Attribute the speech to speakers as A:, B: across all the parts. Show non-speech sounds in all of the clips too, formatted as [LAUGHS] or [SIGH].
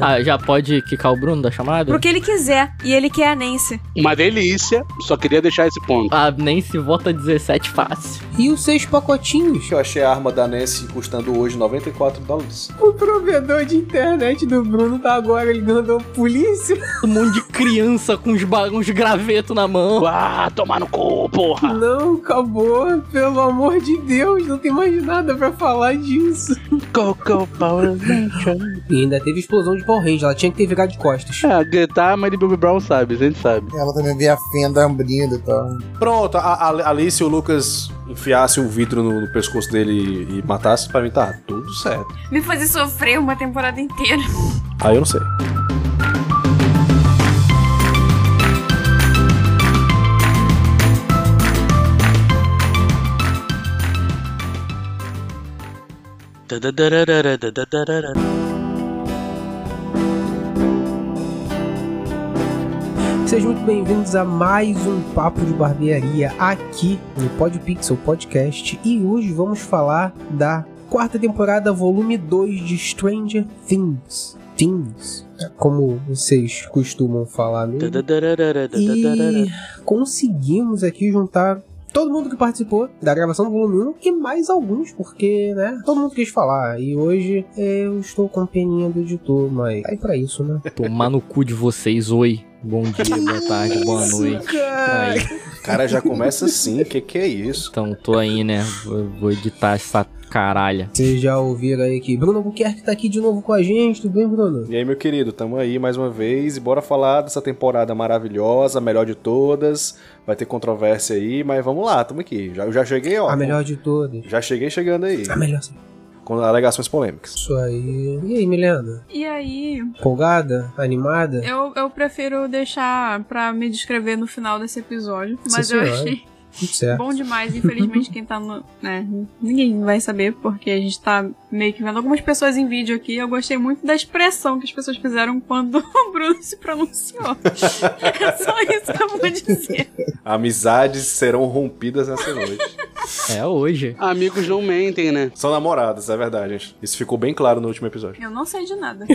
A: Ah, já pode quicar o Bruno da chamada?
B: Pro que ele quiser. E ele quer a Nancy.
C: Uma delícia, só queria deixar esse ponto.
A: Ah, nem se vota 17 fácil.
D: E os seis pacotinhos?
E: Eu achei a arma da Nancy custando hoje 94 dólares.
D: O provedor de internet do Bruno tá agora ligando a polícia.
A: Um monte de criança com uns, ba- uns gravetos na mão.
C: Ah, tomar no cu,
E: Ah.
F: [LAUGHS]
C: porra.
D: Não, acabou. Pelo amor de Deus, não tem mais nada pra falar disso.
C: Coco Power Nation.
F: E ainda teve explosão de Power Ranger, ela tinha que ter virado de costas.
C: Ah, Guitar, Mary Bobby Brown sabe, a gente sabe.
G: Ela também vê a fenda abrindo e tal.
E: Pronto, a, a- ali se o Lucas enfiasse um vidro no, no pescoço dele e, e matasse, pra mim tá tudo certo.
B: Me fazer sofrer uma temporada inteira.
E: Aí eu não sei.
F: Sejam muito bem-vindos a mais um Papo de Barbearia aqui no Podpixel Podcast. E hoje vamos falar da quarta temporada, volume 2 de Stranger Things. Things, como vocês costumam falar mesmo. E conseguimos aqui juntar todo mundo que participou da gravação do volume 1 e mais alguns, porque, né, todo mundo quis falar. E hoje eu estou com peninha do editor, mas aí pra isso, né?
A: Tomar no cu de vocês, oi. Bom dia, boa tarde, boa
F: Isso,
A: noite.
F: cara.
A: Aí,
E: Cara, já começa assim, que que é isso?
A: então, tô aí, né? Vou, vou editar essa caralha.
F: Vocês já ouviram aí que Bruno Albuquerque tá aqui de novo com a gente, tudo bem, Bruno?
E: E aí, meu querido, tamo aí mais uma vez e bora falar dessa temporada maravilhosa, a melhor de todas. Vai ter controvérsia aí, mas vamos lá, tamo aqui. Já, eu já cheguei, ó.
F: A melhor de todas.
E: Já cheguei chegando aí,
F: A melhor.
E: com alegações polêmicas.
F: Isso aí. E aí, Milena?
B: E aí,
F: Empolgada? Animada?
B: eu, eu prefiro deixar pra me descrever no final desse episódio.
F: Sim,
B: Mas eu
F: senhora. É.
B: achei
F: Tudo certo.
B: bom demais. Infelizmente, quem tá no. né, ninguém vai saber, porque a gente tá meio que vendo algumas pessoas em vídeo aqui. Eu gostei muito da expressão que as pessoas fizeram quando [LAUGHS] o Bruno se pronunciou. [LAUGHS] é só isso que eu vou dizer.
E: Amizades serão rompidas nessa [LAUGHS] noite.
A: É hoje.
C: Amigos não mentem, né?
E: São namoradas, é verdade, gente. Isso ficou bem claro no último episódio.
B: Eu não sei de nada.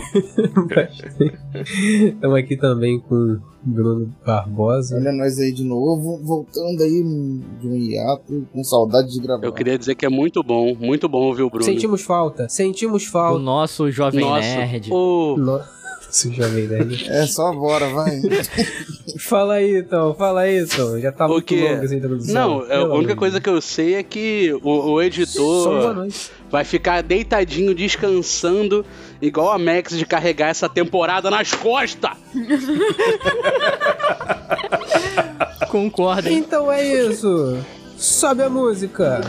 F: Estamos aqui também com Bruno Barbosa.
G: Olha nós aí de novo, voltando aí de um hiato, com saudade de gravar.
C: Eu queria dizer que é muito bom, muito bom ouvir o Bruno.
F: Sentimos falta. Sentimos
A: O
F: falta.
A: nosso jovem
C: Nossa,
A: nerd.
C: ô,
F: Nossa, já veio daí.
G: É, só
C: [LAUGHS]
G: bora, vai.
F: [LAUGHS] Fala aí, Tom. Fala aí, Tom. Já tá muito
C: Porque-
F: longo essa introdução.
C: Não, é, a
F: Pelo
C: única
F: amor
C: coisa que eu sei é que o, o
F: de Deus. Só um boa
C: editor
F: noite.
C: vai ficar deitadinho, descansando, igual a Max de carregar essa temporada nas costas.
A: Concordem.
F: Então é isso. Sobe a música.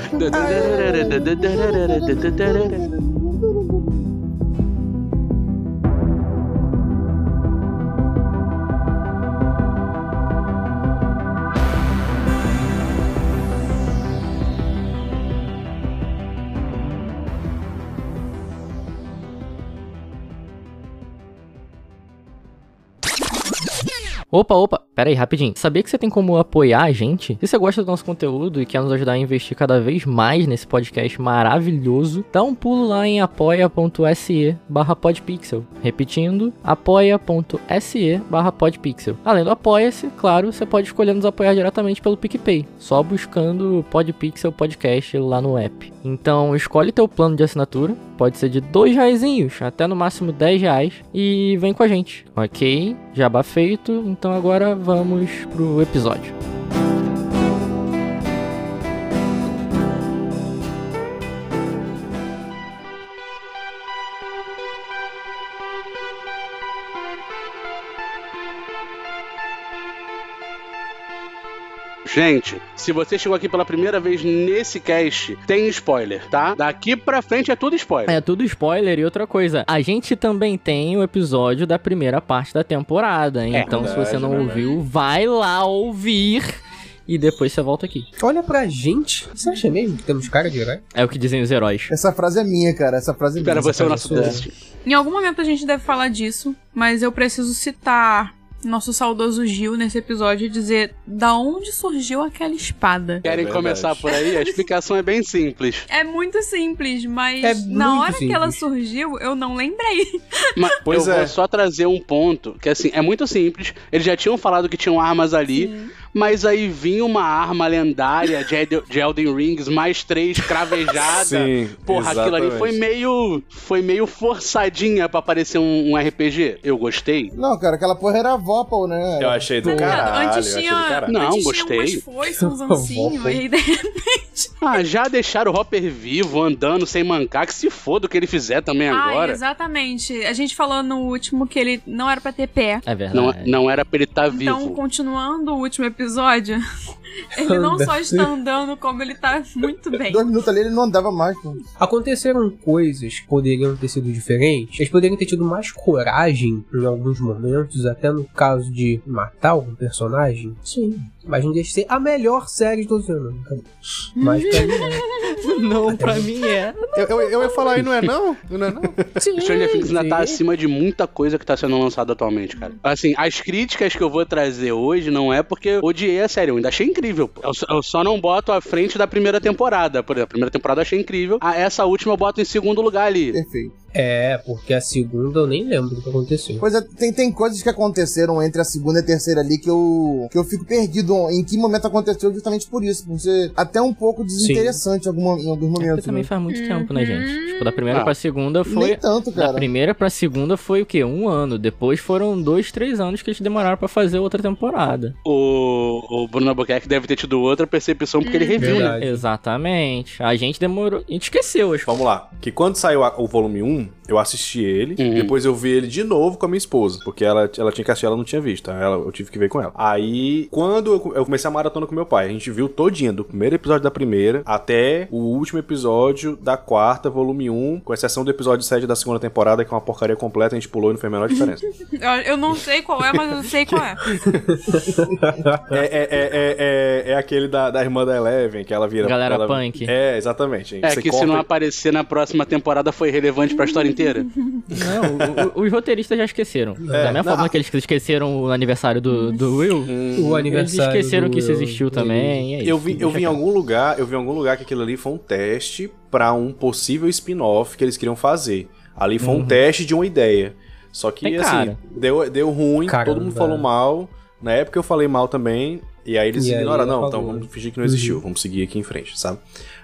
A: Opa, opa, pera aí, rapidinho. Sabia que você tem como apoiar a gente? Se você gosta do nosso conteúdo e quer nos ajudar a investir cada vez mais nesse podcast maravilhoso, dá um pulo lá em apoia.se barra podpixel. Repetindo, apoia.se barra podpixel. Além do apoia-se, claro, você pode escolher nos apoiar diretamente pelo PicPay, só buscando Podpixel Podcast lá no app. Então, escolhe teu plano de assinatura, pode ser de dois reaisinhos, até no máximo 10 reais, e vem com a gente. Ok, jabá feito, então agora vamos pro episódio.
C: Gente, se você chegou aqui pela primeira vez nesse cast, tem spoiler, tá? Daqui pra frente é tudo spoiler.
A: É tudo spoiler e outra coisa, a gente também tem o episódio da primeira parte da temporada, hein?
C: É.
A: então se
E: Verdade,
A: você não
E: verdade.
A: ouviu, vai lá ouvir e depois você volta aqui.
F: Olha pra gente. Você acha mesmo que temos cara de herói?
A: É o que dizem os heróis.
G: Essa frase é minha, cara. Essa frase é minha.
C: Espera,
G: essa
C: você é o
G: frase
C: nosso
G: sua.
C: dust.
B: Em algum momento a gente deve falar disso, mas eu preciso citar nosso saudoso Gil nesse episódio e dizer da onde surgiu aquela espada.
C: Querem
E: É verdade.
C: começar por aí? A explicação é bem simples.
B: É muito simples, mas
F: É
B: na
F: muito
B: hora que ela
F: simples.
B: surgiu, eu não lembrei.
C: Mas
E: Pois
C: eu
E: é.
C: vou só trazer um ponto, que assim, é muito simples. Eles já tinham falado que tinham armas ali, mas aí vinha uma arma lendária de, Ed- de Elden Rings, mais três cravejada.
E: Sim,
C: Porra, aquilo ali
E: exatamente.
C: foi meio. Foi meio forçadinha pra parecer um, um RPG. Eu gostei.
G: Não, cara, aquela porra era Vopal, né?
E: Eu achei do
B: Tá ligado?
E: caralho. eu
B: antes
E: achei do
B: tinha,
E: caralho.
C: Não,
B: antes
C: gostei.
B: tinha umas
F: [LAUGHS]
B: foices, uns ancinhos, e aí de repente...
C: Ah, já deixaram o Hopper vivo, andando sem mancar, que se foda o que ele fizer também
B: Ah,
C: agora.
B: exatamente. A gente falou no último que ele não era pra ter pé.
A: É verdade.
C: Não, não era pra ele estar
B: Então,
C: vivo.
B: continuando o último episódio, [LAUGHS] ele não só está andando, como ele tá muito bem.
F: [LAUGHS]
G: Dois minutos ali ele não andava mais. pô.
F: Aconteceram coisas que poderiam ter sido diferentes. Eles poderiam ter tido mais coragem em alguns momentos, até no caso de matar um personagem. Sim. Mas não deixa de ser a melhor série de todos os anos. Mas pra mim,
A: não, [LAUGHS] pra mim é.
E: Eu, eu, eu ia falar aí, não é não? Não é não?
F: é. sim,
C: Stranger Things ainda tá
F: sim.
C: acima de muita coisa que tá sendo lançada atualmente, cara. Assim, as críticas que eu vou trazer hoje não é porque eu odiei a série, eu ainda achei incrível. pô. Eu, só- eu só não boto à frente da primeira temporada. Por exemplo, a primeira temporada eu achei incrível. A, essa última eu boto em segundo lugar ali.
G: Perfeito.
F: É, porque a segunda eu nem lembro do que aconteceu.
G: Pois é, tem, tem coisas que aconteceram entre a segunda e a terceira ali que eu, que eu fico perdido em que momento aconteceu justamente por isso. Por ser até um pouco desinteressante em, alguma- em alguns
A: Porque
G: momentos.
A: também
G: né?
A: faz muito tempo, né, gente? Tipo, da primeira
C: Ah.
A: pra segunda
G: Nem
A: foi.
G: tanto,
A: Da
G: cara.
A: primeira pra segunda foi o quê? Um ano. Depois foram dois, três anos que eles demoraram pra fazer outra temporada.
C: O, o Bruno Albuquerque deve ter tido outra percepção porque ele reviu, né?
F: Verdade.
A: Exatamente. A gente demorou. A gente esqueceu, acho.
E: Vamos lá. Que quando saiu a- o volume 1, eu assisti ele.
C: Uhum.
E: Depois eu vi ele de novo com a minha esposa. Porque ela, ela tinha que assistir, ela não tinha visto. tá? Ela, eu tive que ver com ela. Aí, quando eu, eu comecei a maratona com meu pai, a gente viu todinha, do primeiro episódio da primeira até o último episódio da quarta, volume 1, com exceção do episódio 7 da segunda temporada, que é uma porcaria completa, a gente pulou e não fez a menor diferença.
B: Eu, eu não sei qual é, mas eu sei qual é.
E: É, é, é, é, é, é aquele da, da irmã da Eleven, que ela vira.
A: Galera
E: ela-
A: punk.
E: É, exatamente.
C: É
E: Você
C: que se
E: corta-
C: não aparecer na próxima temporada foi relevante pra história inteira.
A: Não, né? o- o- os roteiristas já esqueceram. da mesma
E: É. não,
A: forma
E: a-
A: que eles esqueceram o aniversário do, do Will,
F: O
A: eles
F: aniversário.
A: esqueceram
F: do
A: que isso
F: Will.
A: existiu também. e é isso.
E: Eu vi, eu vi em
A: Deixa
E: algum lugar, eu vi em algum lugar que aquilo ali foi um teste pra um possível spin-off que eles queriam fazer. Ali foi um teste de uma ideia. Só que
A: Uhum. Tem
E: assim,
A: cara.
E: deu, deu ruim,
F: Caramba.
E: todo mundo falou mal. Na época eu falei mal também. E aí eles
F: E aí
E: ignoraram. Não,
F: apagou,
E: então
F: né?
E: vamos fingir que não existiu. Vamos seguir aqui em frente, sabe?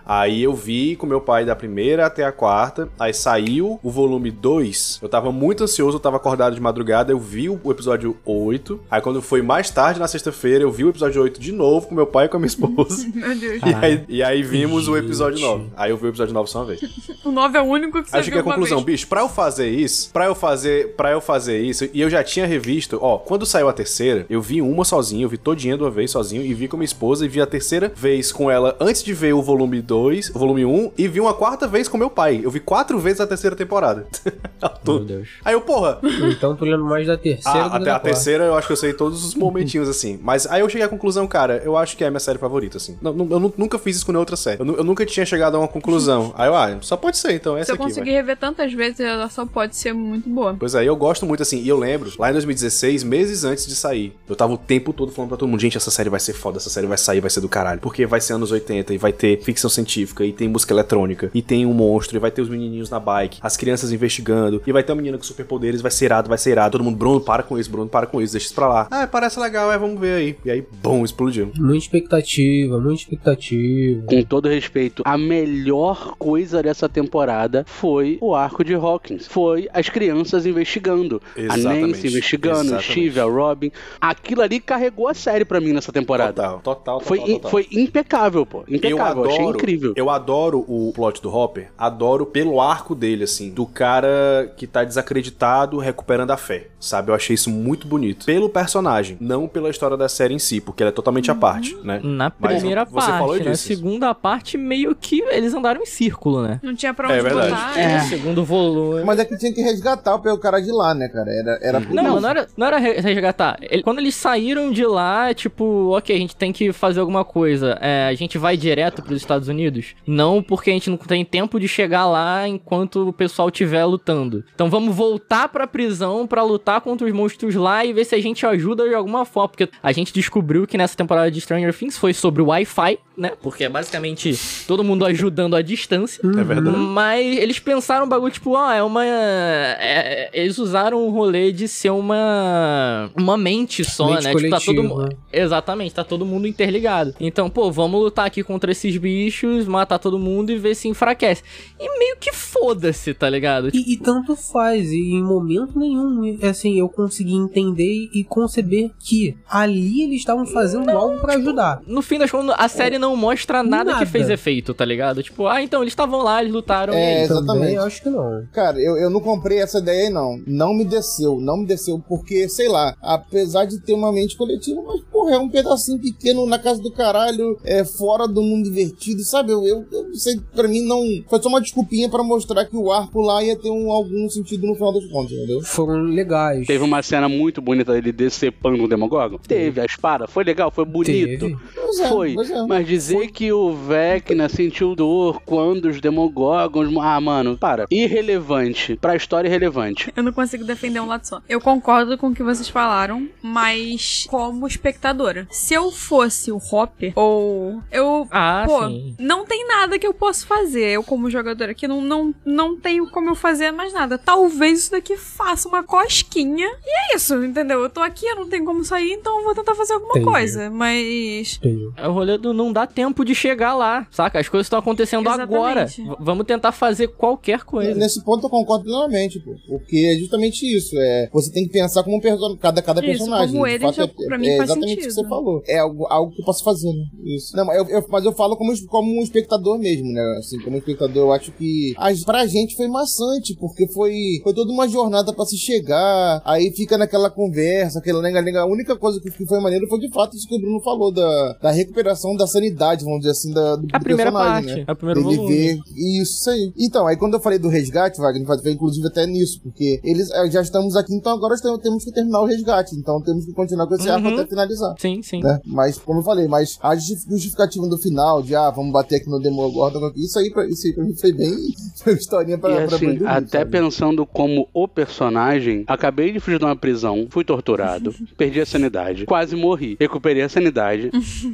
E: Aí eu vi com meu pai da primeira até a quarta. Aí saiu o volume 2. Eu tava muito ansioso, eu tava acordado de madrugada. Eu vi o episódio 8. Aí quando foi mais tarde, na sexta-feira, eu vi o episódio 8 de novo com meu pai e com a minha [LAUGHS] esposa.
B: Meu Deus.
E: e, aí, e aí vimos o
F: Gente.
E: episódio 9. Aí eu vi o episódio 9 só uma vez.
B: O 9 é o único que você
E: Aí eu cheguei
B: viu
E: à
B: uma
E: conclusão,
B: vez.
E: bicho, pra eu fazer isso, pra eu fazer, para eu fazer isso, e eu já tinha revisto, ó, quando saiu a terceira, eu vi uma sozinho, eu vi todinha de uma vez sozinho e vi com minha esposa e vi a terceira vez com ela antes de ver o volume 2, o volume 1 e vi uma quarta vez com meu pai. Eu vi quatro vezes a terceira temporada. [LAUGHS]
A: eu- Meu Deus.
E: Aí eu, porra,
F: Então tu lembra mais da terceira.
E: ah,
F: do que
E: até
F: da
E: a
F: quarta.
E: terceira eu acho que eu sei todos os momentinhos, assim. Mas aí eu cheguei à conclusão, cara, eu acho que é a minha série favorita, assim. Não, não- eu nu- nunca fiz isso com nenhuma outra série. Eu, nu- eu nunca tinha chegado a uma conclusão. [LAUGHS] Aí eu, ah, só pode ser, então,
B: Se
E: essa
B: eu
E: aqui, vai.
B: conseguir rever tantas vezes, ela só pode ser muito boa.
E: Pois é, eu gosto muito assim, e eu lembro, lá em 2016, meses antes de sair, eu tava o tempo todo falando pra todo mundo, gente, essa série vai ser foda, essa série vai sair, vai ser do caralho, porque vai ser anos 80 e vai ter ficção científica, e tem música eletrônica, e tem um monstro, e vai ter os menininhos na bike, as crianças investigando, e vai ter uma menina com superpoderes, vai ser irado, vai ser irado, todo mundo, Bruno, para com isso, Bruno, para com isso, deixa isso pra lá. Ah, parece legal, é, vamos ver aí. E aí, bom, explodiu.
F: Muita expectativa, muita expectativa.
C: Com todo respeito, a melhor coisa dessa temporada foi o arco de Hawkins. Foi as crianças investigando. A Nancy investigando, o Steve, a Robin. Aquilo ali carregou a série pra mim nessa temporada.
E: Total, total, total,
C: Foi,
E: total.
C: foi impecável, pô.
E: Eu
C: Impecável,
E: adoro,
C: achei incrível.
E: Eu adoro o plot do Hopper, adoro pelo arco dele, assim, do cara que tá desacreditado recuperando a fé, sabe? Eu achei isso muito bonito. Pelo personagem, não pela história da série em si, porque ela é totalmente à parte, né?
A: Na
E: Mas
A: primeira
E: você
A: parte,
E: falou
A: na
E: disso.
A: segunda parte, meio que eles andaram em círculo, né?
B: Não tinha pra
E: É
B: onde
E: verdade.
B: botar.
A: No segundo volume.
G: Mas é que tinha que resgatar o cara de lá, né, cara? Era, era por
A: Não,
G: isso.
A: mas não era, não era re- resgatar. Ele- quando eles saíram de lá, tipo, ok, a gente tem que fazer alguma coisa. É, a gente vai direto pros Estados Unidos. Não porque a gente não tem tempo de chegar lá enquanto o pessoal estiver lutando. Então vamos voltar pra prisão pra lutar contra os monstros lá e ver se a gente ajuda de alguma forma. Porque a gente descobriu que nessa temporada de Stranger Things foi sobre o Wi-Fi, né? Porque é basicamente todo mundo ajudando à distância.
E: É verdade.
F: Uhum.
A: Mas eles pensaram um bagulho, tipo, ó, é uma. é- é- eles usaram o rolê de ser uma. Uma mente só,
F: Mente
A: né? Tipo, tá todo
F: coletiva,
A: mundo.
F: né?
A: Exatamente, tá todo mundo interligado. Então, pô, vamos lutar aqui contra esses bichos, matar todo mundo e ver se enfraquece. E meio que foda-se, tá ligado?
F: E, e tanto faz, e em momento nenhum, assim, eu consegui entender e conceber que ali eles estavam fazendo algo pra ajudar.
A: No fim das contas, a série não mostra nada,
F: Nada.
A: que fez efeito, tá ligado? Tipo, ah, então eles estavam lá, eles lutaram.
G: É,
A: e-
F: Também
G: exatamente.
F: eu acho que não.
G: Cara, eu, eu não comprei essa ideia aí, não. Não me desceu, não me desceu, porque, sei lá, apesar de ter uma mente coletiva, mas, porra, é um pedacinho pequeno na casa do caralho, é fora do mundo invertido, sabe? Eu, eu, eu não sei, pra mim não. Foi só uma desculpinha pra mostrar que o arco lá ia ter um, algum sentido no final das contas, entendeu?
F: Foram legais.
C: Teve um uma cena muito bonita dele decepando o Demogorgon? Teve, a espada. Foi legal, foi bonito.
F: Teve.
G: Pois é,
C: Foi.
G: pois é.
C: Mas dizer que o Vecna sentiu dor quando os Demogorgons. Ah, mano, para. Irrelevante. Pra história, irrelevante.
B: Eu não consigo defender um lado só. Eu concordo com o que vocês falaram, mas como espectadora. Se eu fosse o Hopper, ou. Eu.
A: Ah,
B: Pô,
A: sim.
B: não tem nada que eu possa fazer. Eu, como jogadora aqui, não, não, não tenho como eu fazer mais nada. Talvez isso daqui faça uma cosquinha. E é isso, entendeu? Eu tô aqui, eu não tenho como sair, então eu vou tentar fazer alguma
F: Entendi.
B: coisa. Mas.
F: Teve.
A: É o rolê do não dá tempo de chegar lá, saca? As coisas estão acontecendo
B: Exatamente.
A: agora. V- vamos tentar fazer qualquer coisa.
G: Nesse ponto eu concordo plenamente, pô. Porque é justamente isso. É, você tem que pensar como um perso- cada, cada
B: Isso,
G: personagem.
B: como
G: De
B: ele,
G: fato,
B: já-
G: é,
B: pra mim
G: é
B: faz
G: exatamente o que
B: sentido,
G: você
B: né?
G: falou. É algo, algo que eu posso fazer, né? Isso. Não, mas eu, eu- mas eu falo como, es- como um espectador mesmo, né? Assim, como espectador, eu acho que a, pra gente foi maçante, porque foi, foi toda uma jornada pra se chegar. Aí fica naquela conversa, aquela lenga-lenga. A única coisa que, que foi maneiro foi de fato isso que o Bruno falou, da, da recuperação da sanidade, vamos dizer assim, da, do
A: A
G: do
A: primeira
G: personagem,
A: parte,
G: né?
A: a primeiro
G: Ele
A: volume.
G: vê isso aí. Então, aí quando eu falei do resgate, Wagner, foi inclusive até nisso, porque eles eh, já estamos aqui, então agora estamos- temos que terminar o resgate. Então temos que continuar com esse arco
A: Uhum.
G: até finalizar.
A: Sim, sim.
G: Né? Mas, como eu falei, mas a justi- justificativa do final, de ah, vamos bater aqui no Demogorgon, aqui, isso aí pra, isso aí pra mim foi bem [LAUGHS] foi uma historinha pra,
C: e
G: pra
C: assim,
G: Brandon Lee,
C: até
G: sabe?
C: pensando como o personagem, acabei de fugir de uma prisão, fui
G: [LAUGHS]
C: torturado, perdi a sanidade, quase morri, recuperei a sanidade,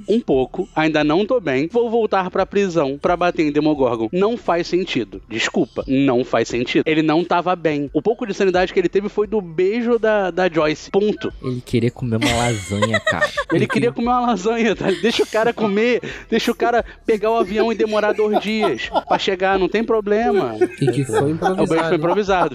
C: um pouco, ainda não tô bem, vou voltar pra prisão pra bater em Demogorgon. Não faz sentido. Desculpa, não faz sentido. Ele não tava bem. O pouco de sanidade que ele teve foi do beijo da, da Joyce. Ponto.
A: Ele queria comer uma
F: [LAUGHS]
A: lasanha, cara.
C: Ele queria comer uma lasanha, tá? Deixa o cara comer, deixa o cara pegar o avião e demorar dois dias pra chegar, não tem problema.
F: E que
A: É,
F: foi
C: O beijo foi
F: improvisado.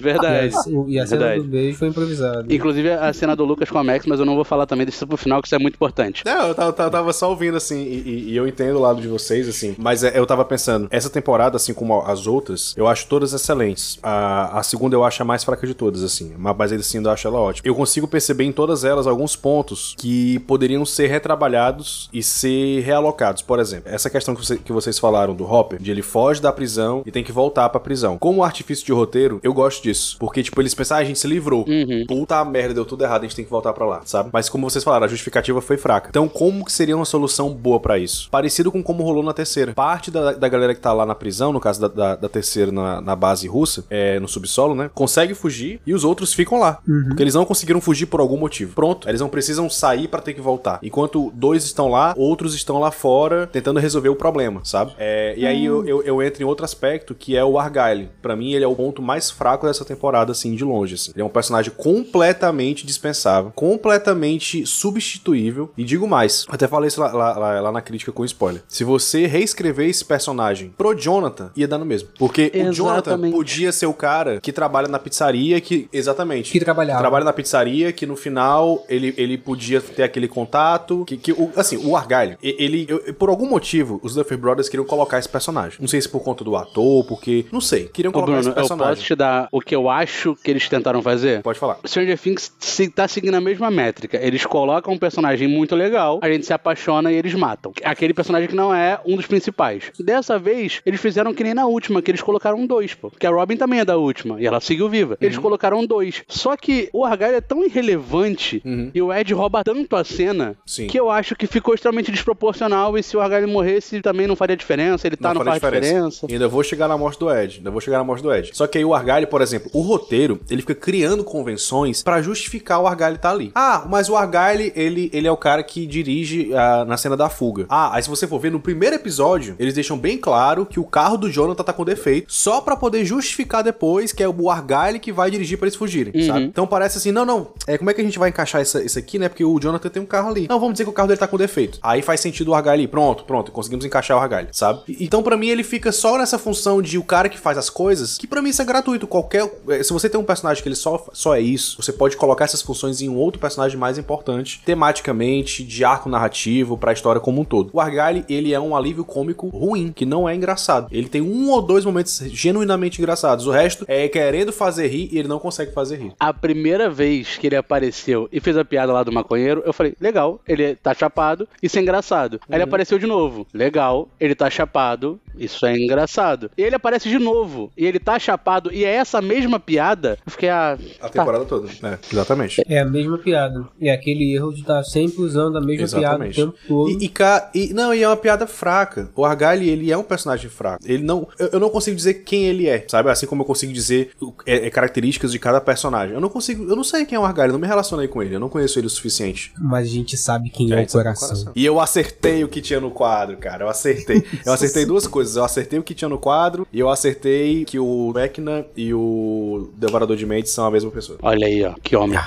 C: improvisado,
F: E a-
C: verdade.
F: o- E a cena
C: Verdade.
F: do beijo foi improvisada.
C: Inclusive a cena do Lucas com a Max, mas eu não vou falar também disso pro final, que isso é muito importante.
E: Não, eu tava, tava- tava só ouvindo, assim, e, e- e eu entendo o lado de vocês, assim, mas é- eu tava pensando, essa temporada, assim como as outras, eu acho todas excelentes. A, a segunda eu acho a mais fraca de todas, assim, mas mas ainda assim eu acho ela ótima. Eu consigo perceber em todas elas alguns pontos que poderiam ser retrabalhados e ser realocados. Por exemplo, essa questão que, você- que vocês falaram do Hopper, de ele foge da prisão e tem que voltar pra prisão. Como artifício de roteiro, eu gosto disso, porque, tipo, eles pensam, ah, a gente se livrou.
C: Uhum.
E: Puta merda, deu tudo errado, a gente tem que voltar pra lá, sabe? Mas como vocês falaram, a justificativa foi fraca. Então, como que seria uma solução boa pra isso? Parecido com como rolou na terceira. Parte da, da galera que tá lá na prisão, no caso da, da- da terceira na, na base russa, é, no subsolo, né? Consegue fugir e os outros ficam lá. Porque eles não conseguiram fugir por algum motivo. Pronto, eles não precisam sair pra ter que voltar. Enquanto dois estão lá, outros estão lá fora tentando resolver o problema, sabe? É, e aí eu, eu, eu entro em outro aspecto que é o Argyle. Pra mim, ele é o ponto mais fraco dessa temporada, assim, de longe. Assim. Ele é um personagem completamente dispensável, completamente substituível. E digo mais, até falei isso lá, lá- lá- lá na crítica com spoiler. Se você reescrever esse personagem pro Jonathan, ia dar no mesmo. Porque o Jonathan
C: Exatamente.
E: podia ser o cara que trabalha na pizzaria, que. Exatamente
F: Que trabalhava.
E: trabalha na pizzaria, que no final ele, ele podia ter aquele contato. Que, que o- assim, o Argyle, e- ele, eu- por algum motivo, os Duffer Brothers queriam colocar esse personagem. Não sei se por conta do ator, porque. Não sei. Queriam
C: Ô
E: colocar
C: Bruno,
E: esse
C: eu posso
E: personagem.
C: te dar o que eu acho que eles tentaram fazer?
E: Pode falar.
C: Stranger Things se- tá seguindo a mesma métrica. Eles colocam um personagem muito legal, a gente se apaixona e eles matam. Aquele personagem que não é um dos principais. Dessa vez, eles fizeram que nem na última, que eles colocaram um dois, pô. Porque a Robin também é da última, e ela seguiu viva. Eles
E: Uhum.
C: colocaram um dois. Só que o Argyle é tão irrelevante e o Ed rouba tanto a cena
E: Uhum. Sim.
C: que eu acho que ficou extremamente desproporcional e se o Argyle morresse também não faria diferença, ele tá
E: Não
C: não,
E: faria
C: faz diferença.
E: E Ainda vou chegar na morte do Ed. Ainda vou chegar na morte do Ed. Só que aí o Argyle, por exemplo, o roteiro, ele fica criando convenções pra justificar o Argyle tá ali. Ah, mas o Argyle, ele, ele é o cara que dirige ah, na cena da fuga. Ah, aí se você for ver no primeiro episódio, eles deixam bem claro que o carro do Jonathan tá com defeito, só pra poder justificar depois que é o Argyle que vai dirigir pra eles fugirem,
C: Uhum.
E: sabe? Então parece assim, não, não, é, como é que a gente vai encaixar essa- isso aqui, né? Porque o Jonathan tem um carro ali. Não, vamos dizer que o carro dele tá com defeito. Aí faz sentido o Argyle, ir. pronto, pronto, conseguimos encaixar o Argyle, sabe? E- Então pra mim ele fica só nessa função de o cara que faz as coisas, que pra mim isso é gratuito. Qualquer, eh, se você tem um personagem que ele só, só é isso, você pode colocar essas funções em um outro personagem mais importante, tematicamente, de arco narrativo, pra história como um todo. O Argyle, ele é um alívio cômico ruim, que não é engraçado. Ele tem um ou dois momentos genuinamente engraçados. O resto é querendo fazer rir e ele não consegue fazer rir.
C: A primeira vez que ele apareceu e fez a piada lá do maconheiro, eu falei, legal, ele tá chapado, isso é engraçado. Aí
E: Uhum.
C: ele apareceu de novo, legal, ele tá chapado, isso é engraçado. E ele aparece de novo, e ele tá chapado, e é essa mesma piada. Eu fiquei, ah, tá,
E: A temporada toda. É, exatamente.
F: É a mesma piada. É aquele erro de estar sempre usando a mesma
E: Exatamente.
F: piada o tempo todo.
E: E, e, ca- e- não, e é uma piada fraca. O Argali, ele é um personagem fraco. Ele não, eu, eu não consigo dizer quem ele é, sabe? Assim como eu consigo dizer o- é- é características de cada personagem. Eu não consigo, eu não sei quem é o Argali, eu não me relacionei com ele, eu não conheço ele o suficiente.
F: Mas a gente sabe quem é,
E: É,
F: o
E: isso é
F: coração.
E: E eu acertei o que tinha no quadro, cara. Eu acertei. Eu acertei duas coisas. Eu acertei o que tinha no quadro e eu acertei que o Vecna e o Devorador de Mentes são a mesma pessoa.
C: olha aí, ó, que homem.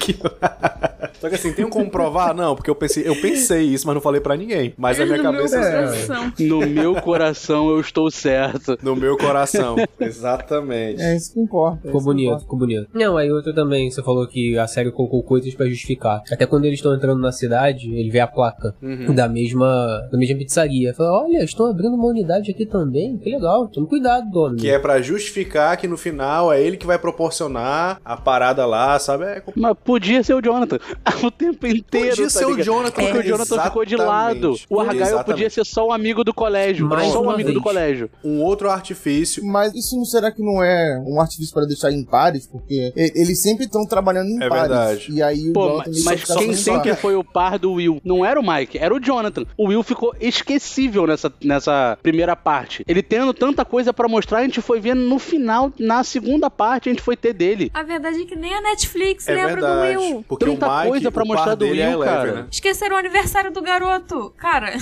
E: Que- [LAUGHS] Só que assim, tem como provar? Não, porque eu pensei, eu pensei isso, mas não falei pra ninguém. Mas [LAUGHS] na minha
B: No
E: cabeça.
B: Meu
E: assim,
F: é-
G: assim.
B: coração.
C: No meu
E: [LAUGHS]
C: coração eu estou certo.
E: No meu
C: [LAUGHS]
E: coração. Exatamente.
G: É isso que importa. é
F: Ficou
G: isso que
F: bonito,
G: importa.
F: ficou bonito. Não, aí outra também, você falou que a série colocou coisas pra justificar. Até quando eles estão entrando na cidade, ele vê a placa
E: Hum. Uhum.
F: da mesma da mesma pizzaria. Fala, olha, estão abrindo uma unidade aqui também, que legal. Toma cuidado, dono.
E: Que é pra justificar que no final é ele que vai proporcionar a parada lá, sabe? É complicado.
C: Mas podia ser o Jonathan. [LAUGHS] O tempo inteiro.
E: Podia
C: tá
E: ser o
C: ligado?
E: Jonathan,
C: Porque o Jonathan ficou de lado.
E: exatamente.
C: O Argyle
E: Exatamente.
C: podia ser só um amigo do colégio.
F: Mais
C: só um
F: uma
C: amigo do
F: vez.
C: colégio.
E: Um outro artifício.
G: Mas isso não será que não é um artifício para deixar em pares? Porque e- eles sempre estão trabalhando em
E: É
G: pares.
E: verdade.
G: E aí o
C: Pô,
G: Jonathan
C: mas,
G: ele
C: mas
G: só fica
C: quem
G: só em par.
C: sempre foi o par do Will não era o Mike, era o Jonathan. O Will ficou esquecível nessa, nessa primeira parte. Ele tendo tanta coisa pra mostrar, a gente foi vendo no final, na segunda parte, a gente foi ter dele.
B: A verdade é que nem a Netflix
E: É
B: lembra
E: verdade.
B: do Will.
E: Porque
C: Tanta
E: o Mike,
C: coisa pra
E: o
C: mostrar
E: par
C: do
E: dele é
C: Will,
E: Eleven,
C: cara.
E: né?
B: Esqueceram o aniversário do garoto.
G: [LAUGHS]
B: Cara,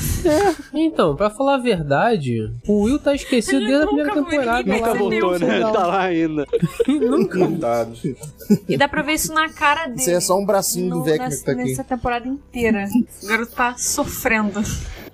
F: Então, pra falar a verdade, o Will
B: [LAUGHS]
F: tá esquecido
B: Ele
F: desde a primeira
B: nunca foi,
F: temporada.
B: ninguém
F: lá
C: Nunca
F: no
B: percebeu,
C: voltou, né?
F: final.
C: Tá lá ainda. é um
E: Coitado.
B: e dá pra ver isso na cara dele.
G: Isso é só um bracinho
B: No-
G: do Vecna
B: nessa,
G: que tá aqui.
B: nessa temporada inteira. O garoto tá sofrendo.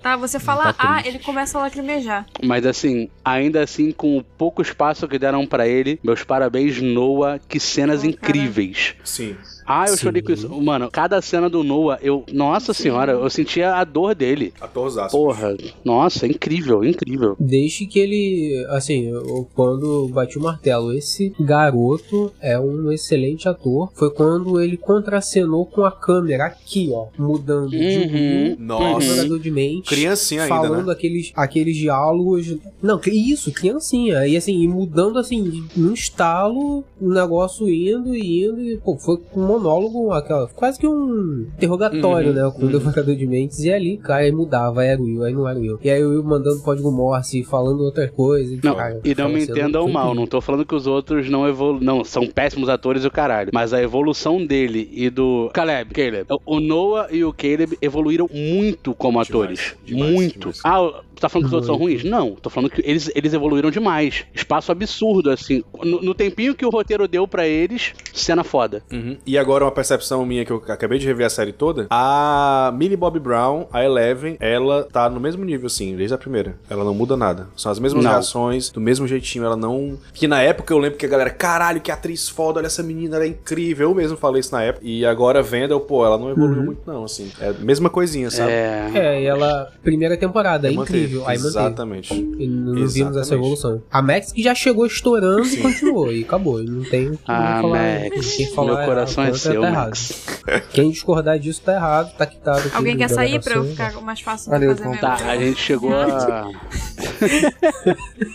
B: Tá, você fala
A: Ele tá
B: ah, ele começa a lacrimejar.
C: Mas assim, ainda assim, com o pouco espaço que deram pra ele, meus parabéns, Noah. Que cenas
B: Pô, cara.
C: incríveis.
E: Sim.
C: Ah, eu
F: Sim.
C: chorei com isso. Mano, cada cena do Noah, eu. Nossa senhora, eu sentia a dor dele.
E: Atorzaço.
C: Porra, nossa, incrível, incrível.
F: Desde que ele, assim, eu- quando bati o martelo, esse garoto é um excelente ator. Foi quando ele contracenou com a câmera aqui, ó, mudando de
C: Uhum.
F: um
E: Nossa.
F: jogador de mente.
E: Criancinha ainda,
F: falando
E: né?
F: aqueles, aqueles diálogos. Não, que isso, criancinha. E assim, e mudando assim, num estalo, o negócio indo e indo. E, pô, foi um monólogo, aquela, quase que um interrogatório,
C: Uhum,
F: né? Com o devorador de mentes. E ali, cara, aí mudava, era o Will, aí não era o Will. E aí o Will mandando código Morse, falando outra coisa.
C: Não,
F: cara, assim,
C: e não
F: foi
C: me
F: sendo-
C: entendam
F: foi
C: mal,
F: incrível.
C: não tô falando que os outros não evolu... Não, são péssimos atores e o caralho. Mas a evolução dele e do. Caleb, Caleb. O Noah e o Caleb evoluíram muito como
E: Demais,
C: atores.
E: demais,
C: muito.
E: demais.
C: Ah, o- tá falando que os outros são ruins? Não, tô falando que eles, eles evoluíram demais. Espaço absurdo, assim. No, no tempinho que o roteiro deu pra eles, cena foda.
E: Uhum. E agora uma percepção minha que eu acabei de rever a série toda. A Millie Bobby Brown, a Eleven, ela tá no mesmo nível, assim, desde a primeira. Ela não muda nada. São as mesmas
C: Não.
E: reações, do mesmo jeitinho. Ela não. Que na época eu lembro que a galera, caralho, que atriz foda, olha essa menina, ela é incrível. Eu mesmo falei isso na época. E agora vendo, eu, pô, ela não evoluiu muito, não, assim. É a mesma coisinha, sabe?
C: É.
F: Uhum. É, e ela, primeira temporada, é
E: Manteve.
F: incrível. Aí manteve.
E: Exatamente.
F: E não vimos
E: Exatamente.
F: essa evolução. A Max que já chegou estourando e continuou. E acabou. E não tem o que
C: Ah,
F: falar.
C: Max,
F: quem falar
C: meu coração é
F: contra
C: seu,
F: tá
C: Max.
F: errado. Quem discordar disso tá errado, tá quitado. aqui
B: Alguém
F: do-
B: quer
F: da
B: sair pra eu
F: gravação.
B: ficar mais fácil de
G: Olha, eu
B: fazer
G: vou-
B: mesmo?
C: Tá, a gente chegou a.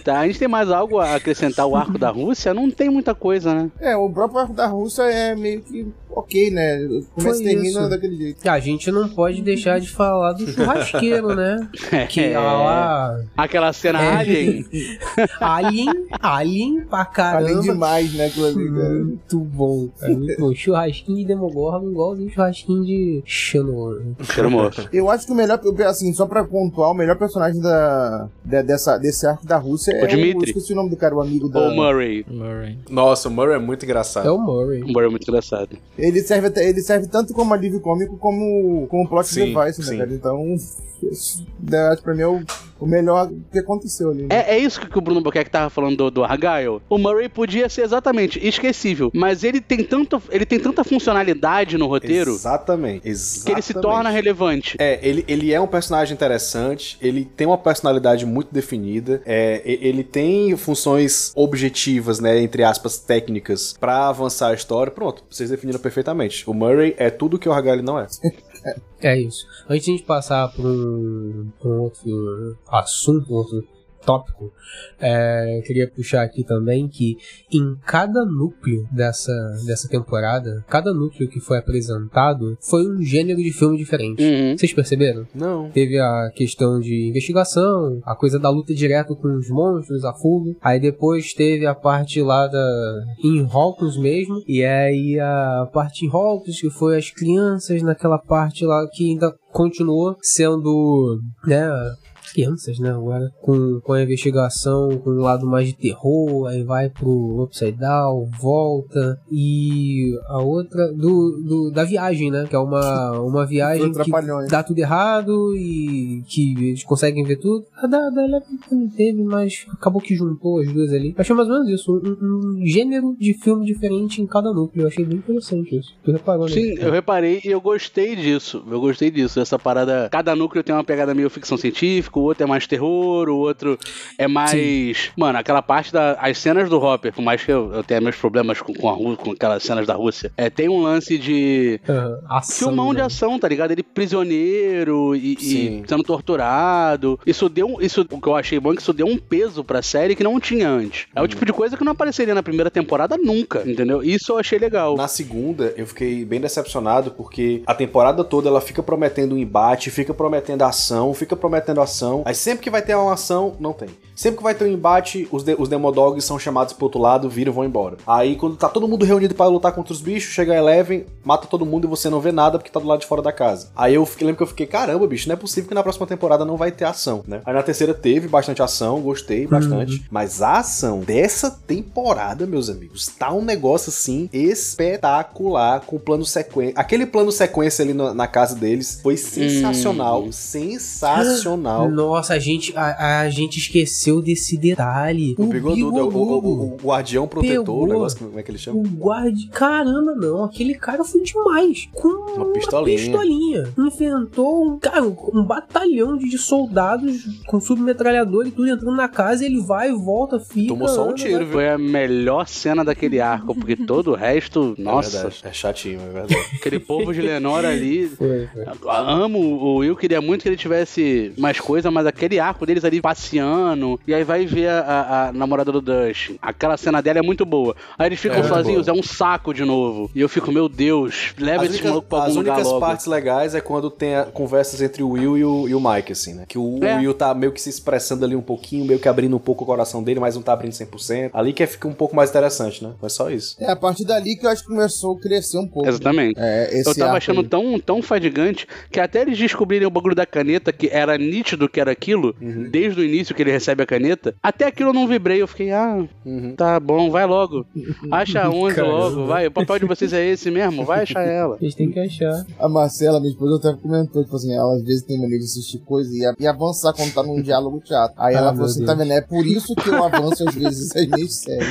C: Tá, a gente tem mais algo a acrescentar o arco da Rússia? Não tem muita coisa, né?
G: É, o próprio arco da Rússia é meio que ok, né? Começa
F: Foi
G: e termina
F: isso.
G: daquele jeito.
F: Ah, A gente não pode deixar de falar do churrasqueiro, né? Que
C: [LAUGHS] É. Ah,
F: a lá.
C: Aquela cena
F: É.
C: alien.
E: [LAUGHS]
F: [LAUGHS] Alien, alien pra
G: Além
F: caramba. Hum.
G: demais, né? Aquilo ali, cara.
F: Muito bom, cara. Muito bom. Churrasquinho de Demogorgon, igualzinho churrasquinho de Xenon.
C: Tá. Hermoso.
G: Eu acho que o melhor, eu- assim, só pra pontuar, o melhor personagem da, da- dessa, desse arco da Rússia é
C: Dmitry.
G: o. Esqueci o nome do cara, o amigo da.
C: Ou Murray.
A: Murray.
E: [LAUGHS] Nossa, o Murray é muito
F: É
E: engraçado.
F: o Murray.
C: O Murray é muito engraçado.
G: Ele serve, até- ele serve tanto como alívio cômico como como plot
E: Sim,
G: device,
E: sim.
G: né, cara? Então, isso, eu acho que pra mim é o, o melhor que aconteceu ali. né?
C: É, é isso que que o Bruno Boqueck tava falando do, do Argyle. O Murray podia ser exatamente esquecível, mas ele tem, tanto, ele tem tanta funcionalidade no roteiro
E: Exatamente.
C: que ele se torna
E: Exatamente.
C: relevante.
E: É, ele, ele é um personagem interessante, ele tem uma personalidade muito definida, é, e- ele tem funções objetivas, né, entre aspas, técnicas, pra avançar a história. Pronto, vocês definiram perfeitamente. O Murray é tudo que o Argyle não é.
F: É isso. Antes de a gente passar para um, pra um outro assunto, um outro tópico, é, eu queria puxar aqui também que em cada núcleo dessa, dessa temporada, cada núcleo que foi apresentado foi um gênero de filme diferente.
C: Uhum.
F: Vocês perceberam?
E: Não.
F: Teve a questão de investigação, a coisa da luta direto com os monstros, a fuga. Aí depois teve a parte lá da. em Hawkins mesmo. E aí a parte em Hawkins, que foi as crianças naquela parte lá que ainda continuou sendo. né? Crianças, né? Agora com, com a investigação, com o lado mais de terror, aí vai pro Upside Down, volta. E a outra do, do- da viagem, né? Que é uma, uma viagem. que-
G: Trapalhões.
F: dá tudo errado e que eles conseguem ver tudo. A da, da Eleven também teve, mas acabou que juntou as duas ali. Achei mais ou menos isso, um, um gênero de filme diferente em cada núcleo. Eu achei bem interessante isso. Tu reparou, né?
C: Sim, eu reparei e eu gostei disso. Eu gostei disso. Essa parada. Cada núcleo tem uma pegada meio ficção científica, o outro é mais terror, o outro é mais. Mano, aquela parte das cenas do Hopper, por mais que eu, eu tenha meus problemas com, com, a, Rú- com aquelas cenas da Rússia, é, tem um lance de.
F: Ah, ação,
C: Filmão de
F: né?
C: ação, tá ligado? Ele prisioneiro e, e
E: Sim.
C: sendo torturado. Isso deu um. Isso, o que eu achei bom é que isso deu um peso pra série que não tinha antes. É o
E: Uhum.
C: tipo de coisa que não apareceria na primeira temporada nunca, entendeu? Isso eu achei legal.
E: Na segunda, eu fiquei bem decepcionado porque a temporada toda ela fica prometendo um embate, fica prometendo ação, fica prometendo ação. Aí sempre que vai ter uma ação, não tem. Sempre que vai ter um embate, os, de os Demodogs são chamados pro outro lado, viram e vão embora. Aí quando tá todo mundo reunido pra lutar contra os bichos, chega a Eleven, mata todo mundo e você não vê nada porque tá do lado de fora da casa. Aí eu fiquei- lembro que eu fiquei, caramba, bicho, não é possível que na próxima temporada não vai ter ação, né? Aí na terceira teve bastante ação, gostei bastante. Mas a ação dessa temporada, meus amigos, tá um negócio assim espetacular com o plano sequência. Aquele plano sequência ali na, na casa deles foi sensacional. Sensacional.
F: Nossa, a gente, a, a gente esqueceu desse detalhe.
E: O bigodudo, é o, o,
F: bigodudo.
E: o- o guardião protetor,
F: Pegou.
E: o negócio, como é que ele chama?
F: O guarde. Então, um Caramba, não. Aquele cara foi demais. Com
E: Uma
F: uma
E: pistolinha.
F: pistolinha. Enfrentou um, cara, um batalhão de de soldados com submetralhador e tudo entrando na casa. Ele vai, volta, fica.
E: Tomou só um
F: anda,
E: tiro, viu?
C: Foi a melhor cena daquele arco, porque todo o resto,
E: É,
C: nossa,
E: verdade, é chatinho, é verdade.
C: aquele povo de Lenora ali.
F: [LAUGHS] Foi, foi.
C: Amo o Will, queria muito que ele tivesse mais coisa, mas aquele arco deles ali passeando, e aí vai ver a, a- a namorada do Dustin. Aquela cena dela é muito boa. Aí eles ficam
E: É muito
C: sozinhos, é um saco de novo. E eu fico, meu Deus, leva
E: As
C: esse
E: únicas,
C: maluco pra
E: as
C: algum lugar
E: únicas
C: logo.
E: partes legais é quando tem a- conversas entre o Will e o, e o Mike, assim, né? Que o
C: É.
E: Will tá meio que se expressando ali um pouquinho, meio que abrindo um pouco o coração dele, mas não tá abrindo 100%. Ali que fica um pouco mais interessante, né? Mas só isso.
G: É a partir dali que eu acho que começou a crescer um pouco.
C: Exatamente.
G: É, esse
C: Eu tava
G: arco
C: achando
G: aí.
C: tão, tão fadigante que até eles descobrirem o bagulho da caneta, que era nítido que era aquilo,
E: Uhum.
C: desde o início que ele recebe a caneta, até aquilo eu não vibrei. Eu fiquei, ah,
E: Uhum.
C: tá bom, vai logo. Acha a 11
F: Caramba.
C: logo, vai. O papel de vocês é esse mesmo, vai achar ela.
F: A gente tem que achar.
G: A Marcela, minha esposa, até comentou, tipo assim, ela às vezes tem mania de assistir coisa e, a- e avançar quando tá num diálogo chato. Aí [LAUGHS]
F: Ah,
G: ela
F: meu
G: falou assim,
F: Deus.
G: tá vendo? É por isso que eu avanço às vezes é essas minhas séries.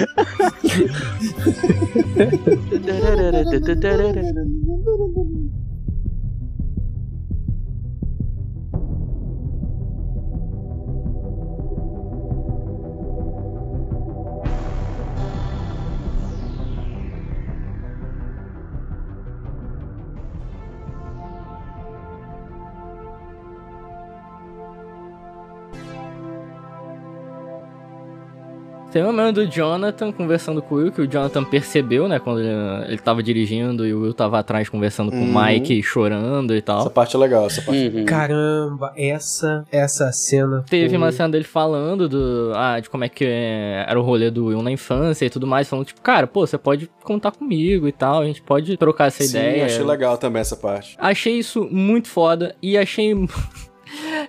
A: Tem um momento do Jonathan conversando com o Will, que o Jonathan percebeu, né? Quando ele, ele tava dirigindo e o Will tava atrás conversando com
E: Uhum.
A: o Mike, chorando e tal.
E: Essa parte é legal, essa parte.
C: Uhum.
F: Caramba, essa essa cena.
A: Teve
F: foi-
A: uma cena dele falando do, ah, de como é que é, era o rolê do Will na infância e tudo mais, falando tipo, cara, pô, você pode contar comigo e tal, a gente pode trocar essa
E: Sim,
A: ideia.
E: achei legal também essa parte.
A: Achei isso muito foda e achei. [LAUGHS]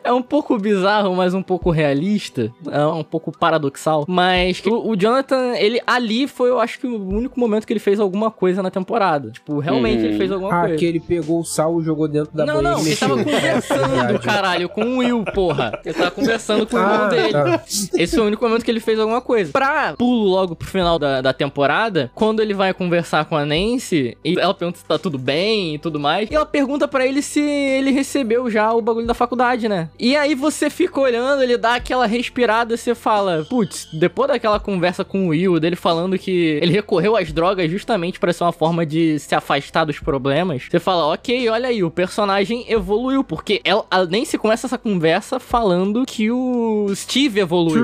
A: É um pouco bizarro, mas um pouco realista. É um pouco paradoxal. Mas que o, o Jonathan, ele ali foi, eu acho que, o único momento que ele fez alguma coisa na temporada. Tipo, realmente
C: Uhum.
E: Hum.
A: ele fez alguma
F: Ah,
A: coisa.
F: que ele pegou o sal e jogou dentro da
A: Não,
F: banheira
A: não,
F: e
A: ele
F: mexeu.
A: tava conversando,
F: Verdade.
A: caralho, com o Will, porra. Ele tava conversando com o irmão
F: Ah,
A: dele.
F: tá.
A: [LAUGHS] Esse foi o único momento que ele fez alguma coisa. Pra pulo logo pro final da, da temporada, quando ele vai conversar com a Nancy, e ela pergunta se tá tudo bem e tudo mais, e ela pergunta pra ele se ele recebeu já o bagulho da faculdade, né? E aí você fica olhando, ele dá aquela respirada e você fala, putz, depois daquela conversa com o Will, dele falando que ele recorreu às drogas justamente pra ser uma forma de se afastar dos problemas, você fala, ok, olha aí, o personagem evoluiu, porque ela, a Nancy começa essa conversa falando que o Steve evoluiu.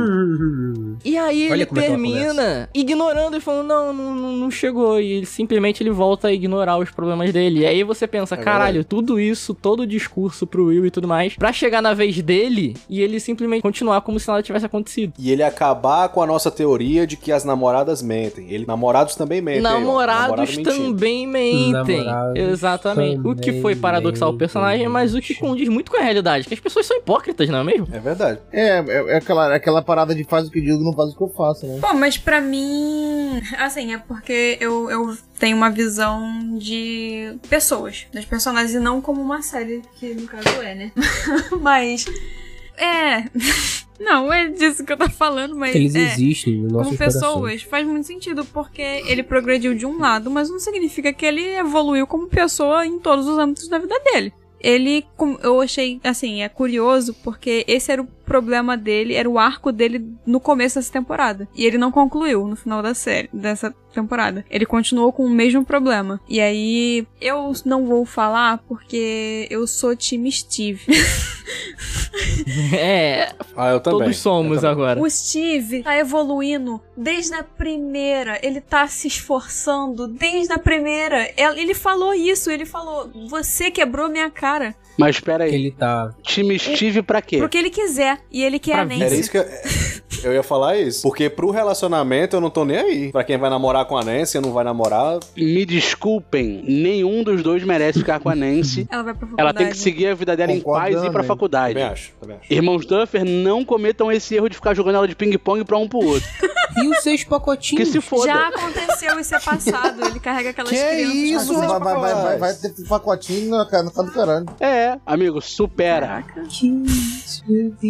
A: E aí
F: Olha
A: ele
F: como é que ela
A: termina ignorando e falando, não, não, não- não chegou. E ele, simplesmente ele volta a ignorar os problemas dele. E aí você pensa,
E: É
A: caralho, tudo isso, todo o discurso pro Will e tudo mais, pra chegar na vez dele e ele simplesmente continuar como se nada tivesse acontecido.
E: E ele acabar com a nossa teoria de que as namoradas mentem. Ele, namorados também mentem. aí, ó. Namorado
A: Namorados
E: É, mentindo.
A: também mentem.
F: Namorados
A: Exatamente. O que foi
F: também
A: paradoxal ao personagem, mas o que
F: mentem.
A: condiz muito com a realidade. Que as pessoas são hipócritas, não é mesmo?
E: É verdade.
G: É, é, é aquela, é aquela parada de faz o que eu digo, não faz o que eu faço, né?
B: Pô, mas pra mim. Assim, é porque eu, eu tenho uma visão de pessoas, das personagens, e não como uma série, que no caso é, né? [LAUGHS] mas. É. [LAUGHS] Não, é disso que eu tô falando, mas.
F: Eles
B: é.
F: existem no nosso
B: como pessoas, faz muito sentido, porque ele progrediu de um lado, mas não significa que ele evoluiu como pessoa em todos os âmbitos da vida dele. Ele, com- eu achei, assim, é curioso, porque esse era o problema dele, era o arco dele no começo dessa temporada. E ele não concluiu no final da série, dessa temporada. Ele continuou com o mesmo problema. E aí, eu não vou falar porque eu sou time Steve.
A: [LAUGHS] é,
E: Ah, eu também.
A: todos
E: Eu
A: somos
E: também.
A: agora.
B: O Steve tá evoluindo desde a primeira. Ele tá se esforçando desde a primeira. Ele ele falou isso, ele falou: Você quebrou minha cara.
C: Mas pera aí,
F: Ele tá
C: time Steve pra quê?
B: Pro que ele quiser. E ele quer
A: É. Pra
B: a
E: Era
B: Nancy.
E: isso que eu, eu ia falar isso. Porque pro relacionamento eu não tô nem aí. Pra quem vai namorar com a Nancy, não vai namorar.
C: Me desculpem, nenhum dos dois merece ficar com a Nancy.
B: Ela vai pra faculdade.
C: Ela tem que seguir a vida dela em paz e ir pra
G: Concordando,
C: faculdade.
E: Também acho, também acho.
C: Irmãos Duffer, não cometam esse erro de ficar jogando ela de ping-pong pra um pro outro.
F: E os seis pacotinhos. [LAUGHS]
C: Que se foda.
B: Já aconteceu isso é passado. Ele carrega aquelas
E: Que
B: crianças.
E: isso,
B: com
G: Vai,
B: vocês.
G: vai, vai, vai, vai ter um pacotinho na cara, na cara do caralho.
C: É, amigo, supera.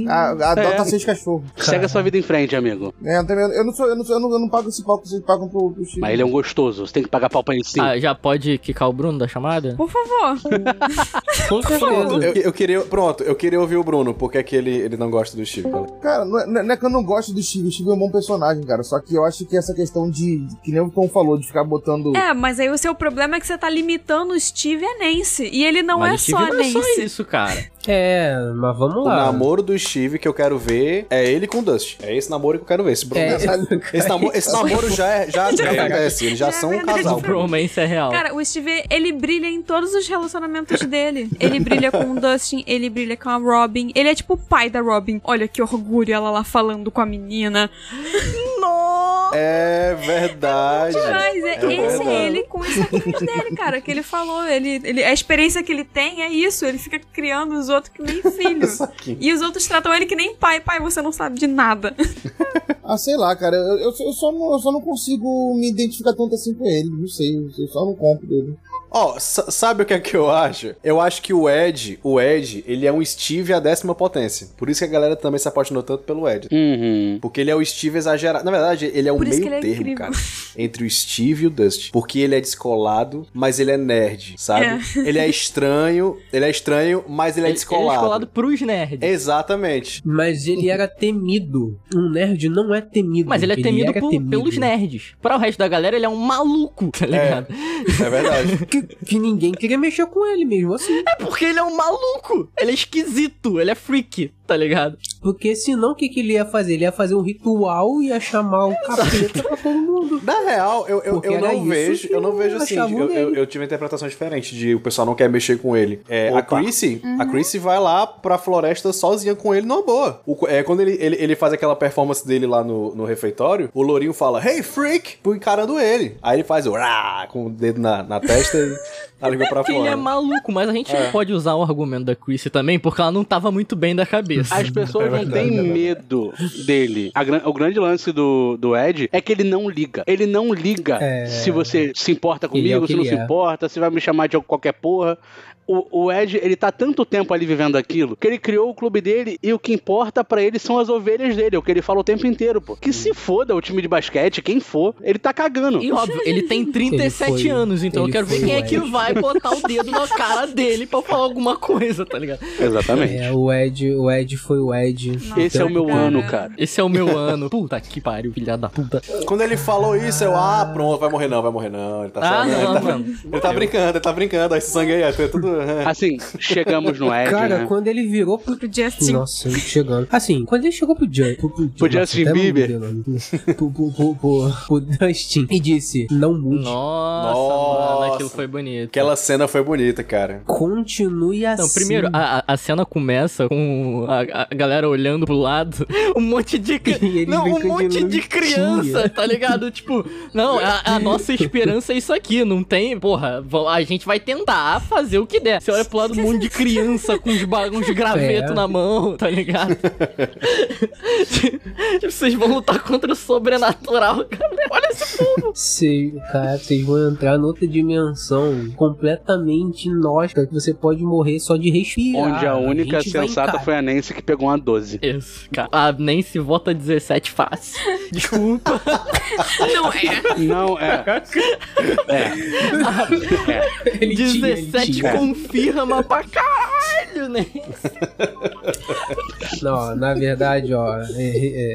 G: A- Adota
C: É.
G: seis cachorros.
C: Segue a sua vida em frente, amigo.
G: É, eu, também- eu não sou, eu, não sou, eu, não, eu não pago esse pau que vocês pagam pro, pro Steve.
C: Mas ele é um gostoso, você tem que pagar pau pra ele sim.
A: Ah, já pode quicar o Bruno da chamada?
B: Por
A: Tipo-
B: favor.
A: Com certeza.
E: Eu, eu queria. Pronto, eu queria ouvir o Bruno, porque é que ele, ele não gosta do Steve. Fala.
G: Cara, não é, não é que eu não gosto do Steve. O Steve é um bom personagem, cara. Só que eu acho que essa questão de. Que nem o Tom falou, de ficar botando.
B: É, mas aí o seu problema é que você tá limitando o Steve e a Nancy. E ele não
A: Mas
B: é
A: o
B: só
A: Steve
B: a
A: não é
B: Nancy.
A: só isso, cara.
F: É, mas vamos
E: O
F: lá.
E: namoro do Steve que eu quero ver é ele com o Dust. É esse namoro que eu quero ver. Esse, Bruno,
F: É,
E: esse, esse namo- [LAUGHS] esse namoro já, é, já, já acontece. Eles já
B: Já é
E: são um
A: [LAUGHS]
B: verdade.
E: casal.
A: O bromance é real.
B: Cara, o Steve, ele brilha em todos os relacionamentos dele. Ele brilha com o Dustin, ele brilha com a Robin. Ele é tipo o pai da Robin. Olha que orgulho ela lá falando com a menina. Nossa!
E: É verdade.
B: Mas é,
E: É
B: esse
E: verdade.
B: é ele com os saquinhos dele, cara. Que ele falou. Ele, ele, a experiência que ele tem é isso. Ele fica criando os outros que nem filho. E os outros tratam ele que nem pai. Pai, você não sabe de nada.
G: Ah, sei lá, cara. Eu, eu, eu só não, eu só não consigo me identificar tanto assim com ele. Não sei. Eu só não compro dele.
E: Ó, sa- sabe o que é que eu acho? Eu acho que o Ed, o Ed, ele é um Steve à décima potência. Por isso que a galera também se apaixonou tanto pelo Ed.
C: Uhum.
E: Porque ele é o Steve exagerado. Na verdade, ele é um
B: Por isso que
E: meio
B: ele é
E: termo,
B: incrível.
E: cara. Entre o Steve e o Dust. Porque ele é descolado, mas ele é nerd, sabe? Ele é estranho, ele é estranho, mas ele é descolado.
A: Ele é descolado pros nerds.
E: Exatamente.
F: [LAUGHS] Mas ele era temido. Um nerd não é temido.
A: Mas ele é temido,
F: era
A: por- pelos nerds. Para o resto da galera, ele é um maluco, tá ligado?
E: É verdade.
F: Que, que ninguém queria mexer com ele mesmo assim.
A: É. porque ele é um maluco. Ele é esquisito, ele é freak. tá ligado?
F: Porque senão o que, que ele ia fazer? Ele ia fazer um ritual e ia chamar o capeta pra todo mundo.
E: Na real, eu, eu,
F: Porque
E: eu
F: era
E: não
F: isso
E: vejo,
F: que
E: eu não vejo assim.
F: achavam
E: Eu, eu,
F: dele.
E: eu tive uma interpretação diferente de o pessoal não quer mexer com ele. É, a
F: Opa.
E: Chrissy,
A: Uhum.
E: a Chrissy vai lá pra floresta sozinha com ele numa boa. O co- é, quando ele, ele, ele faz aquela performance dele lá no, no refeitório, o Lourinho fala, hey freak, pô, encarando ele. Aí ele faz o rá, com o dedo na, na testa e [LAUGHS] tá ligando pra
A: Porque ele é
E: fora.
A: maluco, mas a gente não pode usar o argumento da Chrissy também, porque ela não tava muito bem da cabeça.
C: As pessoas não
E: verdade,
C: têm
E: é verdade.
C: medo dele. A gran- o grande lance do, do Ed é que ele não liga. Ele não liga se você se importa
F: Ele é o
C: comigo,
F: que
C: se não
F: ele
C: se
F: é.
C: importa, se vai me chamar de qualquer porra. O, o Ed, ele tá tanto tempo ali vivendo aquilo que ele criou o clube dele e o que importa pra ele são as ovelhas dele, é o que ele fala o tempo inteiro, pô. Que se foda o time de basquete, quem for, ele tá cagando.
A: E óbvio, ele tem 37
F: Ele foi-
A: anos, então eu
F: ele
A: quero ver
F: foi
A: quem é
F: o
A: que
F: Ed.
A: vai botar o dedo na cara dele pra falar alguma coisa, tá ligado?
C: Exatamente.
F: É, o Ed, o Ed foi o Ed.
B: Nossa,
C: Esse é o meu
B: cara.
C: ano, cara.
A: Esse é o meu ano. Puta que pariu, filha da puta.
E: Quando ele falou isso, eu, ah, pronto, vai morrer não, vai morrer não. Ele tá,
A: Ah,
E: só- ele
A: não,
E: tá-
A: mano.
E: [LAUGHS] ele tá brincando, ele tá brincando, aí esse sangue aí, ó, tudo... [LAUGHS]
C: Assim, chegamos no Ed,
F: Cara,
C: né?
F: quando ele virou pro.
B: Pro Justin.
F: Nossa, ele chegando. Assim, quando ele chegou pro Justin. Pro, pro,
C: Pro Justin
F: até não
C: Bieber.
F: mudei o nome. Pro, pro, pro, pro- pro Dustin. E disse: Não mude.
A: Nossa,
E: Nossa.
A: mano, aquilo foi bonito.
E: Aquela cena foi bonita, cara.
F: Continue assim.
A: Não, primeiro, a, a- a cena começa com a, a galera olhando pro lado, [LAUGHS] um monte de. cri-
F: [LAUGHS] E eles
A: Não, um
F: brincando de
A: monte de
F: lutinha.
A: criança, tá ligado? Tipo, não, a, a
F: [LAUGHS]
A: nossa esperança é isso aqui, não tem. Porra, vão- a gente vai tentar fazer o que der. Você olha pro lado, um monte de criança com uns, ba- uns gravetos
F: [LAUGHS] É.
A: na mão, tá
F: [LAUGHS]
A: ligado? Tipo, Vocês vão lutar contra o sobrenatural, cara. Olha esse povo.
F: Sei, cara, vocês vão entrar noutra dimensão completamente inóspita que você pode morrer só de respirar.
C: Onde a única
F: gente vai
C: sensata
F: encarar.
C: foi a Nancy que pegou uma 12.
A: Isso, cara. Ah, nem se vota 17 fácil. Desculpa.
B: Não é.
C: Não, é.
F: [LAUGHS] Ele tinha, ele
A: 17
F: tinha.
A: confirma pra caralho, né?
F: Não, na verdade, ó. é-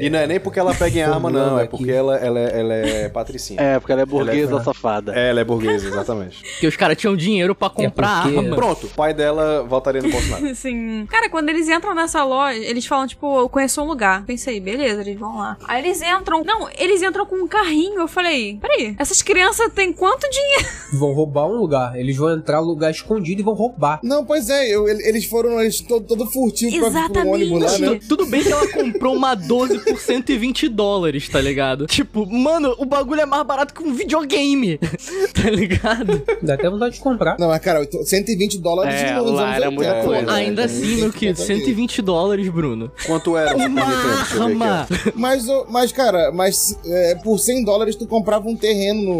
F: é-
E: E não é nem porque ela pega em arma, não. É
F: Aqui.
E: porque ela, ela, é- ela é patricinha.
C: É, porque ela é burguesa
E: Ela é-
C: safada.
E: É, ela é
C: [LAUGHS]
E: burguesa, exatamente.
A: Porque os caras tinham dinheiro
E: É
A: pra comprar
F: porque-
A: arma.
E: Pronto, o pai dela voltaria no Bolsonaro.
B: Assim, cara, quando eles entram nessa loja, eles falam, tipo, eu conheço um lugar. Pensei, beleza, eles vão lá. Aí eles entram. Não, eles entram com um carrinho. Eu falei, peraí, essas crianças têm quanto dinheiro?
F: vão roubar um lugar. Eles vão entrar no lugar escondido e vão roubar.
G: Não, pois é, eu- ele- eles foram eles todo, todo furtivo pra, pro ônibus lá, né?
B: Exatamente.
A: Tudo bem que ela comprou uma 12 por 120 dólares, tá ligado? Tipo, mano, o bagulho é mais barato que um videogame, [LAUGHS] tá ligado?
F: Dá até vontade de comprar.
G: Não, mas cara, 120 dólares
C: É,
G: de novo nos
C: lá
G: anos
C: era
G: 80,
C: muita
G: né,
C: coisa.
G: cara?
A: Ainda
G: Então,
A: assim, meu
G: tem que
A: querido,
G: contar
A: 120 dólares, Bruno.
E: Quanto era naquele
A: Uma
E: tempo? Deixa eu ver aqui, ó.
A: arma!
G: isso. Mas, ô, mas cara, mas é, por 100 dólares tu comprava um terreno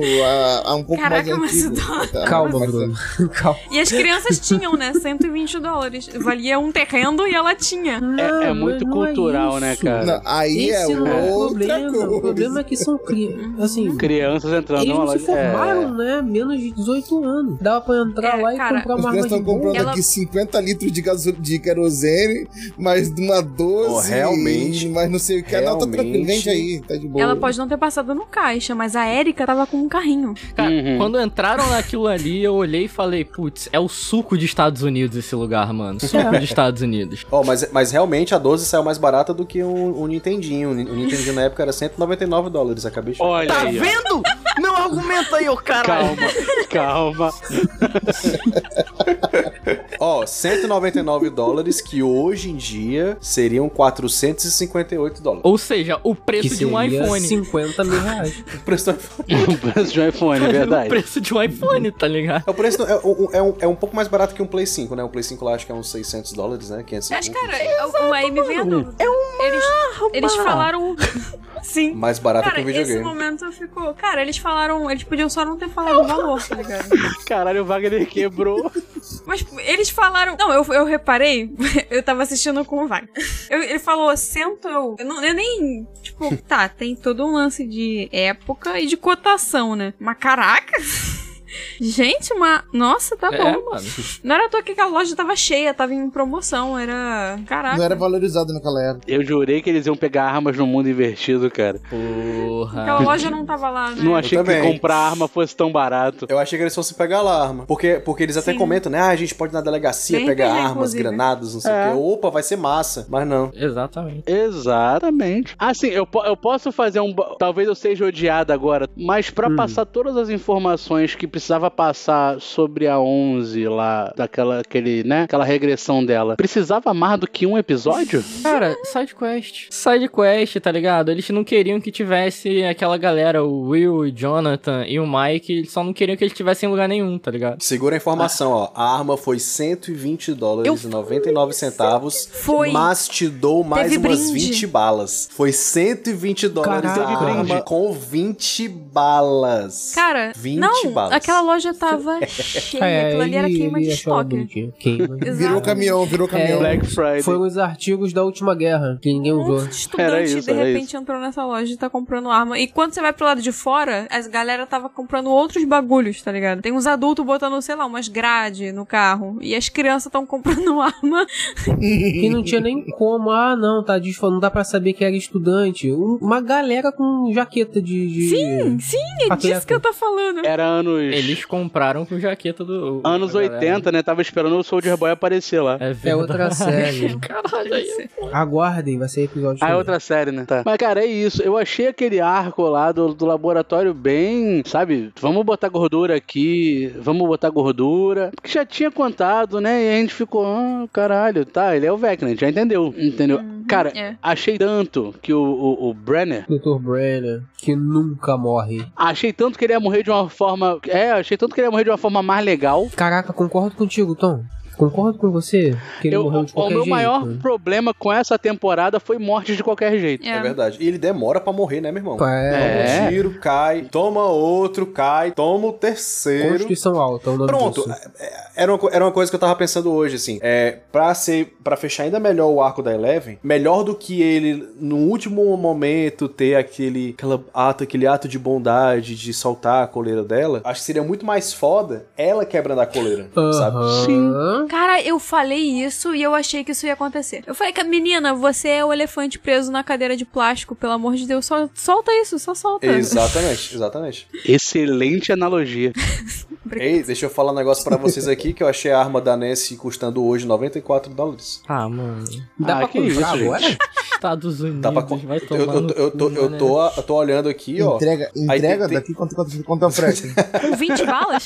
G: há um pouco
B: Caraca,
G: mais
B: mas
G: antigo. Tá,
F: Calma,
G: mas-
F: Bruno. Calma.
B: E as crianças tinham, né? 120 dólares. Valia um terreno e ela tinha.
C: É, é
F: Não,
C: muito
F: mas não é
C: cultural,
F: isso.
C: né, cara?
G: Não, aí é
F: Esse não é o
G: outra
F: problema.
G: coisa.
F: O problema é que são crianças. Assim,
C: Crianças entrando
F: eles
C: numa
F: não se
C: loja.
A: é.
F: formaram, né? Menos de 18 anos. Dava pra entrar
B: É,
F: lá e
B: cara,
F: comprar
G: Os
F: uma
G: caras
F: arma de
G: estão
F: boa.
G: comprando
B: Ela-
G: aqui 50 litros de, gaso... de querosene, mais de uma 12.
E: Oh, realmente.
G: Mas não sei o que. Não, tá tranquilo,
E: Realmente.
G: vende aí, tá de boa.
B: Ela pode não ter passado no caixa, mas a Erika tava com um carrinho.
A: Cara,
E: Hum.
C: Uhum.
A: quando entraram naquilo ali, eu olhei e falei, putz, é o suco de Estados Unidos esse lugar, mano. Suco de Estados Unidos.
E: Ó, mas, mas realmente a 12 saiu mais barata do que um, um Nintendinho. O Ni- o Nintendinho na época era 199 dólares, acabei de
C: Olha
A: Tá
C: aí, ó.
A: vendo? Não argumenta aí, ô caralho.
C: Calma, calma.
E: Ó, 199 dólares que hoje em dia seriam 458 dólares.
A: Ou seja, o
F: Que
A: preço de um
F: seria
A: iPhone. [LAUGHS]
F: 50 mil reais.
B: [LAUGHS]
E: O preço tá do iPhone.
C: O preço de um iPhone, é
A: O
C: verdade.
A: preço de um iPhone, tá ligado?
E: É, o preço do- é, um- é um, é um pouco mais barato que um Play 5, né? Um Play 5 lá acho que é uns 600 dólares, né? 500
B: Mas, cara, o, o AM vem a
G: É
B: dúvida.
G: um
B: Eles, eles falaram. um- Sim.
E: Mais barato
B: é. Cara,
E: que um
B: esse
E: videogame.
B: momento ficou. Cara, eles falaram. Eles podiam só não ter falado o valor, tá ligado?
C: Caralho, o Wagner quebrou.
B: Mas eles falaram. Não, eu, eu reparei. [LAUGHS] Eu tava assistindo com o Wagner. Eu- ele falou, cento. Eu, eu não, eu nem. Tipo, tá, tem todo um lance de época e de cotação, né? Mas caraca! [LAUGHS] Gente, uma. Nossa, tá
A: é,
B: bom.
A: mano.
B: Não era à toa que aquela loja tava cheia, tava em promoção, era. Caraca.
G: Não era valorizado naquela época.
C: Eu jurei que eles iam pegar armas no mundo invertido, cara.
B: Aquela
A: Porra.
B: loja não tava lá, né?
C: Não achei que
E: também.
C: comprar arma fosse tão barato.
E: Eu achei que eles fossem pegar lá a arma. Porque, porque eles até
B: Sim.
E: comentam, né? Ah, a gente pode ir na delegacia
B: Bem
E: pegar
B: RPG,
E: armas,
B: inclusive.
E: granadas, não sei o quê. Opa, vai ser massa. Mas não.
A: Exatamente.
C: Exatamente. Assim, eu, po- eu posso fazer um. bo- Talvez eu seja odiado agora, mas pra passar todas as informações que precisava passar sobre a 11 lá, daquela aquele, né, aquela regressão dela, precisava mais do que um episódio?
A: Cara, side quest. Side quest, tá ligado? Eles não queriam que tivesse aquela galera, o Will, o Jonathan e o Mike, eles só não queriam que eles tivessem em lugar nenhum, tá ligado?
E: Segura
B: Ah.
E: a informação, ó. A arma foi 120 dólares e 99 centavos.
B: Foi.
E: Mas te dou mais
B: Teve
E: umas
B: brinde.
E: 20 balas. Foi 120 dólares
F: Caraca.
E: a arma com 20 balas.
B: Cara,
E: 20
B: não,
E: balas.
B: aquela loja tava cheia, aquilo ali era
F: É, ele-
B: queima de
F: ele achou
B: estoque. né?
F: bonitinho.
B: [LAUGHS]
F: Queima.
B: Exato. É.
G: Virou caminhão, virou caminhão. [LAUGHS]
C: Black Friday.
F: Foram os artigos da última guerra que ninguém
B: Um
F: usou.
B: monte de
C: Era
B: estudante
C: isso,
B: de
C: era
B: repente
C: isso.
B: entrou nessa loja e tá comprando arma. E quando você vai pro lado de fora, as galera tava comprando outros bagulhos, tá ligado? Tem uns adultos botando, sei lá, umas grade no carro. E as crianças estão comprando [LAUGHS] arma.
F: E não tinha nem como. Ah, não, tá desfalando. Não dá pra saber que era estudante. Um- Uma galera com jaqueta de. de-
B: Sim, sim, é disso
F: Atleta.
B: que eu tô falando.
C: Era anos.
A: Eles compraram com jaqueta do.
C: Anos
A: da galera.
C: 80, né? Tava esperando o Soldier Boy aparecer lá.
A: É,
F: É outra
A: [LAUGHS] verdade.
B: [LAUGHS]
F: série.
E: É,
A: Caralho, aí.
F: Aguardem, vai ser episódio.
C: Ah, é
F: final.
C: outra série, né? Tá. Mas, cara, é isso. Eu achei aquele arco lá do, do laboratório bem, sabe? Vamos botar gordura aqui, vamos botar gordura. Porque já tinha contado, né? E a gente ficou, ah, caralho, tá, ele é o Vecna, a gente já entendeu, entendeu?
F: Uhum.
C: cara,
B: é.
C: achei tanto que o, o, o Brenner,
F: Dr. Brenner, que nunca morre.
C: achei tanto que ele ia morrer de uma forma... É, achei tanto que ele ia morrer de uma forma mais legal.
F: Caraca, concordo contigo, Tom. Concordo com você que ele
C: Eu-
F: morreu
C: o,
F: de
C: o
F: qualquer
C: meu
F: jeito. né?
C: maior problema com essa temporada foi morte de qualquer jeito.
E: É verdade. E ele demora pra morrer, né, meu irmão?
F: É,
C: É.
E: Toma um tiro, cai. Toma outro, cai. Toma o terceiro.
F: Constituição alta, é o nome
E: Pronto,
F: disso.
E: é, é, era uma, co- era uma coisa que eu tava pensando hoje, assim. É, pra, ser, pra fechar ainda melhor o arco da Eleven, melhor do que ele, no último momento, ter aquele, aquela ato, aquele ato de bondade, de soltar a coleira dela, acho que seria muito mais foda ela quebrando a coleira, sabe?
F: Aham.
B: Cara, eu falei isso e eu achei que isso ia acontecer. Eu falei, "Ca- menina, você é o elefante preso na cadeira de plástico, pelo amor de Deus, só solta isso, só solta.
E: Exatamente, exatamente.
C: Excelente analogia.
E: Ei, deixa eu falar um negócio pra vocês aqui, que eu achei a arma da Nancy custando hoje 94 dólares.
A: Ah, mano.
F: Dá
C: Ah,
F: pra
C: que
F: comprar
C: isso,
F: agora?
A: Estados Unidos
E: Dá Tá pra... co-
A: vai
E: Eu,
A: tomar
E: eu,
A: no
E: eu, tô,
A: cu,
E: eu,
A: né?
E: tô, eu tô olhando aqui, ó.
G: Entrega,
E: Aí
G: entrega
E: tem-
G: daqui quanto quanto quanto a frete.
E: [LAUGHS]
B: Com 20
C: [LAUGHS]
B: balas?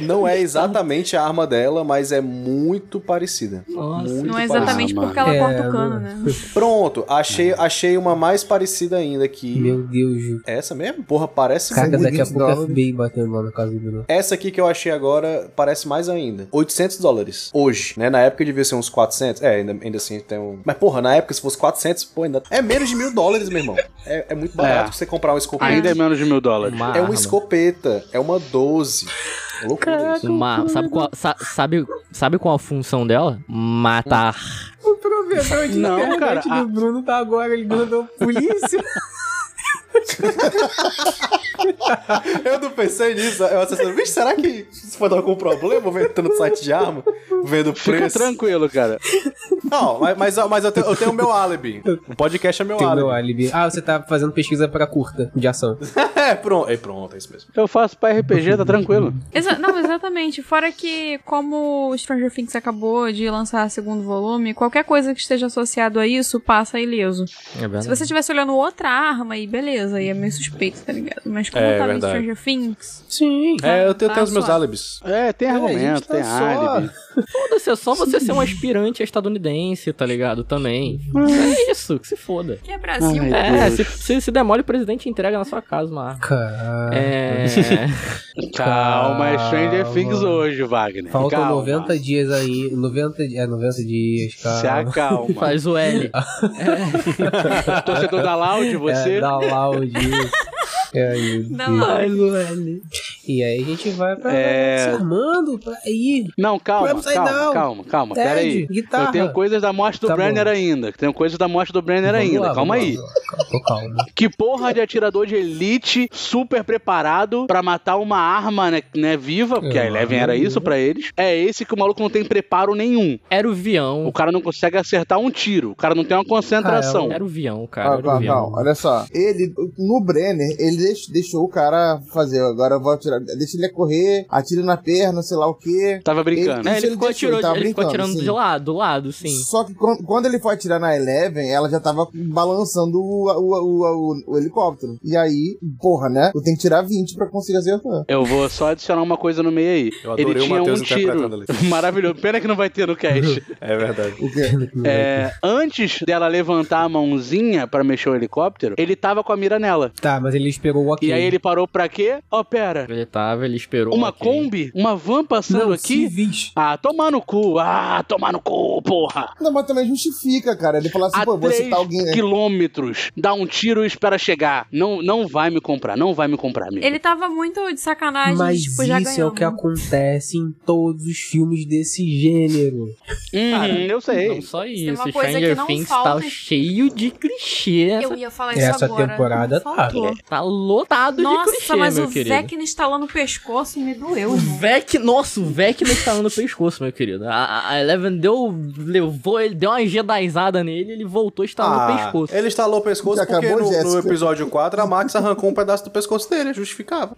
E: Não é exatamente a arma dela, mas é muito parecida.
A: Nossa.
E: muito
B: Não é
E: parecida.
B: exatamente
C: mano.
B: porque ela
F: É,
B: corta o cano,
F: não.
B: né?
E: Pronto, achei, achei uma mais parecida ainda que.
F: [LAUGHS] Meu Deus, Ju.
E: Essa mesmo? Porra, parece
F: Caraca,
E: muito.
F: daqui a
G: 120
F: pouco é a
G: dólares.
F: FBI batendo lá na casa do Bruno.
E: Essa aqui que eu achei agora parece mais ainda. 800 dólares. Hoje, né? Na época devia ser uns 400. É, ainda, ainda assim tem um. Mas porra, na época se fosse 400, pô, ainda. É menos de mil dólares, meu irmão. É, é muito barato
C: É.
E: você comprar um escopeta.
C: Ainda é menos de mil dólares.
A: Uma
E: É uma
A: arma.
E: escopeta. É uma 12. É Loucura isso.
A: Uma, sabe, qual, sa- sabe, sabe qual a função dela? Matar.
D: O provedor de
C: Não,
D: internet
C: cara,
D: do Bruno tá agora ligando
F: [LAUGHS]
D: a polícia.
E: Eu não pensei nisso. Eu acessando, bicho, será que isso pode dar algum problema vendo tanto site de arma? Vendo
C: Fica
E: preço?
C: tranquilo, cara.
E: Não, mas, mas, mas eu, tenho, eu tenho o meu álibi. O podcast é meu
F: Tem meu
E: álibi.
F: álibi. Ah, você tá fazendo pesquisa pra curta de ação.
E: [LAUGHS] É, pronto. É, pronto, é isso mesmo.
C: Eu faço pra RPG, tá tranquilo.
B: Exa- não, exatamente. Fora que, como o Stranger Things acabou de lançar segundo volume, qualquer coisa que esteja associado a isso passa ileso.
A: É verdade.
B: Se você estivesse olhando outra arma, aí beleza, aí é meio suspeito, tá ligado? Mas como
E: É,
B: tava em
E: verdade.
B: Stranger Things,
F: Sim.
E: É, eu tenho,
B: tá
E: tenho os meus
B: suave.
E: álibis.
C: É, tem argumento,
E: gente tá
C: tem
E: só-
C: álibi.
A: Foda-se, é só você ser um aspirante estadunidense, tá ligado? Também. É isso, que se foda.
B: que é Brasil.
C: Ai,
A: É,
C: Deus.
A: se, se, se demole, o presidente entrega na sua casa uma arma.
F: Cara.
A: É.
C: Calma, é Stranger
F: Calma.
C: Things hoje, Wagner.
F: Faltam
C: Calma.
F: 90 dias aí. 90 dias. É, 90 dias,
C: Se
F: cara. [LAUGHS]
A: [LAUGHS]
C: acalma.
A: Faz [LAUGHS] o L.
C: Torcedor da Loud, você. [LAUGHS]
F: É, da Loud. E aí,
B: Dá lá.
A: Ai, Luane.
F: e aí a gente vai pra
C: É.
F: se armando pra ir.
C: Não, calma,
F: Website
C: calma,
F: down.
C: calma, calma,
F: Ted,
C: pera aí.
F: guitarra.
C: Eu tenho coisas da morte do
F: Tá bom.
C: Brenner ainda. Tenho coisas da morte do Brenner
F: Vamos
C: ainda.
F: lá,
C: calma
F: vamos
C: aí.
F: lá. Tô calmo.
C: Que porra de atirador de elite super preparado pra matar uma arma, né, né, viva, porque a Eleven era isso pra eles. É esse que o maluco não tem preparo nenhum.
A: Era o Vião.
C: O cara não consegue acertar um tiro. O cara não tem uma concentração.
A: Era o Vião, cara.
G: Ah,
A: Era o
G: não,
A: Vião.
E: Então,
G: não, olha só. Ele, no Brenner, ele deix- deixou o cara fazer. Agora eu vou atirar. Deixa ele correr, atira na perna, sei lá o quê.
C: Tava brincando.
G: Ele-
A: É,
G: Isso
A: ele ficou,
G: deixou, ele
A: atirou,
G: tava
A: ele ficou
G: brincando,
A: atirando
G: sim.
A: de lado, do lado, sim.
G: Só que quan- quando ele foi atirar na Eleven, ela já tava balançando o, o- o- o- o helicóptero. E aí, porra, né? Eu tenho que tirar 20 pra conseguir acertar.
C: Eu vou só adicionar uma coisa no meio aí.
E: Eu
C: Ele
E: adorei o
C: tinha um
E: Matheus
C: tiro.
E: interpretando ali.
C: Maravilhoso. Pena que não vai ter no cast.
E: É verdade.
G: O quê?
C: É, antes dela levantar a mãozinha pra mexer o helicóptero, ele tava com a mira nela.
F: Tá, mas ele esperou o ok.
C: E aí ele parou pra quê? Ó, pera.
A: Ele tava, ele esperou.
C: Uma
A: ok.
C: Kombi? Uma van passando
F: Não,
C: aqui?
F: civis.
C: Ah, tomar no cu. Ah, tomar no cu, porra.
G: Não, mas também justifica, cara. Ele fala assim,
C: A
G: pô, eu vou
C: 3
G: citar alguém. né?
C: quilômetros, dá um tiro e espera chegar. Não, não vai me comprar, não vai me comprar, amigo.
B: Ele tava muito de sacanagem,
F: Mas
B: tipo, já
F: isso é o
B: ganhou.
F: que acontece em todos os filmes desse gênero.
C: Hum,
A: Cara,
C: eu sei.
A: Não só
B: Isso é
A: isso,
B: uma coisa que
A: Stranger
B: não
A: Things tá
B: falta.
A: cheio de clichê.
B: Eu
A: Essa...
B: ia falar isso
F: Essa
B: agora.
F: temporada
B: Não
F: tá.
B: faltou.
A: Tá lotado
B: Nossa,
A: de clichê,
B: mas
A: meu
B: o
A: querido.
B: Vecna instalando o pescoço me doeu,
A: O
F: Uhum.
B: irmão.
A: Vec, nossa, o Vec não está no pescoço, meu querido. A- A, a Eleven deu, levou, ele deu uma jedaizada nele, ele voltou e estava
G: Ah,
A: no pescoço.
E: Ah, ele estalou o pescoço
G: Já
E: porque
G: acabou,
E: no, no
G: Jéssica?
E: episódio 4 a Max arrancou um pedaço do pescoço dele, justificava.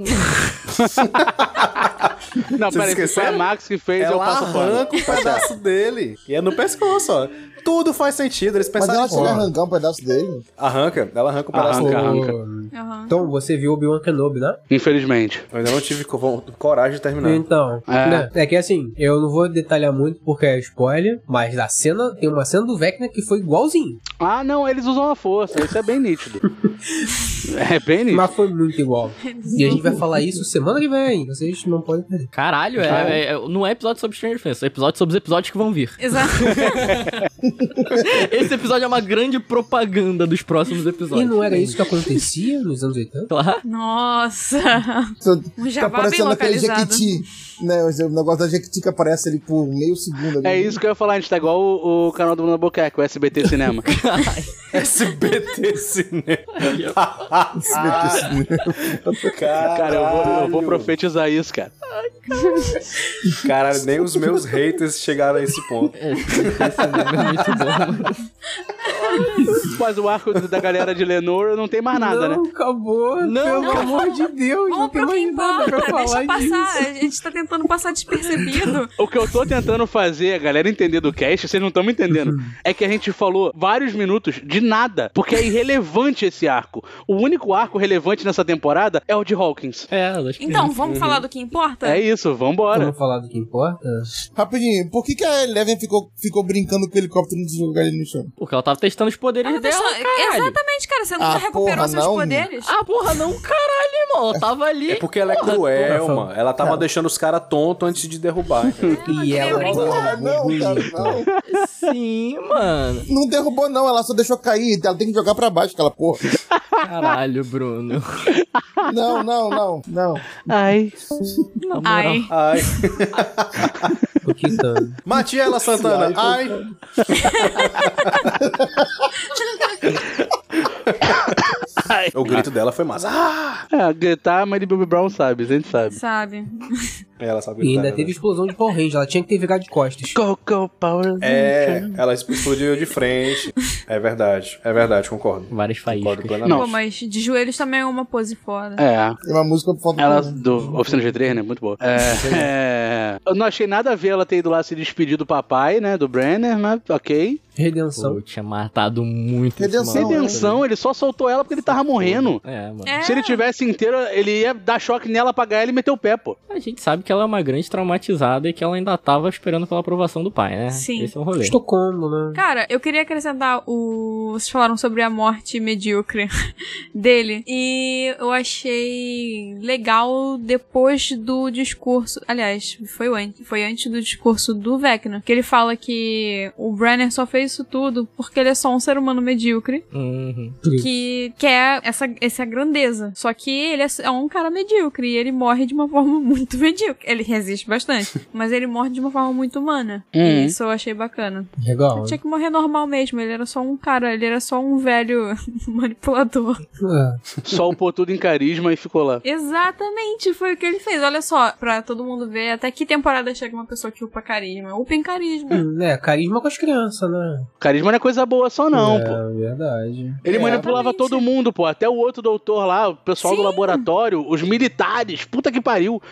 C: Não, peraí,
E: Vocês
C: se foi
E: esqueceram?
C: a Max que fez, eu
E: Ela
C: passo pano.
E: arranca um pedaço dele e é no pescoço, ó. Tudo faz sentido, eles
G: Mas
E: pensaram...
G: ela chega a
E: Arranca.
G: arrancar um pedaço dele.
E: arranca, ela arranca um pedaço
C: Arranca,
E: dele.
C: arranca.
B: Aham.
F: Então, você viu Obi-Wan Kenobi, né?
C: Infelizmente.
E: Eu ainda não tive co- coragem de [LAUGHS] terminar.
F: Então,
C: É.
F: né? é que assim, eu não vou detalhar muito porque é spoiler, mas a cena, tem uma cena do Vecna que foi igualzinho.
C: Ah, não, eles usam a força. Isso é bem
E: [LAUGHS]
C: nítido. é bem nítido.
F: Mas foi
B: [LAUGHS]
F: muito igual. E a gente vai falar isso semana que vem, vocês não podem perder.
A: Caralho, é, é- não é episódio sobre Stranger Things, é episódio sobre os episódios que vão vir.
B: Exato.
A: Esse episódio é uma grande propaganda dos próximos
F: E
A: episódios.
F: não era isso que acontecia nos anos 80?
A: Claro.
B: [LAUGHS] Nossa.
G: Você
B: Um
G: Tá
B: jabá bem
G: parecendo aquele
B: localizado.
G: Jequiti. Né? O negócio da Jequiti que aparece ali por meio segundo. ali.
C: É isso que eu ia falar, a gente tá igual o, o canal do Bruno Boqueca, o SBT Cinema.
E: SBT [LAUGHS] Cinema.
C: cara, eu vou, eu vou profetizar isso, cara.
E: Caralho, nem os meus haters chegaram a esse ponto.
F: É.
C: Mas o arco da galera de Lenor não tem mais nada, né?
D: não, acabou.
A: Não,
D: pelo
A: não.
D: amor de Deus, não
B: Vamos
D: tem
B: pro que
D: mais nada
B: importa,
D: pra
B: deixa
D: falar disso.
B: passar. A gente tá tentando passar despercebido.
C: O que eu tô tentando fazer, a galera entender do cast, vocês não estão me entendendo, é que a gente falou vários minutos de nada, porque é irrelevante esse arco. O único arco relevante nessa temporada é o de Hawkins.
A: É, acho que-
B: Então, vamos falar do que importa?
C: É isso, vambora.
F: Vamos falar do que importa?
G: Rapidinho, por que, que a Eleven ficou, ficou brincando com o helicóptero de jogar ele no chão?
A: Porque ela tava testando os poderes
B: Ela tá
A: dela,
B: só-
A: caralho.
B: Exatamente, cara. Você nunca
G: Ah,
B: recuperou
G: porra,
B: seus
G: não.
B: poderes?
A: Ah, porra, não, caralho, irmão. Ela tava ali.
E: É porque ela é cruel,
F: porra,
E: mano. Ela tava deixando os caras tontos antes
F: [LAUGHS]
E: de derrubar. entendeu?
F: E
B: queria
F: ela
B: brincar.
F: é
G: Ah, não, cara, não.
A: Sim, mano.
G: Não derrubou, não. Ela só deixou cair. Ela tem que jogar pra baixo, aquela porra.
A: Caralho, Bruno.
G: Não, não, não, não.
C: Ai.
A: Na moral.
B: Ai.
E: Ai.
F: o que tanto.
E: Matiela Santana, ai. O grito dela foi massa. Ah!
C: É, gritar, mas Baby Brown sabe, a gente sabe.
B: Sabe?
E: Ela
F: E
E: sabe gritar.
F: ainda
E: né?
F: teve explosão de Power Ranger, ela tinha que ter virado de costas.
C: Coco Power.
E: É, ela explodiu de frente. É verdade, é verdade, concordo.
A: Várias
E: Concordo
A: faíscas.
E: plenamente.
C: Não.
B: Pô, mas de joelhos também é uma pose fora.
C: É.
G: É uma música por falta
C: Ela,
G: de-
C: do Oficina G3, né? Muito boa. É, é, eu não achei nada a ver ela ter ido lá se despedir do papai, né? Do Brenner, mas ok.
F: Redenção.
A: Pô, tinha matado muito. esse
G: Redenção,
A: maluco.
C: Redenção, ele só soltou ela porque ele tava morrendo.
A: É, mano.
B: É.
C: Se ele tivesse inteiro, ele ia dar choque nela pra ganhar e meter o pé, pô.
A: A gente sabe que ela é uma grande traumatizada e que ela ainda tava esperando pela aprovação do pai, né?
B: Sim.
A: Esse é o rolê.
F: Estocolmo, né?
B: Cara, eu queria acrescentar o. Vocês falaram sobre a morte medíocre [LAUGHS] dele. E eu achei legal depois do discurso. Aliás, foi, o an- foi antes do discurso do Vecna. Que ele fala que o Brenner só fez isso tudo porque ele é só um ser humano medíocre
A: Uhum. [LAUGHS]
B: que quer essa, essa grandeza. Só que ele é, é um cara medíocre e ele morre de uma forma [LAUGHS] muito medíocre. Ele resiste bastante, mas ele morre de uma forma muito humana.
C: Uhum.
B: E isso eu achei bacana.
F: Legal.
B: Ele tinha que morrer normal mesmo, ele era só um cara, ele era só um velho [LAUGHS] manipulador.
F: Ah,
C: Só upou tudo em carisma e ficou lá.
B: Exatamente, foi o que ele fez. Olha só, pra todo mundo ver até que temporada chega uma pessoa que upa carisma. Upa em carisma.
F: é, carisma com as crianças, né?
C: Carisma não é coisa boa só não, pô.
F: É verdade.
C: Ele
G: É.
C: manipulava
B: Exatamente.
C: todo mundo, pô. Até o outro doutor lá, o pessoal do
B: Sim.
C: laboratório, os militares. Puta que pariu.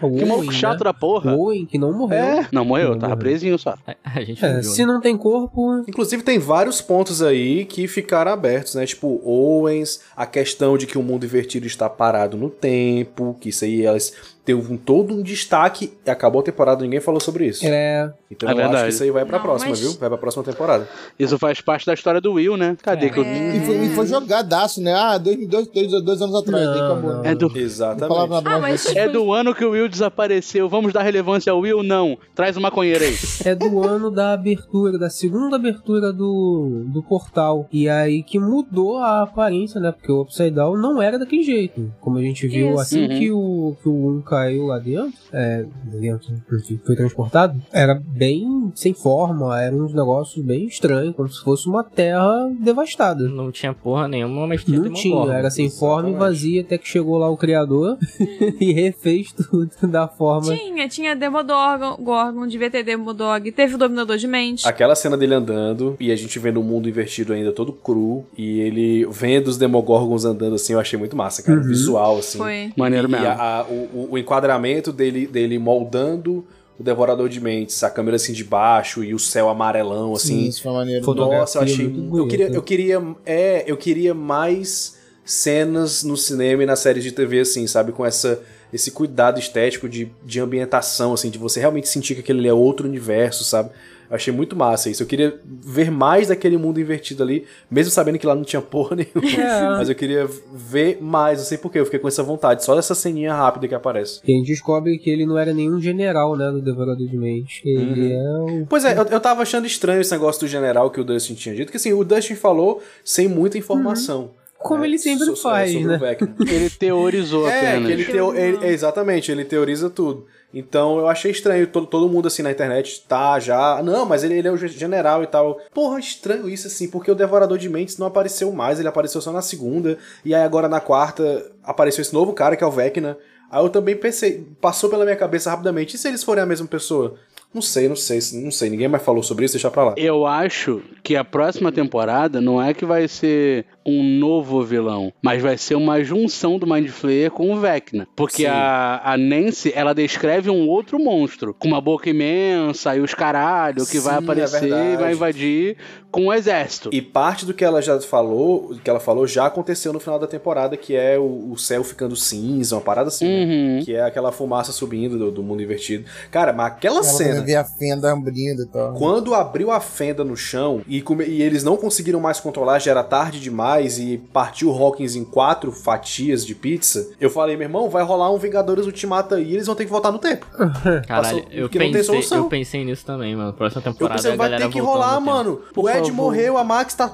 F: O
C: Que maluco
F: Owen,
C: chato
F: né?
C: da porra.
F: Owen, que não morreu.
C: É. Não, morreu.
F: Não
C: tava
F: morreu.
C: presinho só.
A: A, a gente
F: É,
A: não viu,
F: se
A: né?
F: não tem corpo,
E: Inclusive, tem vários pontos aí que ficaram abertos, né? Tipo, Owens, a questão de que o mundo invertido está parado no tempo, que isso aí elas teve um, todo um destaque e acabou a temporada, ninguém falou sobre isso.
F: é.
E: Então
C: É
E: eu acho
C: verdade.
E: que isso aí vai pra
B: Não,
E: próxima,
B: mas-
E: viu? Vai pra próxima temporada.
C: Isso faz parte da história do Will, né? Cadê
A: É.
F: Hum.
C: que eu...
G: E foi, e foi jogadaço, né? Ah, 2002, dois, dois anos atrás,
F: Não,
G: daí acabou.
F: não.
C: É do...
G: Não falava
E: Exatamente.
G: nada
B: Ah,
G: mais.
B: mas.
C: É do ano que o Will desapareceu. Vamos dar relevância ao Will? Não. Traz uma maconheiro aí.
F: É do ano da abertura, da segunda abertura do, do portal. E aí que mudou a aparência, né? Porque o Upside Down não era daquele jeito. Como a gente viu
B: Isso.
F: assim
C: Uhum.
F: que o que o 1 caiu lá dentro, é, lá dentro enfim, foi transportado, era bem sem forma, era um negócio bem estranho, como se fosse uma terra devastada.
A: Não tinha porra nenhuma, mas tinha
F: Não tinha,
A: Demogorgon.
E: né,
F: era sem forma e
E: exatamente.
F: vazia, até que chegou lá o criador [LAUGHS] e refez tudo [LAUGHS] da forma.
B: Tinha, tinha Demodorgon, Gorgon, devia ter Demodog, teve o Dominador de Mente.
E: Aquela cena dele andando e a gente vendo o mundo invertido ainda todo cru e ele vendo os Demogorgons andando assim, eu achei muito massa, cara. O
F: Uhum.
E: Visual, assim.
B: Foi.
C: Maneiro
E: E
C: mesmo.
E: a- a- o, o- o enquadramento dele, dele moldando o Devorador de Mentes, a câmera assim de baixo e o céu amarelão, assim.
G: né? Isso foi maneiro.
F: Foi-
E: Nossa,
F: Fotografia
E: eu achei.
F: muito
E: Eu queria,
F: bonita.
E: eu queria. É, eu queria mais cenas no cinema e na série de TV, assim, sabe? Com essa, esse cuidado estético de, de ambientação, assim, de você realmente sentir que aquele é outro universo, sabe? Eu achei muito massa isso. Eu queria ver mais daquele mundo invertido ali, mesmo sabendo que lá não tinha porra nenhuma.
F: É.
E: Mas eu queria ver mais, não sei porquê, eu fiquei com essa vontade, só dessa ceninha rápida que aparece.
F: E a gente descobre que ele não era nenhum general, né, do Devorador de Mentes. que Ele é o...
E: Pois é, eu, eu tava achando estranho esse negócio do general que o Dustin tinha dito, que assim, o Dustin falou sem muita informação.
F: Uhum. Como
E: né,
F: ele sempre
E: so- so-
F: faz,
E: sobre o
F: né?
E: Vecna.
C: Ele teorizou
E: É,
C: apenas.
E: que ele teo- ele- é, exatamente, ele teoriza tudo. Então eu achei estranho, todo, todo mundo assim na internet tá já. Não, mas ele, ele é o ge- general e tal. Porra, estranho isso assim, porque o Devorador de Mentes não apareceu mais, ele apareceu só na segunda, e aí agora na quarta apareceu esse novo cara que é o Vecna. Aí eu também pensei, passou pela minha cabeça rapidamente, e se eles forem a mesma pessoa? Não sei, não sei, não sei, ninguém mais falou sobre isso, deixa pra lá.
C: Eu acho que a próxima temporada não é que vai ser um novo vilão, mas vai ser uma junção do Mind Flayer com o Vecna. Porque
E: Sim.
C: a, a Nancy, ela descreve um outro monstro, com uma boca imensa e os caralho, que vai
E: Sim, é
C: aparecer e vai
E: verdade.
C: invadir com o exército.
E: E parte do que ela já falou, que ela falou, já aconteceu no final da temporada, que é o, o céu ficando cinza, uma parada assim, né?
C: Uhum.
E: Que é aquela fumaça subindo do, do mundo invertido. Cara, mas aquela
G: Ela
E: cena.
G: ver a fenda abrindo e tal.
E: Quando abriu a fenda no chão e, come- e eles não conseguiram mais controlar, já era tarde demais e partiu o Hawkins em quatro fatias de pizza, eu falei, meu irmão, vai rolar um Vingadores Ultimato aí e eles vão ter que voltar no tempo.
A: Caralho,
E: Passou-
A: eu
E: porque não tem
A: pensei,
E: solução.
A: eu pensei nisso também, mano. Próxima
E: Eu
A: temporada
E: pensei,
A: a
E: vai
A: galera
E: ter que
A: voltando
E: rolar,
A: no tempo.
E: mano. o
A: Por
E: Ed
A: favor.
E: morreu, a Max tá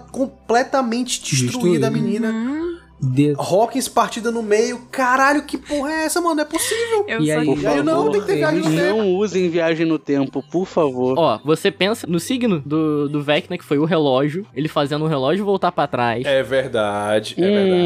E: completamente destruída,
F: Destruída.
E: a menina.
A: Uhum.
B: Hum,
F: [LAUGHS] De...
E: Hawkins partida no meio. Caralho, que porra é essa, mano? Não é possível.
B: eu
F: E
B: só
F: aí,
C: Por
E: E aí,
C: favor.
E: não, tem que ter viagem no tempo.
C: Não usem viagem no tempo, por favor.
A: Ó, você pensa no signo do, do Vecna, que foi o relógio, ele fazendo o relógio voltar pra trás.
E: É verdade, é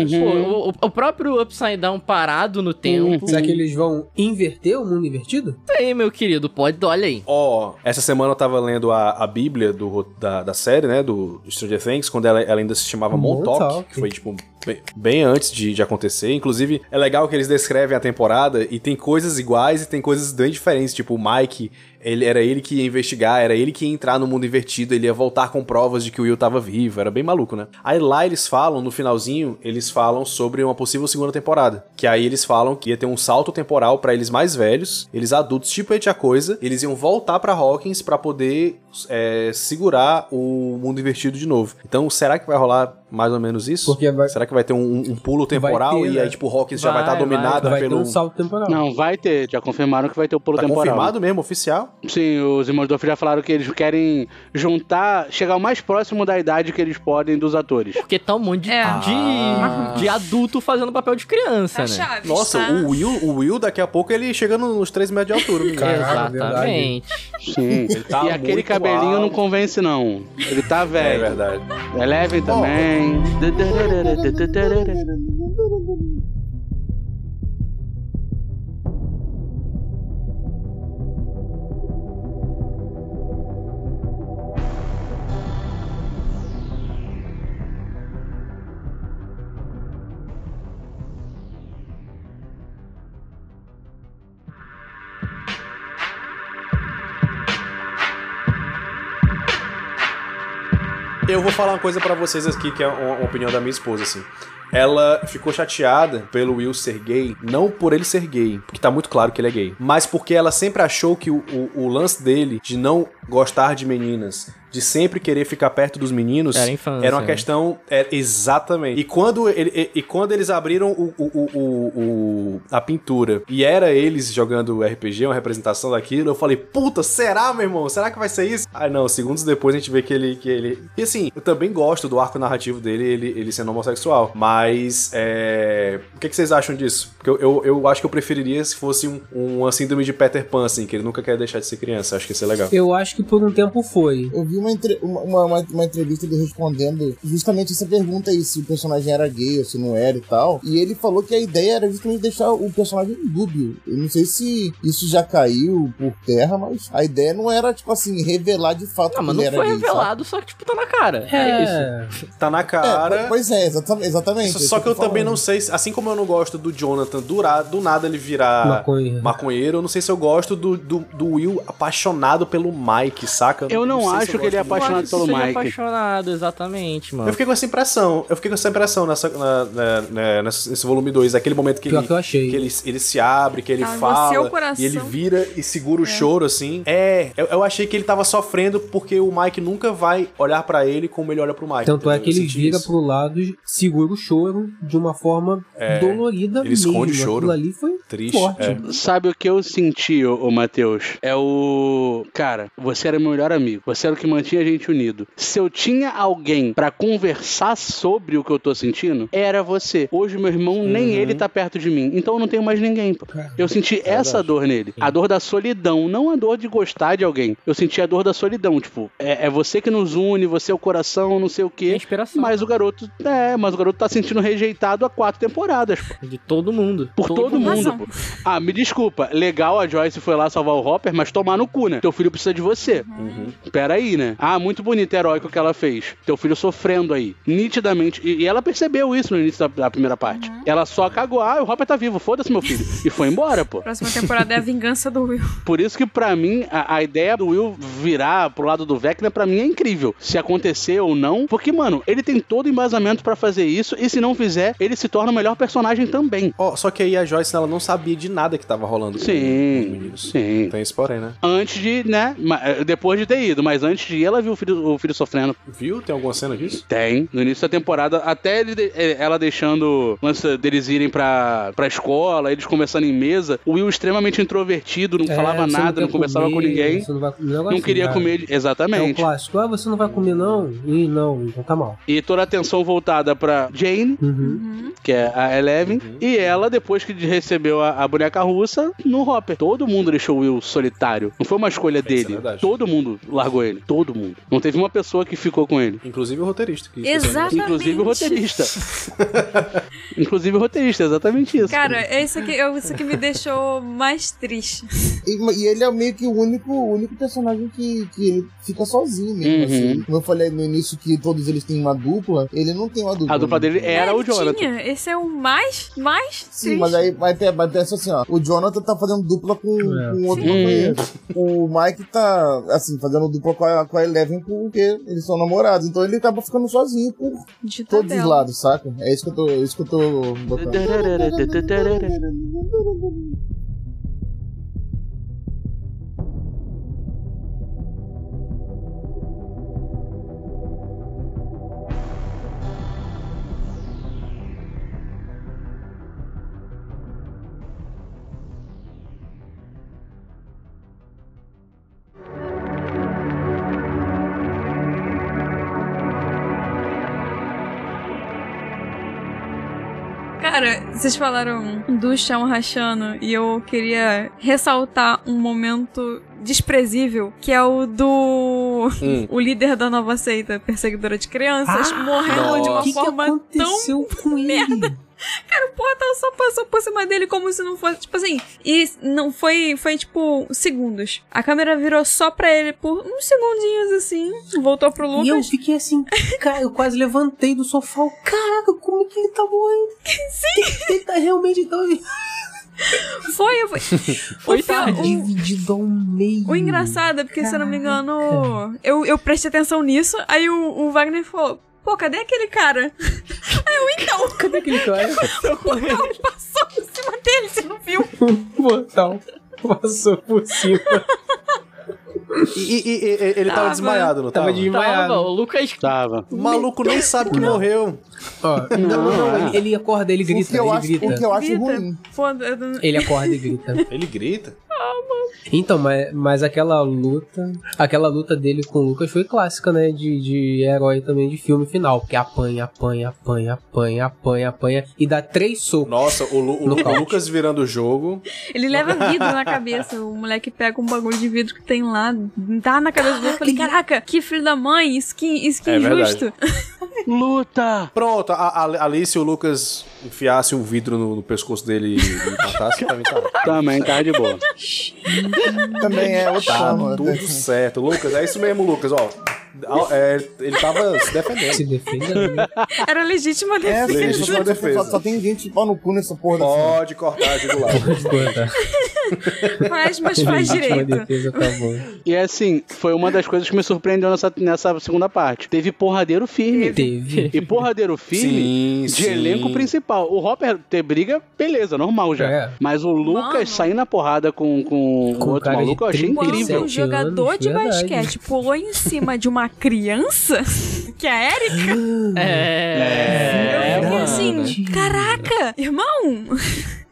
C: verdade.
A: Pô, o, o- o próprio Upside Down parado no
E: Hum,
A: tempo.
F: Será que eles vão inverter o mundo invertido?
A: Isso aí, meu querido, pode, olha aí.
E: Ó, essa semana eu tava lendo a, a Bíblia do, ro- da, da série, né? Do Stranger Things, quando ela, ela ainda se chamava Montauk,
F: Montauk.
E: que foi, tipo, bem, bem antes de, de acontecer. Inclusive, é legal que eles descrevem a temporada e tem coisas iguais e tem coisas bem diferentes. Tipo, o Mike, ele, era ele que ia investigar, era ele que ia entrar no mundo invertido, ele ia voltar com provas de que o Will tava vivo, era bem maluco, né? Aí lá eles falam, no finalzinho, eles falam sobre uma possível segunda temporada. Que aí eles falam que ia ter um salto temporal pra eles mais velhos, eles adultos, tipo a coisa, eles iam voltar pra Hawkins pra poder é, segurar o mundo invertido de novo. Então, será que vai rolar mais ou menos isso?
F: Porque vai,
E: Será que vai ter um, um pulo temporal
F: ter,
E: e
F: né?
E: aí, tipo, o Hawkins já vai
A: Vai,
E: estar
A: vai,
E: dominada
F: vai ter
E: tá, pelo.
F: um salto temporal.
C: Não, vai ter. Já confirmaram que vai ter o polo
E: Tá
C: temporal.
E: confirmado mesmo, oficial?
G: lá.
C: Sim, os irmãos Duff já falaram que eles querem juntar, chegar o mais próximo da idade que eles podem dos atores.
A: Porque tá um monte de,
B: É. Ah.
A: de, de adulto fazendo papel de criança,
B: Tá
A: né?
B: chave.
E: Nossa,
B: tá?
E: o Will, o Will daqui a pouco ele chegando nos 3 metros de altura, menino. é
F: Caralho,
A: Exatamente.
C: Sim.
E: tá
C: e aquele
E: muito
C: cabelinho não
E: alto.
C: convence, não. Ele tá
E: É
C: velho.
E: verdade.
C: É leve também.
E: Eu vou falar uma coisa pra vocês aqui que é uma, uma opinião da minha esposa assim. Ela ficou chateada pelo Will ser gay, não por ele ser gay, porque tá muito claro que ele é gay, mas porque ela sempre achou que o, o- o lance dele de não gostar de meninas, de sempre querer ficar perto dos meninos,
A: Era infância,
E: era uma
A: né?
E: questão é, exatamente. E quando ele, e, e quando eles abriram o, o- o- o- o- a pintura e era eles jogando RPG, uma representação daquilo, eu falei puta, será meu irmão? Será que vai ser isso? Ah não, segundos depois a gente vê que ele que ele e assim eu também gosto do arco narrativo dele, ele, ele sendo homossexual, mas é... o que, que vocês acham disso? Porque eu, eu, eu acho que eu preferiria se fosse um, uma síndrome de Peter Pan assim, que ele nunca quer deixar de ser criança. Acho que ia ser legal.
F: Eu acho que por um tempo foi.
G: Eu vi uma, entre- uma, uma- uma- uma entrevista dele respondendo justamente essa pergunta aí, se o personagem era gay ou se não era e tal. E ele falou que a ideia era justamente deixar o personagem dúbio. Eu não sei se isso já caiu por terra, mas a ideia não era, tipo assim, revelar de fato
A: Não, Ah, mas não
G: que ele era
A: foi
G: gay.
A: revelado, só que, tipo, tá na cara. É, isso.
E: Tá na
G: sabe? É,
E: cara.
G: po- pois é, exatamente. exatamente
E: Só-
G: é isso
E: Só que eu
G: tô
E: também
G: falando.
E: não sei, se- assim como eu não gosto do Jonathan durar, do nada ele virar maconheiro.
F: Maconha.
E: eu não sei se eu gosto do, do, do Will apaixonado pelo Mike, saca?
C: Eu não
E: sei se
C: acho que ele
A: Eu
C: é
E: gosto do-
A: acho
C: apaixonado
A: que
C: pelo
A: seja
C: Mike.
A: apaixonado, exatamente, mano.
E: Eu fiquei com essa impressão, eu fiquei com essa impressão nessa, na- na- na- nessa- nesse volume 2, aquele momento que,
F: Pior
E: ele,
F: que eu achei.
E: que ele, ele se abre, que ele
B: Ah, você, o
E: fala,
B: coração.
E: e ele vira e segura o choro, assim. É, eu, eu achei que ele tava sofrendo porque o Mike nunca vai olhar pra ele como ele olha pro Mike.
F: Tanto é
E: entendeu?
F: que
E: Eu
F: ele
E: senti
F: vira
E: isso.
F: pro lado, segura o choro de uma forma dolorida
E: É, ele
F: mesmo.
E: esconde o choro.
F: Aquilo ali foi
E: Triste,
F: forte.
E: é.
C: Sabe o que eu senti, ô, ô Matheus? É o. Cara, você era meu melhor amigo. Você era o que mantinha a gente unido. Se eu tinha alguém pra conversar sobre o que eu tô sentindo, era você. Hoje, meu irmão, nem ele tá perto de mim. Então eu não tenho mais ninguém. pô. Eu senti essa dor nele. A dor da solidão. Não a dor de gostar de alguém. Eu senti a dor da solidão. Tipo, é, é você que nos une, você é o coração, não sei o
A: Tem
C: quê.
A: inspiração.
C: Mas o garoto. É, mas o garoto tá sentindo rejeitado há quatro temporadas, pô.
A: De todo mundo.
C: Por todo, mundo,
B: Nossa.
C: pô. Ah, me desculpa. Legal, a Joyce foi lá salvar o Hopper, mas tomar no cu, né? Teu filho precisa de você. Pera aí, né? Ah, muito bonito, heróico o que ela fez. Teu filho sofrendo aí. Nitidamente. E, e ela percebeu isso no início da, da primeira parte. Ela só cagou. Ah, o Hopper tá vivo. Foda-se, meu filho. E foi embora, pô.
B: Próxima temporada é a vingança do Will.
C: Por isso que, pra mim, a, a ideia do Will virar pro lado do Vecna, pra mim, é incrível. Se acontecer ou não. Porque, mano, ele tem todo o embasamento pra fazer isso. E se não fizer, ele se torna o melhor personagem também.
E: Ó, só que aí a Joyce, ela não sabia de nada que tava rolando. com os
C: Sim,
E: meninos.
C: sim.
E: Tem isso porém, né?
C: Antes de, né? ma- eh, Depois de ter ido, mas antes de ir, ela viu o filho, o filho sofrendo.
E: Viu? Tem alguma cena disso?
C: Tem. No início da temporada, até ele de- eh, ela deixando o lance deles irem pra, pra escola, eles conversando em mesa. O Will extremamente introvertido, não
F: É,
C: falava
F: você
C: nada,
F: quer
C: não conversava
F: comer,
C: com ninguém.
F: você não, vai- um negócio
C: Não
F: assim,
C: queria
F: cara.
C: comer.
F: É um
C: Exatamente.
F: clássico. Ah, você não vai comer não? Ih, não, então tá mal.
C: E toda a atenção voltada pra Jane,
F: Uhum.
B: Uhum.
C: que é a Eleven.
E: Uhum.
C: E ela, depois que recebeu a, a boneca russa, no Hopper. Todo mundo deixou o Will solitário. Não foi uma escolha
E: isso é
C: dele.
E: verdade.
C: Todo mundo largou ele. Todo mundo. Não teve uma pessoa que ficou com ele.
E: Inclusive o roteirista. Que
B: Exato.
C: Inclusive o
F: [LAUGHS]
C: roteirista. Inclusive o roteirista, exatamente isso.
B: Cara, é isso que, eu- isso que me deixou mais triste.
G: E, e ele é meio que o único, o único personagem que, que ele fica sozinho mesmo,
C: Uhum.
G: assim. Como eu falei no início que todos eles têm uma dupla, ele não tem uma dupla.
C: A dupla
G: né?
C: dele era
B: É,
C: o
B: ele
C: Jonathan.
B: Tinha. Esse é o mais, mais
G: Sim,
B: triste.
G: mas aí vai, pe- vai pensar assim, ó. O Jonathan tá fazendo dupla com,
F: É.
G: com outro
C: Sim.
G: companheiro. O Mike tá, assim, fazendo dupla com a, com a Eleven porque eles são namorados. Então ele acaba ficando sozinho por
B: De
G: todos os
B: tabela.
G: lados, saca? É isso que eu tô, é isso que eu tô botando.
B: Cara, vocês falaram do chão rachando e eu queria ressaltar um momento desprezível, que é o do
E: Hum.
B: [LAUGHS] o líder da nova seita perseguidora de crianças
F: Ah,
B: morrendo de uma
F: O que, que
B: forma tão
F: aconteceu com ele?
B: Porra, ela só passou por cima dele como se não fosse. Tipo assim. E não foi. Foi tipo segundos. A câmera virou só pra ele por uns segundinhos assim. Voltou pro
F: E eu
B: Lucas.
F: fiquei assim, cara, eu quase levantei do sofá. eu, Caraca, como é que ele
B: [LAUGHS]
F: tá morrendo? Sim. Ele tá realmente tão.
B: Foi, foi.
C: [LAUGHS]
A: Foi
B: o, pior-
A: tarde.
B: o-
F: Dividido ao meio.
B: o engraçado é porque, se eu não me engano, eu, eu prestei atenção nisso. Aí o, o Wagner falou. Pô, cadê aquele cara? [LAUGHS] Aí eu, então, [LAUGHS]
F: Cadê aquele cara?
B: o carro passou por cima dele, você não viu?
F: Mortal. Passou por cima.
E: E, e- e- e- ele tava,
B: Tava.
E: desmaiado, não tava?
F: Tava de-
A: Tava,
F: Desmaiado.
A: Tá, o Lucas.
C: Tava.
E: O maluco nem sabe que morreu.
F: Ó, não, não, não. Ele, ele acorda, ele
G: O que
F: grita,
G: eu
F: ele
G: acho,
F: grita.
G: o que eu acho
B: Grita.
G: ruim.
B: Pô, eu não-
F: Ele acorda e grita.
E: Ele grita.
F: Então, mas, mas aquela luta. Aquela luta dele com o Lucas foi clássica, né? De, de herói também de filme final. Porque apanha, apanha, apanha, apanha, apanha, apanha. E dá três socos.
E: Nossa, o, Lu- o Lu-
F: Nocaute.
E: o Lucas virando o jogo.
B: Ele leva vidro na cabeça. O moleque pega um bagulho de vidro que tem lá, dá na cabeça dele. Eu falei, caraca, que filho da mãe, isso que, isso que
E: É
B: injusto. [LAUGHS]
C: Luta!
E: Pronto, a, a, ali se o Lucas enfiasse um vidro no, no pescoço dele e matasse, pra mim tá,
C: Também tá de boa.
G: Também é outro
E: tá
G: chama.
E: tudo certo. Lucas, é isso mesmo, Lucas, ó. Ao- é, ele tava se defendendo.
F: Se defenda.
B: Era assim, legítima
G: É,
B: defesa.
E: legítima
G: só, só,
E: defesa.
G: só, só tem gente pau no cu nessa porra dessa
E: Pode cortar de do lado.
B: [LAUGHS] Faz, mas faz
F: Legítima
B: direito.
F: defesa, acabou.
C: E assim, foi uma das coisas que me surpreendeu nessa, nessa segunda parte. Teve porradeiro firme.
F: Teve.
C: E porradeiro firme
E: Sim,
C: de elenco principal. O Hopper ter briga, beleza, normal já.
F: É.
C: Mas o Lucas
B: Mano.
C: sair na porrada com, com,
F: Com
C: o outro
F: cara de
C: maluco, eu achei
F: 37.
C: incrível.
B: Quando um
F: 37
B: jogador
F: anos,
B: de
F: verdade.
B: basquete pulou em cima de uma criança, [LAUGHS] que é a Erika,
A: É.
B: eu fiquei
A: mano.
B: assim, caraca, irmão, [LAUGHS]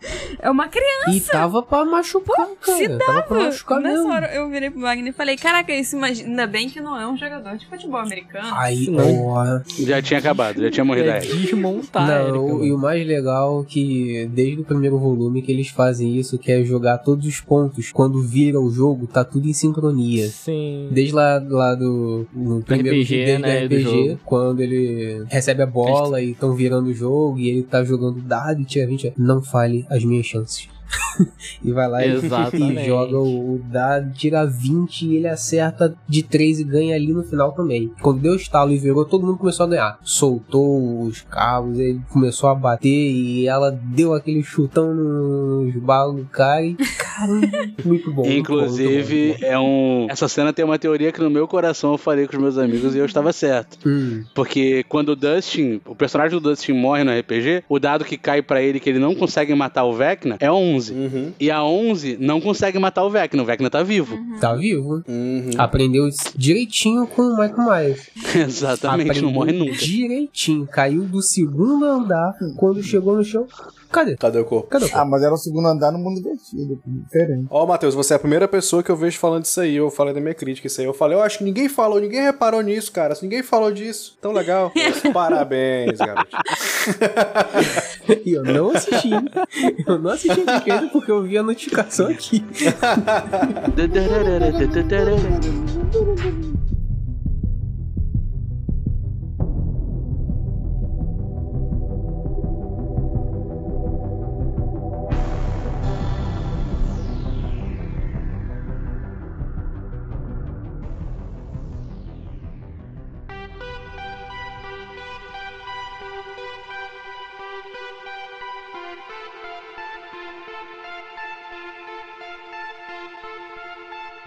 B: é uma criança.
F: E tava pra machucar, cara.
B: se
F: tava pra machucar
B: Nessa
F: mesmo.
B: hora eu virei pro Wagner e falei, caraca, isso imagina, ainda bem que não é um jogador de futebol americano.
E: Ah,
F: Aí, ó.
C: Já tinha acabado, já tinha morrido a
A: É
C: Erika.
A: desmontar,
F: não,
A: Erika,
F: e
A: mano.
F: o mais legal é que desde o primeiro volume que eles fazem isso, que é jogar todos os pontos. Quando vira o jogo, tá tudo em sincronia.
A: Sim.
F: Desde lá, lá do no primeiro
A: RPG,
F: desde
A: né,
F: o
A: do jogo.
F: RPG, quando ele recebe a bola e estão virando o jogo e ele tá jogando dado e tira 20, não fale as minhas chances. [LAUGHS] e vai lá e, [LAUGHS]
A: Exatamente.
F: e joga o, o dado, tira 20 e ele acerta de 3 e ganha ali no final também. Quando deu o estalo e virou, todo mundo começou a ganhar. Soltou os cabos, ele começou a bater e ela deu aquele chutão nos bagos do cara e caramba, muito bom. muito bom, muito bom, muito
C: Inclusive,
F: bom.
C: é um. Essa cena tem uma teoria que no meu coração eu falei com os meus amigos e eu estava certo.
F: Hum.
C: Porque quando o Dustin, o personagem do Dustin morre no RPG, o dado que cai pra ele que ele não consegue matar o Vecna é 11.
E: Uhum,
C: E a 11 não consegue matar o Vecna, o Vecna tá vivo.
F: Tá vivo,
E: uhum.
F: Aprendeu direitinho com o Michael Myers.
C: [LAUGHS] Exatamente,
F: Aprendeu
C: não morre nunca.
F: Direitinho. Caiu do segundo andar quando chegou no chão. Cadê?
E: Cadê o corpo?
F: Cadê? o
G: Ah, mas era o segundo andar no mundo invertido. Diferente.
E: Ó, Matheus, você é a primeira pessoa que eu vejo falando isso aí. Eu falei da minha crítica, isso aí. Eu falei, eu acho que ninguém falou, ninguém reparou nisso, cara. Ninguém falou disso. Tão legal. Parabéns, garoto.
F: corpo? E eu não assisti. [LAUGHS] Eu não assisti a brinquedo porque eu vi a notificação aqui.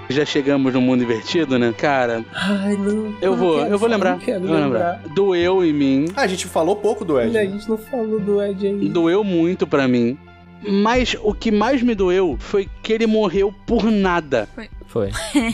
C: Já chegamos no mundo invertido, né? Cara,
F: Ai, não.
C: eu
F: não
C: vou,
F: quero
C: eu vou
F: falar,
C: lembrar.
F: Não quero
C: eu vou lembrar.
F: lembrar.
C: Doeu em mim.
E: A Ah, gente falou pouco do Ed.
F: Ainda A
E: né?
F: gente não falou do Ed ainda.
C: Doeu muito pra mim. Mas o que mais me doeu foi que ele morreu por nada.
A: Foi.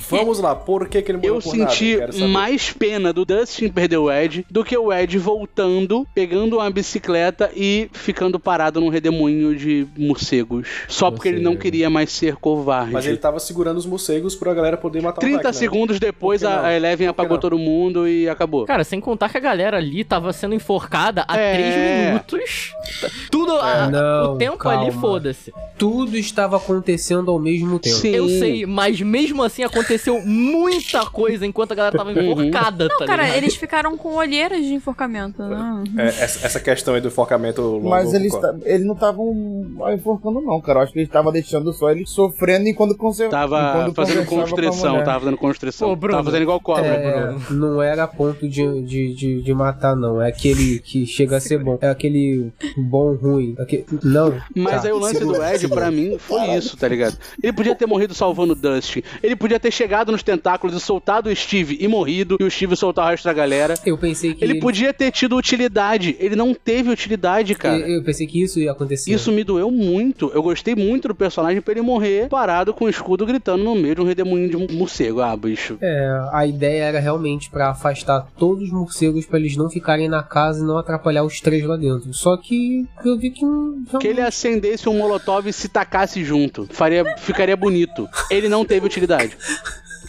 E: Vamos lá, por que, que ele morreu
C: Eu
E: por nada?
C: senti
E: Quero saber.
C: mais pena do Dustin perder o Ed do que o Ed voltando, pegando uma bicicleta e ficando parado num redemoinho de morcegos. Só porque ele não
A: Morcego.
C: queria mais ser covarde.
E: Mas ele tá tava segurando os morcegos pra galera poder matar o
C: 30
E: Black, né?
C: segundos depois
E: Por que não?
C: a a Eleven
E: Por que
C: apagou
E: não?
C: todo mundo e acabou.
A: Cara, sem contar que a galera ali tava sendo enforcada há
C: É.
A: três minutos. Tudo. a-
F: É, Não,
A: o tempo ali,
F: calma.
A: foda-se.
F: Tudo estava acontecendo ao mesmo tempo.
C: Sim.
A: Eu sei, mas mesmo assim aconteceu muita coisa enquanto a galera tava
E: Uhum.
A: enforcada, tá
B: Cara,
A: ligado?
B: eles ficaram com olheiras de enforcamento, né?
E: É, essa, essa questão aí do enforcamento longo.
G: Mas eles,
E: concordo.
G: ta- eles não estavam enforcando, não, cara. Eu acho que eles estavam deixando só ele sofrendo enquanto conserva.
C: Tava fazendo constrição, tá? tava fazendo constrição.
A: Ô, Bruno.
C: Tava fazendo igual cobra.
F: É, não era ponto de, de, de, de matar, não. É aquele que chega a ser bom. É aquele bom ruim. Aque- Não.
C: Mas
F: Tá,
C: aí o lance do
F: segura,
C: Ed,
F: segura.
C: pra mim, foi isso, tá ligado? Ele podia ter morrido salvando o Dustin. Ele podia ter chegado nos tentáculos e soltado o Steve e morrido, e o Steve soltar o resto da galera.
F: Eu pensei que.
C: Ele podia ter tido utilidade. Ele não teve utilidade, cara.
F: Eu, eu pensei que isso ia acontecer.
C: Isso me doeu muito. Eu gostei muito do personagem pra ele morrer parado com o escudo gritando no meio de um redemoinho de um morcego. Ah, bicho.
F: É, a ideia era realmente pra afastar todos os morcegos pra eles não ficarem na casa e não atrapalhar os três lá dentro. Só que eu vi que não.
C: Que ele acendesse um molotov e se tacasse junto. Faria, ficaria bonito. Ele não teve utilidade.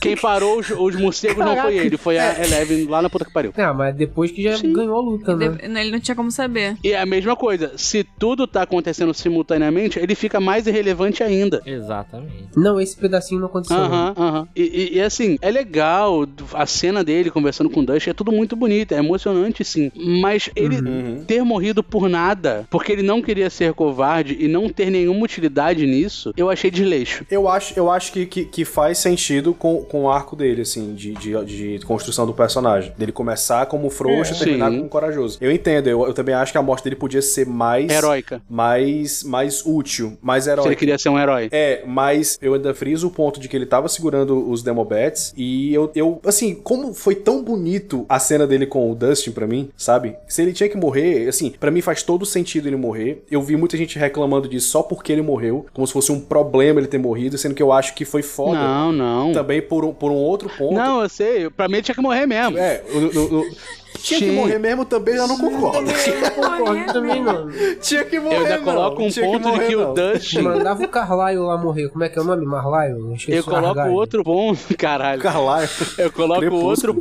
C: Quem parou os, os morcegos não foi ele, foi a Eleven lá na puta que pariu.
F: Ah, mas depois que já ganhou a luta, né?
B: De- Ele não tinha como saber.
C: E é a mesma coisa, se tudo tá acontecendo simultaneamente, ele fica mais irrelevante ainda.
A: Exatamente.
F: Não, esse pedacinho não aconteceu. não.
C: Aham, aham. E, e- e, assim, é legal a cena dele conversando com o Dust, é tudo muito bonito, é emocionante sim. Mas ele
E: Uhum.
C: ter morrido por nada, porque ele não queria ser covarde e não ter nenhuma utilidade nisso, eu achei desleixo.
E: Eu acho, eu acho que, que, que faz sentido com, com o arco dele, assim, de, de, de construção do personagem. Dele começar como frouxo e terminar
C: Sim.
E: como corajoso. Eu entendo, eu, eu também acho que a morte dele podia ser mais.
C: Heróica.
E: Mais, mais útil, mais
C: Se ele
E: heróica.
C: queria ser um herói.
E: É, mas eu ainda friso o ponto de que ele tava segurando os Demobats e eu, eu assim, como foi tão bonito a cena dele com o Dustin pra mim, sabe? Se ele tinha que morrer, assim, pra mim faz todo sentido ele morrer. Eu vi muita gente reclamando disso só porque ele morreu, como se fosse um problema ele ter morrido, sendo que eu acho que foi foda
C: Não, não.
E: também por um, por um outro ponto.
C: Não, eu sei. Pra mim ele tinha que morrer mesmo.
E: É, o- o- o- tinha que
C: Sim.
E: morrer mesmo também, eu não concordo. [LAUGHS]
F: Concordo também, não.
E: tinha que morrer
C: eu ainda
E: é, não,
C: coloco um
E: tinha
C: ponto de
E: morrer,
C: que o
E: não.
C: Dustin.
F: Mandava o Carlyle lá morrer. Como é que é o nome? Marlyle? Eu esqueci
C: Eu
F: o
E: é
C: coloco
F: Argyle. [LAUGHS]
C: outro ponto. [LAUGHS] Caralho.
E: Caralho.
C: Eu coloco
E: Crepúsculo.
C: outro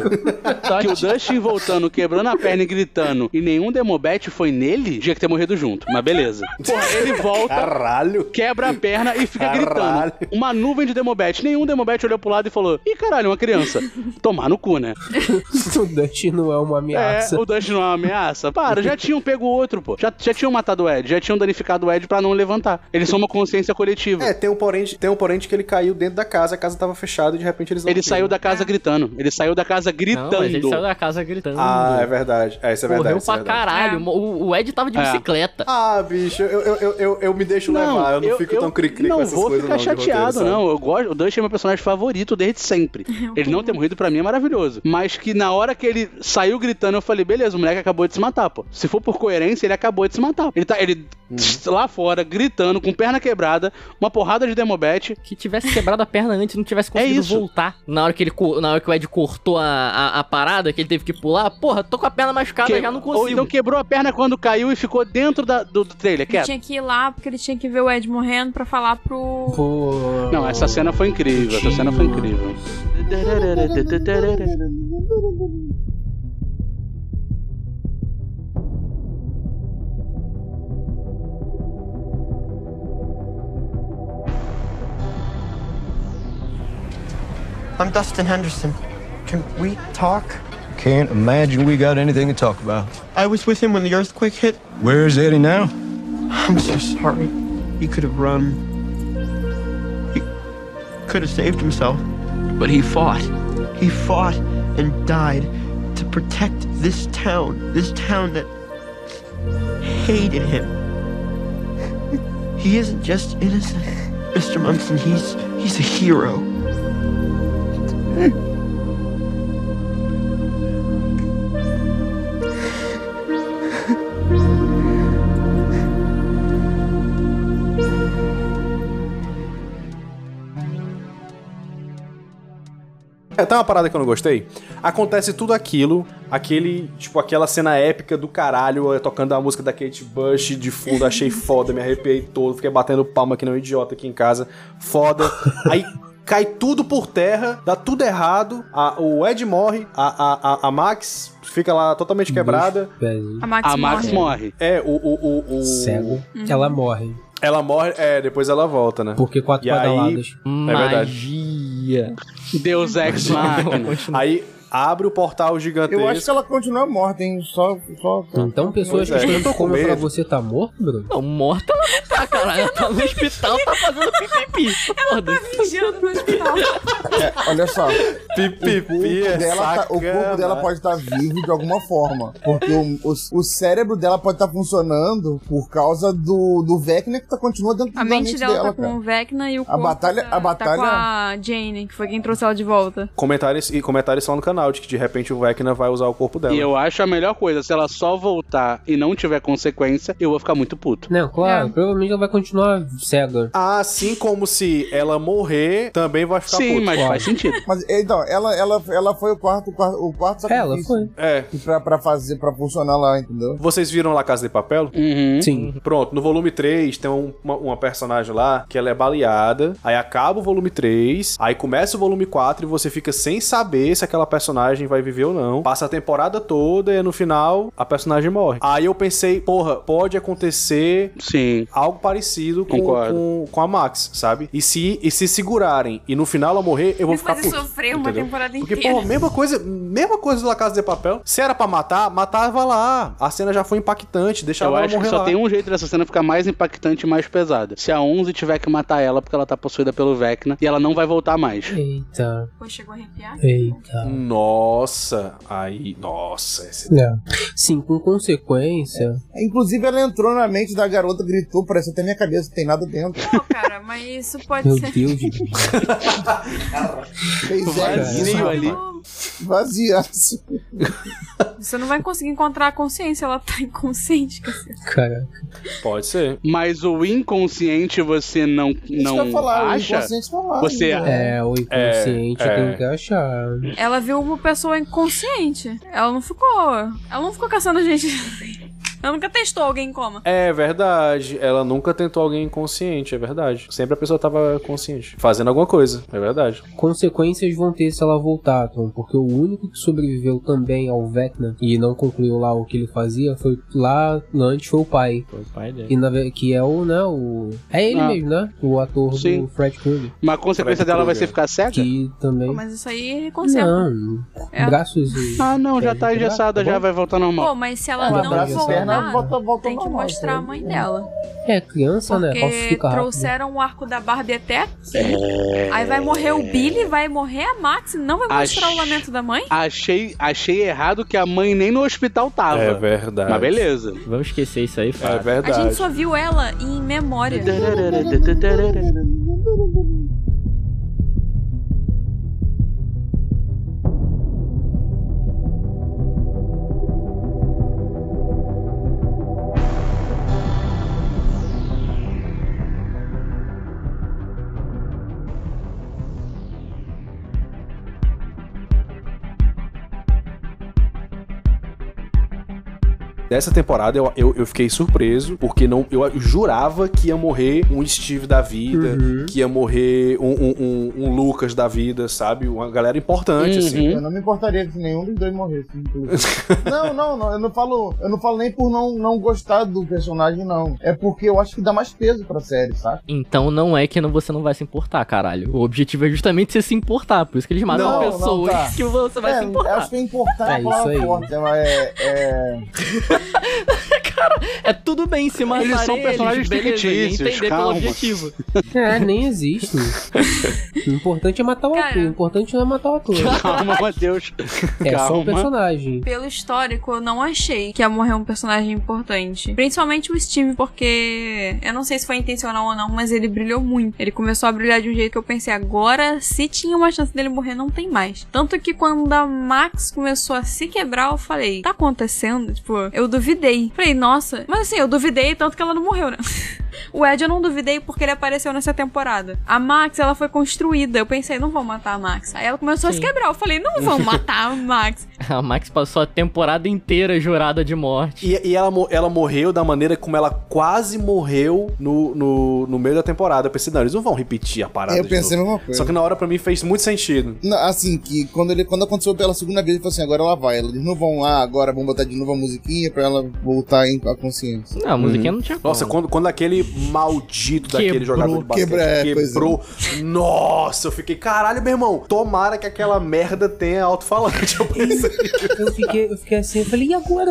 C: ponto. que o Dustin voltando, quebrando a perna e gritando, e nenhum Demobet foi nele, tinha que ter morrido junto. Mas beleza. Porra, ele volta.
E: Caralho.
C: Quebra a perna e fica
E: Caralho.
C: gritando. Uma nuvem de Demobet. Nenhum Demobet olhou pro lado e falou: Ih, caralho, uma criança. Tomar no cu, né?
F: o Dutch não é uma ameaça.
C: É, o Dust não é uma ameaça? Para, já tinham pego outro, pô. Já, já tinham matado o Ed, já tinham danificado o Ed pra não levantar. Eles são uma consciência coletiva.
E: É, tem um porém, de- tem um porém de que ele caiu dentro da casa, a casa tava fechada e de repente eles não
C: Ele
E: viram.
C: saiu da casa gritando. Ele saiu da casa
A: Não, mas ele
C: gritando.
A: saiu da casa gritando.
E: Ah, é verdade. É, isso é verdade.
A: Morreu
E: isso é
A: pra
E: verdade.
A: caralho.
B: É.
A: O, o Ed tava de
C: É.
A: bicicleta.
E: Ah, bicho, eu, eu, eu, eu, eu me deixo levar, eu não fico tão cri-cri
C: não
E: com essas
C: vou
E: coisas
C: ficar
E: não, de
C: chateado,
E: roteiro,
C: não. Eu gosto, o Dust é meu personagem favorito desde sempre. Ele não ter morrido pra mim é maravilhoso. Mas que na hora que ele saiu gritando, eu falei, beleza, o moleque acabou de se matar, pô. Se for por coerência, ele acabou de se matar. Ele tá ele
E: Uhum.
C: lá fora, gritando, com perna quebrada, uma porrada de Demobet.
A: Que tivesse quebrado a perna antes, não tivesse conseguido
C: É isso.
A: voltar. Na hora, que ele, co- na hora que o Ed cortou a, a, a parada, que ele teve que pular, porra, tô com a perna machucada,
C: Que-
A: já não
C: Ou então
A: consigo.
C: quebrou a perna quando caiu e ficou dentro da- do, do trailer,
B: Ele
C: quieto.
B: tinha que ir lá porque ele tinha que ver o Ed morrendo pra falar pro.
F: Pô.
C: Não, essa cena foi incrível, essa cena foi incrível.
H: I'm Dustin Henderson. Can we talk?
I: Can't imagine we got anything to talk about.
H: I was with him when the earthquake hit.
I: Where is Eddie now?
H: I'm so sorry. He could have run. He could have saved himself. But he fought. He fought and died to protect this town. This town that hated him. [LAUGHS] He isn't just innocent, Mr. Munson. He's he's a hero.
E: É, tá uma parada que eu não gostei. Acontece tudo aquilo, aquele, tipo, aquela cena épica do caralho, eh, tocando a música da Kate Bush de fundo, achei foda, me arrepiei todo, fiquei batendo palma que não idiota aqui em casa, foda. Aí cai tudo por terra, dá tudo errado, a- o Ed morre, a, a, a, a Max fica lá totalmente quebrada.
B: A Max,
C: A Max
B: morre.
C: morre.
E: É, o. o, o, o-
F: Cego. Ela morre.
E: Ela morre, é, depois ela volta, né?
F: Porque quatro
E: E aí-
F: pedaladas.
C: É
A: Magia.
C: Deus Ex Machina.
E: Aí abre o portal gigantesco.
G: Eu acho que ela continua morta, hein? Só. só
F: Então pessoas que
E: Pois é,
F: estão
E: eu tô
F: em
E: com
F: coma falar,
E: medo.
F: você tá morto, Bruno?
A: Não, morta ela não tá, caralho. Ela tá no hospital, tá fazendo pipipi.
C: tá-
A: Foda-se.
B: Fingindo Tá no
E: [LAUGHS]
B: hospital.
G: É, olha
F: [LAUGHS]
G: só.
E: Pipipi,
G: O
E: é
G: corpo, dela, tá- o corpo dela pode estar vivo de alguma forma. Porque o, o- o cérebro dela pode estar funcionando por causa do, do Vecna que tá, continua dentro
B: A
G: da
B: mente dela, tá
G: cara.
B: com o Vecna e o corpo
G: batalha-
B: tá,
G: a
B: tá
G: batalha-
B: com a Jane, que foi quem trouxe ela de volta.
E: Comentários, e comentários só no canal de que de repente o Vecna vai usar o corpo dela.
C: E eu acho a melhor coisa, se ela só voltar e não tiver consequência, eu vou ficar muito puto.
F: Não, claro,
B: É.
F: provavelmente ela vai continuar cega.
E: Assim como se ela morrer, também vai
G: Tá
E: ficar
C: Sim,
E: puto.
C: mas
F: claro.
C: faz sentido.
G: [LAUGHS] Mas então, ela, ela, ela foi o quarto, o quarto, o quarto
F: Ela
G: sacrifício
F: foi.
E: É.
G: que Pra, pra fazer, pra funcionar lá, entendeu?
E: Vocês viram lá Casa de Papel?
C: Uhum.
F: Sim.
E: Pronto, no volume 3 tem um- uma, uma personagem lá que ela é baleada, aí acaba o volume 3, aí começa o volume 4 e você fica sem saber se aquela personagem vai viver ou não. Passa a temporada toda e no final a personagem morre. Aí eu pensei, porra, pode acontecer
C: Sim.
E: algo parecido com,
C: Concordo.
E: com, com a Max, sabe? E se, e se segurarem e no final ela morrer, eu vou
B: Me
E: ficar
B: fazer
E: puto.
B: sofrer uma
E: entendeu?
B: temporada
E: Porque,
B: inteira.
E: pô, mesma coisa, mesma coisa do La Casa de Papel. Se era pra matar, matava lá. A cena já foi impactante, deixava
C: Eu
E: ela
C: acho que
E: morrer
C: só
E: lá.
C: tem um jeito dessa cena ficar mais impactante e mais pesada. Se a 11 tiver que matar ela porque ela tá possuída pelo Vecna e ela não vai voltar mais.
F: Eita,
B: Pô, chegou a arrepiar?
F: eita.
E: Nossa, aí, nossa, esse...
F: É. Sim, com consequência.
G: É. Inclusive, ela entrou na mente da garota, gritou, parece até minha cabeça, não tem nada dentro.
B: Pô, cara, mas isso pode
F: Meu
B: ser.
F: Deus, gente.
G: Fez
E: Vazio
G: isso,
E: ali.
G: Vaziaço.
B: Você não vai conseguir encontrar a consciência, ela tá inconsciente, cacete.
F: cara.
E: pode ser.
C: Mas o inconsciente você não,
G: Isso que eu
C: não
G: ia falar, o
C: acha?
G: inconsciente tá lá.
C: Você-
G: ainda.
F: É, o inconsciente
E: É, é.
F: tem que achar.
B: Ela viu uma pessoa inconsciente. Ela não ficou. Ela não ficou caçando gente. Ela nunca testou alguém em coma.
E: É verdade, ela nunca tentou alguém inconsciente, é verdade. Sempre a pessoa tava consciente, fazendo alguma coisa, é verdade.
F: Consequências vão ter se ela voltar, Tom, porque o único que sobreviveu também ao Vecna e não concluiu lá o que ele fazia foi lá antes foi o pai.
A: Foi o pai dele.
F: Que, na ve- que é o, né? O. É ele
C: Ah.
F: mesmo, né? O ator
C: Sim.
F: do Fred Krueger.
C: Mas a consequência
E: Fred
C: dela vai
E: Krueger.
C: ser ficar cega?
F: Que também.
B: Pô, Mas isso aí é conserto.
F: Não,
B: É.
F: braços e.
C: Ah, não, já
F: Quer
C: tá
F: integrar?
C: engessada,
F: Tá bom?
C: já vai voltar normal.
B: Pô, mas se ela
F: Ela
B: não
F: abraça
G: Abraça
F: a
G: as pernas,
B: voltar,
G: volta, volta
B: tem que
G: normal,
B: mostrar a
G: sabe?
B: mãe dela.
F: É, criança, né?
B: Porque
F: Falsifica rápido.
B: trouxeram o arco da Barbie até aqui. Aí vai morrer o Billy, vai morrer a Max, não vai mostrar
C: Acho-
B: o lamento da mãe?
C: Achei, achei errado que a mãe nem no hospital tava.
E: É verdade.
C: Mas
E: [LAUGHS]
C: beleza.
A: Vamos esquecer isso aí,
E: É
A: Fábio.
B: A gente
E: verdade.
B: só viu ela em memória.
E: Nessa temporada eu, eu, eu fiquei surpreso, porque não, eu jurava que ia morrer um Steve da vida, que ia morrer um, um- um- um Lucas da vida, sabe? Uma galera importante, assim.
G: Eu não me importaria se nenhum dos dois morresse,
F: [LAUGHS]
G: inclusive. não, não, não. Eu não falo, eu não falo nem por não, não gostar do personagem, não. É porque eu acho que dá mais peso pra série, saca?
A: Então não é que não- você não vai se importar, caralho. O objetivo é justamente você se importar. Por isso que eles matam
G: Não, não,
A: pessoas
G: tá.
A: que você vai
G: é,
A: se importar.
G: acho que é importante
F: É
G: a palavra
F: isso aí.
G: forte, mas é, é-
A: É tudo bem se matarem
C: Eles são personagens
A: beleza, e
C: fictícios,
A: entender
C: calma.
A: pelo objetivo. [LAUGHS]
F: É,
B: [LAUGHS]
F: nem existe. o importante é matar o
B: Cara.
F: ator. O importante não é matar
C: [LAUGHS]
F: o ator.
C: Calma, Matheus.
F: É só um
C: Calma.
F: personagem.
B: Pelo histórico, eu não achei que ia morrer um personagem importante. Principalmente o Steve, porque eu não sei se foi intencional ou não, mas ele brilhou muito. Ele começou a brilhar de um jeito que eu pensei, agora, se tinha uma chance dele morrer, não tem mais. Tanto que quando a Max começou a se quebrar, eu falei, tá acontecendo? Tipo, eu duvidei. Falei, nossa. Mas assim, eu duvidei tanto que ela não morreu, né? [LAUGHS] O Ed eu não duvidei porque ele apareceu nessa temporada. A Max, ela foi construída. Eu pensei, não vão matar a Max. Aí ela começou
A: Sim.
B: a se quebrar. Eu falei, não vão matar a Max.
A: A Max passou a temporada inteira jurada de morte.
E: E, e ela, mo- ela morreu da maneira como ela quase morreu no, no, no meio da temporada. Eu pensei, não, eles não vão repetir a parada.
G: Eu
E: de
G: pensei a
E: novo.
G: mesma coisa.
E: Só que na hora pra mim fez muito sentido.
G: Não, assim, que quando, ele, quando aconteceu pela segunda vez, ele falou assim, agora ela vai. Eles não vão lá, agora vão botar de novo a musiquinha pra ela voltar em, a consciência.
A: Não, a musiquinha não tinha como.
E: Nossa, quando, quando aquele maldito daquele
A: Quebrou.
E: jogador de basquete
G: Quebra- é, pois é.
E: quebrou. Nossa, eu fiquei, caralho, meu irmão. Tomara que aquela merda tenha alto-falante. Eu
G: [LAUGHS]
E: pensei.
F: Eu fiquei, eu fiquei assim, eu falei, e agora?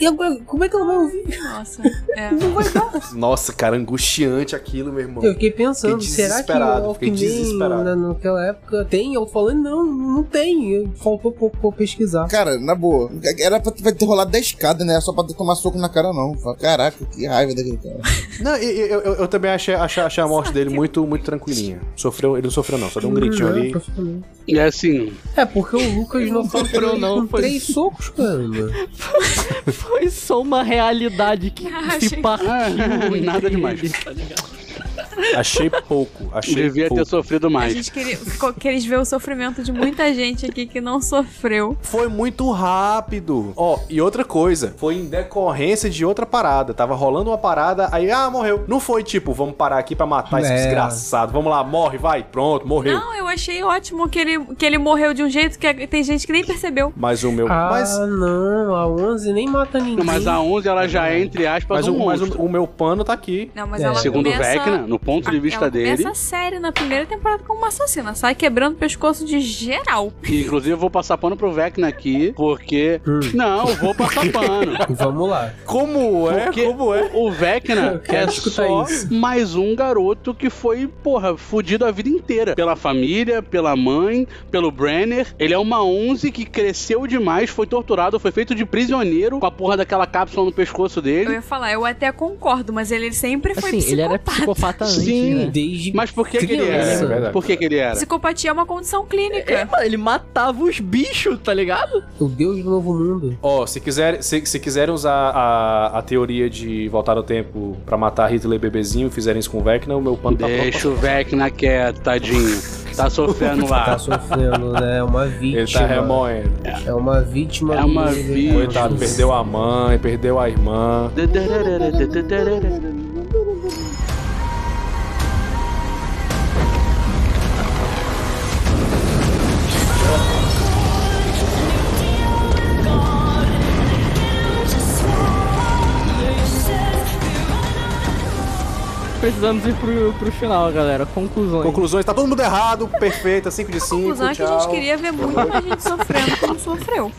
F: E agora? Como é que ela vai ouvir?
B: Nossa, é.
F: Não vai dar.
E: Nossa, cara, angustiante aquilo, meu irmão.
F: Eu fiquei pensando,
E: Fiquei
F: será que o
E: desesperado, fiquei
F: Walkman
E: desesperado.
F: na, naquela época tem? Eu falando, não, não tem. Eu- Faltou pouco pra eu pesquisar.
G: Cara, na boa, era pra pra ter rolado da escada, né? Só pra tomar soco na cara, não. Fala, Caraca, que raiva daquele cara.
E: Não, e- e- eu, eu, eu também achei, achei, achei a morte dele muito, muito tranquilinha. Sofreu, ele não sofreu, não, só deu um gritinho
F: Não,
E: ali.
F: Né, profissional.
C: E assim,
F: É, porque o Lucas
C: [LAUGHS]
F: não sofreu
A: não,
F: com
A: foi-
F: três socos, cara.
A: Foi Ah, só uma realidade que se
B: achei-
A: partiu. entre
C: nada demais.
A: eles, tá ligado?
E: Achei pouco, achei
C: devia
E: pouco.
C: ter sofrido
B: A
C: mais.
B: gente queria, ficou, queria ver o sofrimento de muita gente aqui que não sofreu.
E: Foi muito rápido. Ó, e outra coisa, foi em decorrência de outra parada. Tava rolando uma parada, aí, ah, morreu. Não foi tipo, vamos parar aqui pra matar esse
F: É.
E: desgraçado. Vamos lá, morre, vai, pronto, morreu.
B: Não, eu achei ótimo que ele, que ele morreu de um jeito que tem gente que nem percebeu.
E: Mas o meu.
F: Ah,
E: mas
F: não, a 11 nem mata ninguém.
B: um
C: Não, Mas a 11 ela já é, entre aspas,
E: mas,
C: um
E: o, mas
C: monstro.
E: o, o meu pano tá aqui.
B: Não, mas
F: É.
B: ela
C: Segundo o
B: começa...
C: Vecna, no ponto de vista
B: ela
C: dele.
B: começa a série na primeira temporada como uma assassina. Sai quebrando o pescoço de geral.
C: E, inclusive, eu vou passar pano pro Vecna aqui, porque. Não, eu vou passar pano.
F: Vamos lá.
E: Como é?
C: Porque
E: Como é?
C: O Vecna
F: Eu quero
C: é
F: escutar
C: só
F: isso.
C: mais um garoto que foi, porra, fudido a vida inteira. Pela família, pela mãe, pelo Brenner. Ele é uma 11 que cresceu demais, foi torturado, foi feito de prisioneiro com a porra daquela cápsula no pescoço
B: Eu
C: dele.
B: ia falar, eu até concordo, mas ele, ele sempre foi
A: Assim, ele era psicopata
B: psicopata.
A: antes,
C: Sim.
A: né?
F: Desde
C: Mas por que, que ele
F: criança.
E: É
C: era?
E: verdade.
C: Por que, que ele era?
B: Psicopatia é uma condição clínica.
A: É, mano, ele matava os bichos, tá ligado?
F: O Deus do Novo Mundo.
E: Ó, se quiserem se, se quiserem usar a, a teoria de voltar no tempo pra matar Hitler bebezinho e fizerem isso com o Vecna, o meu pano tá pronto.
C: Deixa o Vecna quieto, tadinho. Tá sofrendo
F: [LAUGHS] Tá
C: lá.
F: sofrendo, né? É uma vítima.
E: Ele tá remoendo.
F: É uma vítima.
C: É
F: do
C: uma
F: mundo, né?
C: vítima.
E: Coitado, perdeu a mãe, perdeu a irmã.
A: Precisamos ir pro, pro final, galera. Conclusões.
E: Conclusões, tá todo mundo errado, perfeita, 5 de 5.
B: A conclusão é que a gente
E: tchau.
B: queria ver muito mais gente sofrendo como sofreu.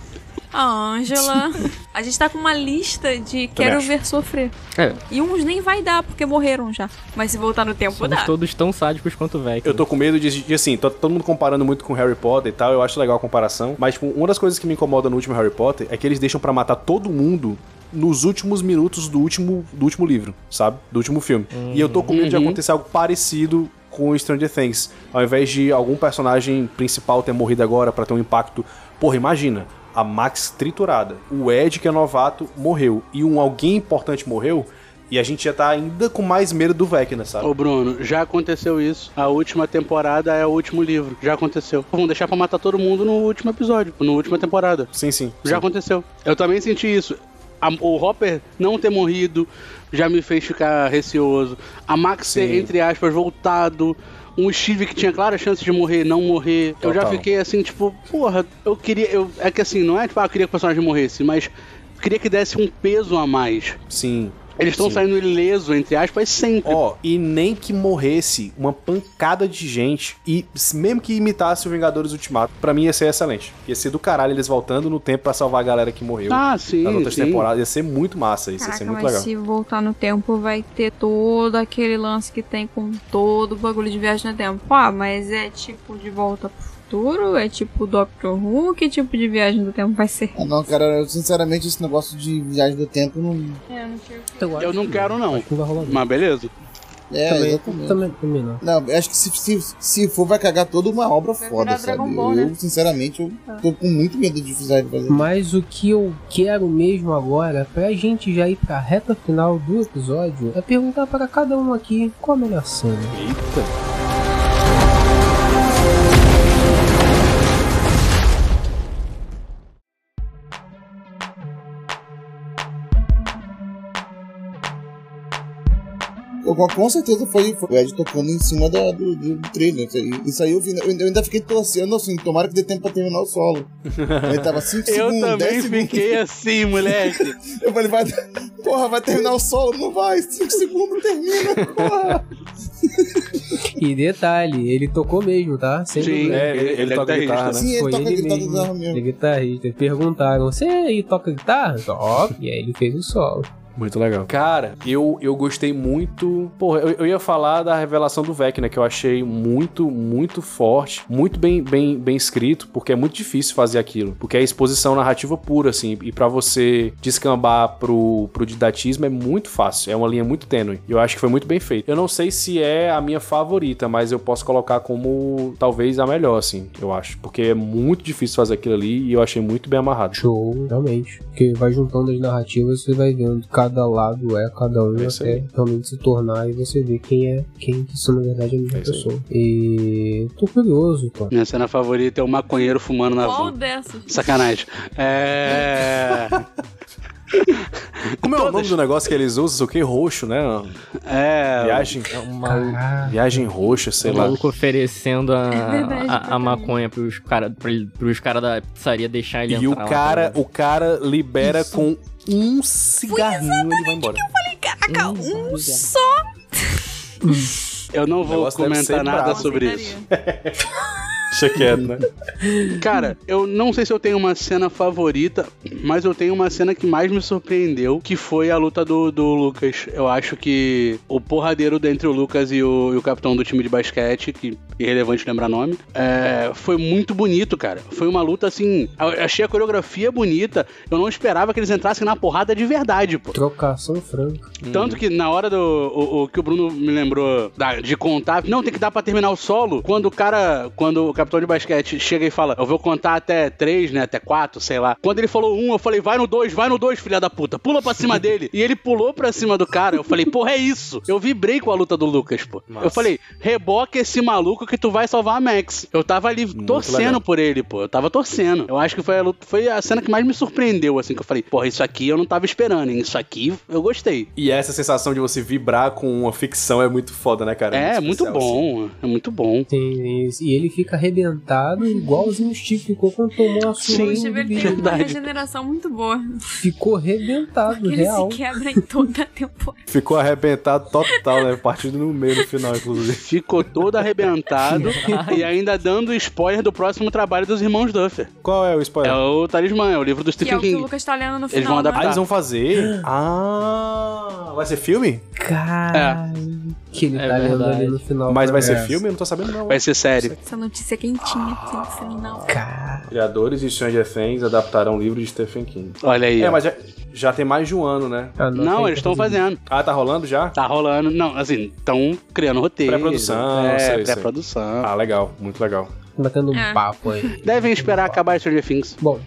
B: A Ângela. A gente tá com uma lista de quero
E: acho.
B: ver sofrer.
A: É.
B: E uns nem vai dar, porque morreram já. Mas se voltar no tempo,
A: Somos
B: dá.
A: todos tão sádicos quanto o Vecna.
E: Eu tô com medo de, de, assim, tá todo mundo comparando muito com Harry Potter e tal, eu acho legal a comparação, mas tipo, uma das coisas que me incomoda no último Harry Potter é que eles deixam pra matar todo mundo nos últimos minutos do último, do último livro, sabe? Do último filme. E eu tô com medo de
C: Uhum.
E: acontecer algo parecido com Stranger Things, ao invés de algum personagem principal ter morrido agora pra ter um impacto. Porra, imagina, a Max triturada, o Ed que é novato morreu e um alguém importante morreu. E a gente já tá ainda com mais medo do Vecna, sabe?
C: Ô Bruno, já aconteceu isso. A última temporada é o último livro. Já aconteceu. Vamos deixar pra matar todo mundo no último episódio, na última temporada.
E: Sim, sim.
C: Já aconteceu. Eu também senti isso. A- o Hopper não ter morrido já me fez ficar receoso. A Max ter,
E: Sim.
C: entre aspas, voltado. Um Steve que tinha claras chances de morrer, não morrer. Eu já
E: Total.
C: fiquei assim, tipo, porra, eu queria. Eu, é que assim, não é tipo, ah, eu queria que o personagem morresse, mas eu queria que desse um peso a mais.
E: Sim.
C: Eles estão
E: Sim.
C: saindo ileso, entre aspas, sempre.
E: Ó, e nem que morresse uma pancada de gente e s- mesmo que imitasse o Vingadores Ultimato, pra mim ia ser excelente. Ia ser do caralho eles voltando no tempo pra salvar a galera que morreu
C: ah, sim.
E: nas outras
C: sim.
E: temporadas. Ia ser muito massa, isso ia ser muito
B: mas
E: legal.
B: se voltar no tempo, vai ter todo aquele lance que tem com todo o bagulho de viagem no tempo. Ah, mas é tipo de volta pro futuro? É tipo Doctor Who? Que tipo de viagem do tempo vai ser?
G: Ah, não, cara, eu, sinceramente, esse negócio de viagem do tempo não.
B: É, não sei.
C: Eu não quero, não.
F: Não vai rolar.
C: Mas beleza.
G: É,
F: também,
G: exatamente.
F: também, também não.
G: Não, eu acho que se, se, se for, vai cagar toda uma obra
B: Vai
G: foda,
B: virar
G: sabe?
B: Dragon Ball,
G: eu,
B: né?
G: sinceramente, eu tô com muito medo de fazer de fazer.
F: Mas o que eu quero mesmo agora, pra gente já ir pra reta final do episódio, é perguntar para cada um aqui qual a melhor cena.
G: Eu- Com, com certeza foi, foi o Ed tocando em cima da- do, do, do trailer. Isso aí, isso aí eu, vi, né? eu, ainda- eu ainda fiquei torcendo assim, tomara que dê tempo pra terminar o solo. Ele tava
C: [LAUGHS]
G: 5
C: Eu
G: segundos, 10
C: também
G: segundos.
C: fiquei assim, moleque.
G: Eu falei, vai, porra, vai terminar o solo? Não vai, 5 segundos termina, porra.
F: E detalhe, ele tocou mesmo, tá? Sem
C: Sim.
F: problema.
E: É, ele, ele
C: Ele é
E: toca
C: guitarrista,
E: guitarra, né?
G: Sim, ele
F: Foi
G: toca
F: ele
G: gritando
F: mesmo.
G: do arma mesmo.
F: Ele é guitarrista. Perguntaram, você aí toca guitarra? Top. E aí ele fez o solo.
E: Muito legal. Cara, eu, eu gostei muito. Porra, eu, eu ia falar da revelação do Vecna, que eu achei muito, muito forte, muito bem, bem, bem escrito, porque é muito difícil fazer aquilo. Porque é exposição narrativa pura, assim. E pra você descambar pro, pro didatismo é muito fácil. É uma linha muito tênue. E eu acho que foi muito bem feito. Eu não sei se é a minha favorita, mas eu posso colocar como talvez a melhor, assim, eu acho. Porque é muito difícil fazer aquilo ali e eu achei muito bem amarrado.
F: Show, realmente. Porque vai juntando as narrativas, você vai vendo cada lado é cada um
E: É isso
F: até
E: aí.
F: realmente se tornar e você vê quem é quem que são na verdade a mesma
E: É isso aí.
F: pessoa. E tô curioso, cara.
C: Minha cena favorita é o maconheiro fumando na
B: Qual
C: van.
B: dessas?
C: Sacanagem. É.
E: [LAUGHS] Como é o
C: Todas.
E: nome do negócio que eles usam? O que? Roxo, né?
C: É.
E: Viagem.
G: Ah.
F: Caraca.
E: Viagem roxa, sei
A: o
E: lá.
A: maluco oferecendo a,
B: verdade,
A: a- a
B: exatamente.
A: maconha pros caras pros cara da pizzaria deixar ele
E: E o
A: entrar lá tá
E: cara,
C: né?
A: também.
E: o cara libera com um cigarrinho e ele vai embora.
B: Caraca, um só
C: Eu não
E: O
C: vou
E: negócio deve ser
C: comentar nada
E: bravo.
C: sobre
B: aceitaria.
C: isso.
E: Deixa quieto, né?
C: Cara, eu não sei se eu tenho uma cena favorita, mas eu tenho uma cena que mais me surpreendeu, que foi a luta do, do Lucas. Eu acho que o porradeiro entre o Lucas e o, e o capitão do time de basquete, que é irrelevante lembrar nome, é, foi muito bonito, cara. Foi uma luta assim. Eu achei a coreografia bonita. Eu não esperava que eles entrassem na porrada de verdade, pô.
F: Trocação franca.
C: Uhum. Tanto que na hora do. O, o que o Bruno me lembrou da- de contar. Não, tem que dar pra terminar o solo. Quando o cara. Quando o capitão de basquete chega e fala, eu vou contar até três, né? Até quatro, sei lá. Quando ele falou um, eu falei, vai no dois, vai no dois, filha da puta. Pula pra cima dele. E ele pulou pra cima do cara. Eu falei, porra, é isso. Eu vibrei com a luta do Lucas, pô. Eu falei, reboca esse maluco que tu vai salvar a Max. Eu tava ali torcendo
E: legal.
C: por ele, pô. Eu tava torcendo. Eu acho que foi a, luta- foi a cena que mais me surpreendeu, assim. Que eu falei, porra, isso aqui eu não tava esperando. hein? Isso aqui eu gostei.
E: E essa sensação de você vibrar com uma ficção é muito foda, né, cara?
C: É, muito
E: especial, assim.
C: bom, é muito bom.
F: Tem isso. E ele fica arrebentado igualzinho o Steve ficou quando tomou a sua
B: O Steve ele tem uma regeneração muito boa.
F: Ficou arrebentado,
B: Ele
F: real.
B: se quebra em toda a temporada.
E: Ficou arrebentado total, né? Partido no meio no final, inclusive.
C: Ficou todo arrebentado e ainda dando spoiler do próximo trabalho dos irmãos Duffer.
E: Qual é o
C: É
E: spoiler?
C: o Tá. Talismã, é o livro do
B: Que é
C: Stephen
B: o que o
C: King.
B: Lucas tá lendo no final.
C: vão
B: né?
E: Ah,
C: adaptar.
E: eles vão fazer? Ah, vai ser filme?
F: Cara, que ele
A: É
F: tá lendo
A: verdade.
F: ali no final.
E: Mas vai
F: É.
E: ser filme? Eu não tô sabendo, não.
C: Vai ser série.
B: Essa notícia é quentinha, sem final.
F: Cara,
E: Criadores de Stranger Things adaptarão o livro de Stephen King.
C: Olha aí.
E: É,
C: ó.
E: mas já, já tem mais de um ano, né?
F: Ah,
C: Não, eles estão fazendo.
E: Ah, tá rolando já?
C: Tá rolando. Não, assim, estão criando roteiro.
E: Pré-produção, sei,
C: É,
E: sei.
C: pré-produção.
E: Ah, legal, muito legal.
F: Batendo um
B: É.
F: papo aí.
C: Devem esperar acabar Stranger Things.
F: Bom,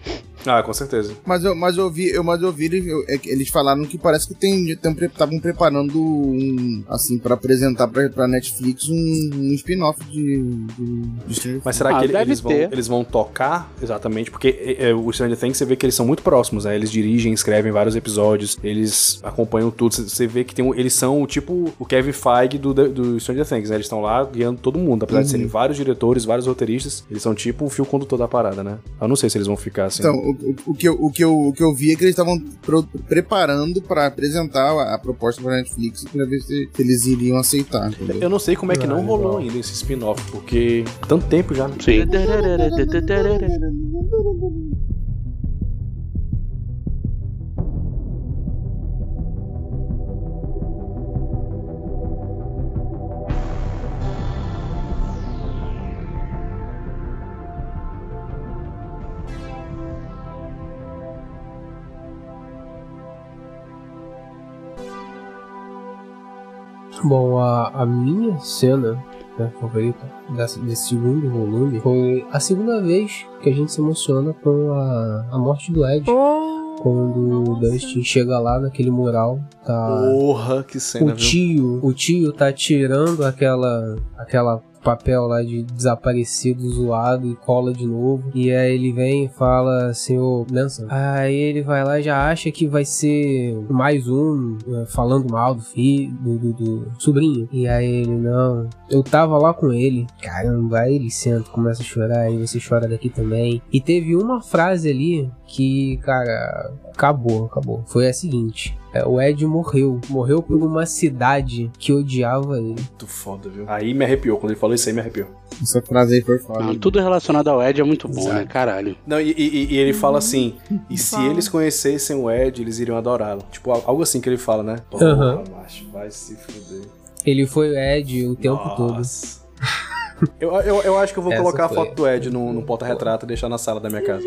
E: Ah, com certeza.
G: [LAUGHS] Mas eu, mas eu vi, eu, mas eu vi eles, eu- é que eles falaram que parece que tem estavam preparando um assim pra apresentar pra, pra Netflix um, um spin-off de, de, de Stranger
E: Mas será
C: Ah,
E: que ele-
C: deve
E: eles, vão,
C: ter.
E: eles vão tocar? Exatamente, porque é, é, o Stranger Things você vê que eles são muito próximos, né? Eles dirigem, escrevem vários episódios, eles acompanham tudo. Você- Você vê que tem um- eles são o tipo o Kevin Feige do, do Stranger Things, né? Eles estão lá guiando todo mundo, apesar de
C: Uhum.
E: serem vários diretores, vários roteiristas, eles são tipo o fio condutor da parada, né? Eu não sei se eles vão ficar assim.
G: Então, o, o- o que eu, o, que eu, o que eu vi é que eles estavam pro- preparando pra apresentar a, a proposta pra Netflix pra ver se, se eles iriam aceitar. entendeu?
E: eu não sei como é que não
F: Ah, legal.
E: rolou ainda esse spin-off, porque tanto tempo já, né?
C: Sim.
F: Bom, a, a minha cena né, favorita dessa- desse segundo volume foi a segunda vez que a gente se emociona com a, a morte do Ed.
B: Pô,
F: Quando o
B: Oh, Nossa.
F: Dustin chega lá naquele mural, tá.
E: Porra, que cena,
F: o
E: viu?
F: tio, o tio tá tirando aquela aquela papel lá de desaparecido, zoado e cola de novo. E aí ele vem e fala assim, ô Benson. Aí ele vai lá e já acha que vai ser mais um eh, falando mal do filho, do, do- do sobrinho. E aí ele, não, eu tava lá com ele. Caramba, aí ele senta, começa a chorar, aí você chora daqui também. E teve uma frase ali que, cara, acabou, acabou. Foi a seguinte: é, o Ed morreu. Morreu por uma cidade que odiava ele.
E: Muito foda, viu? Aí me arrepiou. Quando ele falou isso aí, me arrepiou.
G: Essa frase aí foi foda.
B: Ah,
C: Não, tudo relacionado ao Ed é muito bom,
G: Exato.
C: né? Caralho.
E: Não, e, e- e ele fala assim: e se
B: Fala.
E: eles conhecessem o Ed, eles iriam adorá-lo. Tipo, al- algo assim que ele fala, né? Porra,
F: Aham.
E: macho, vai se fuder.
F: Ele foi o Ed o tempo todo.
E: Nossa. [LAUGHS] Eu, eu, eu acho que eu vou
F: Essa
E: colocar
F: foi.
E: a foto do Ed
F: [LAUGHS]
E: no, no porta-retrato e deixar na sala da minha casa.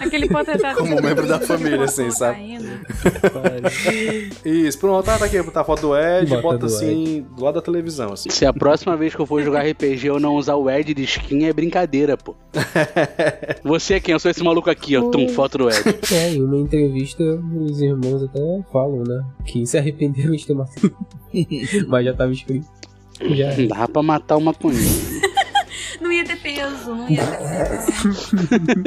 B: aquele é porta-retrato.
E: Como membro da família,
B: Tá
E: assim, sabe?
B: Caindo.
C: [LAUGHS]
E: Isso, pronto, tá, tá aqui, botar a foto do Ed,
F: Bota
E: bota,
F: do
E: assim, do lado da televisão, assim.
C: Se a próxima vez que eu for jogar RPG eu não usar o Ed de skin, é brincadeira,
E: [LAUGHS]
C: pô. Você é quem? Eu sou esse maluco aqui, ó. Tum, foto do Ed.
F: É, em uma entrevista, os irmãos até falam, né? Que se arrependeram de
C: [LAUGHS]
F: ter matado. Mas já tava escrito. Já era.
C: Dá pra matar uma punheta.
B: Não ia ter peso, não ia ter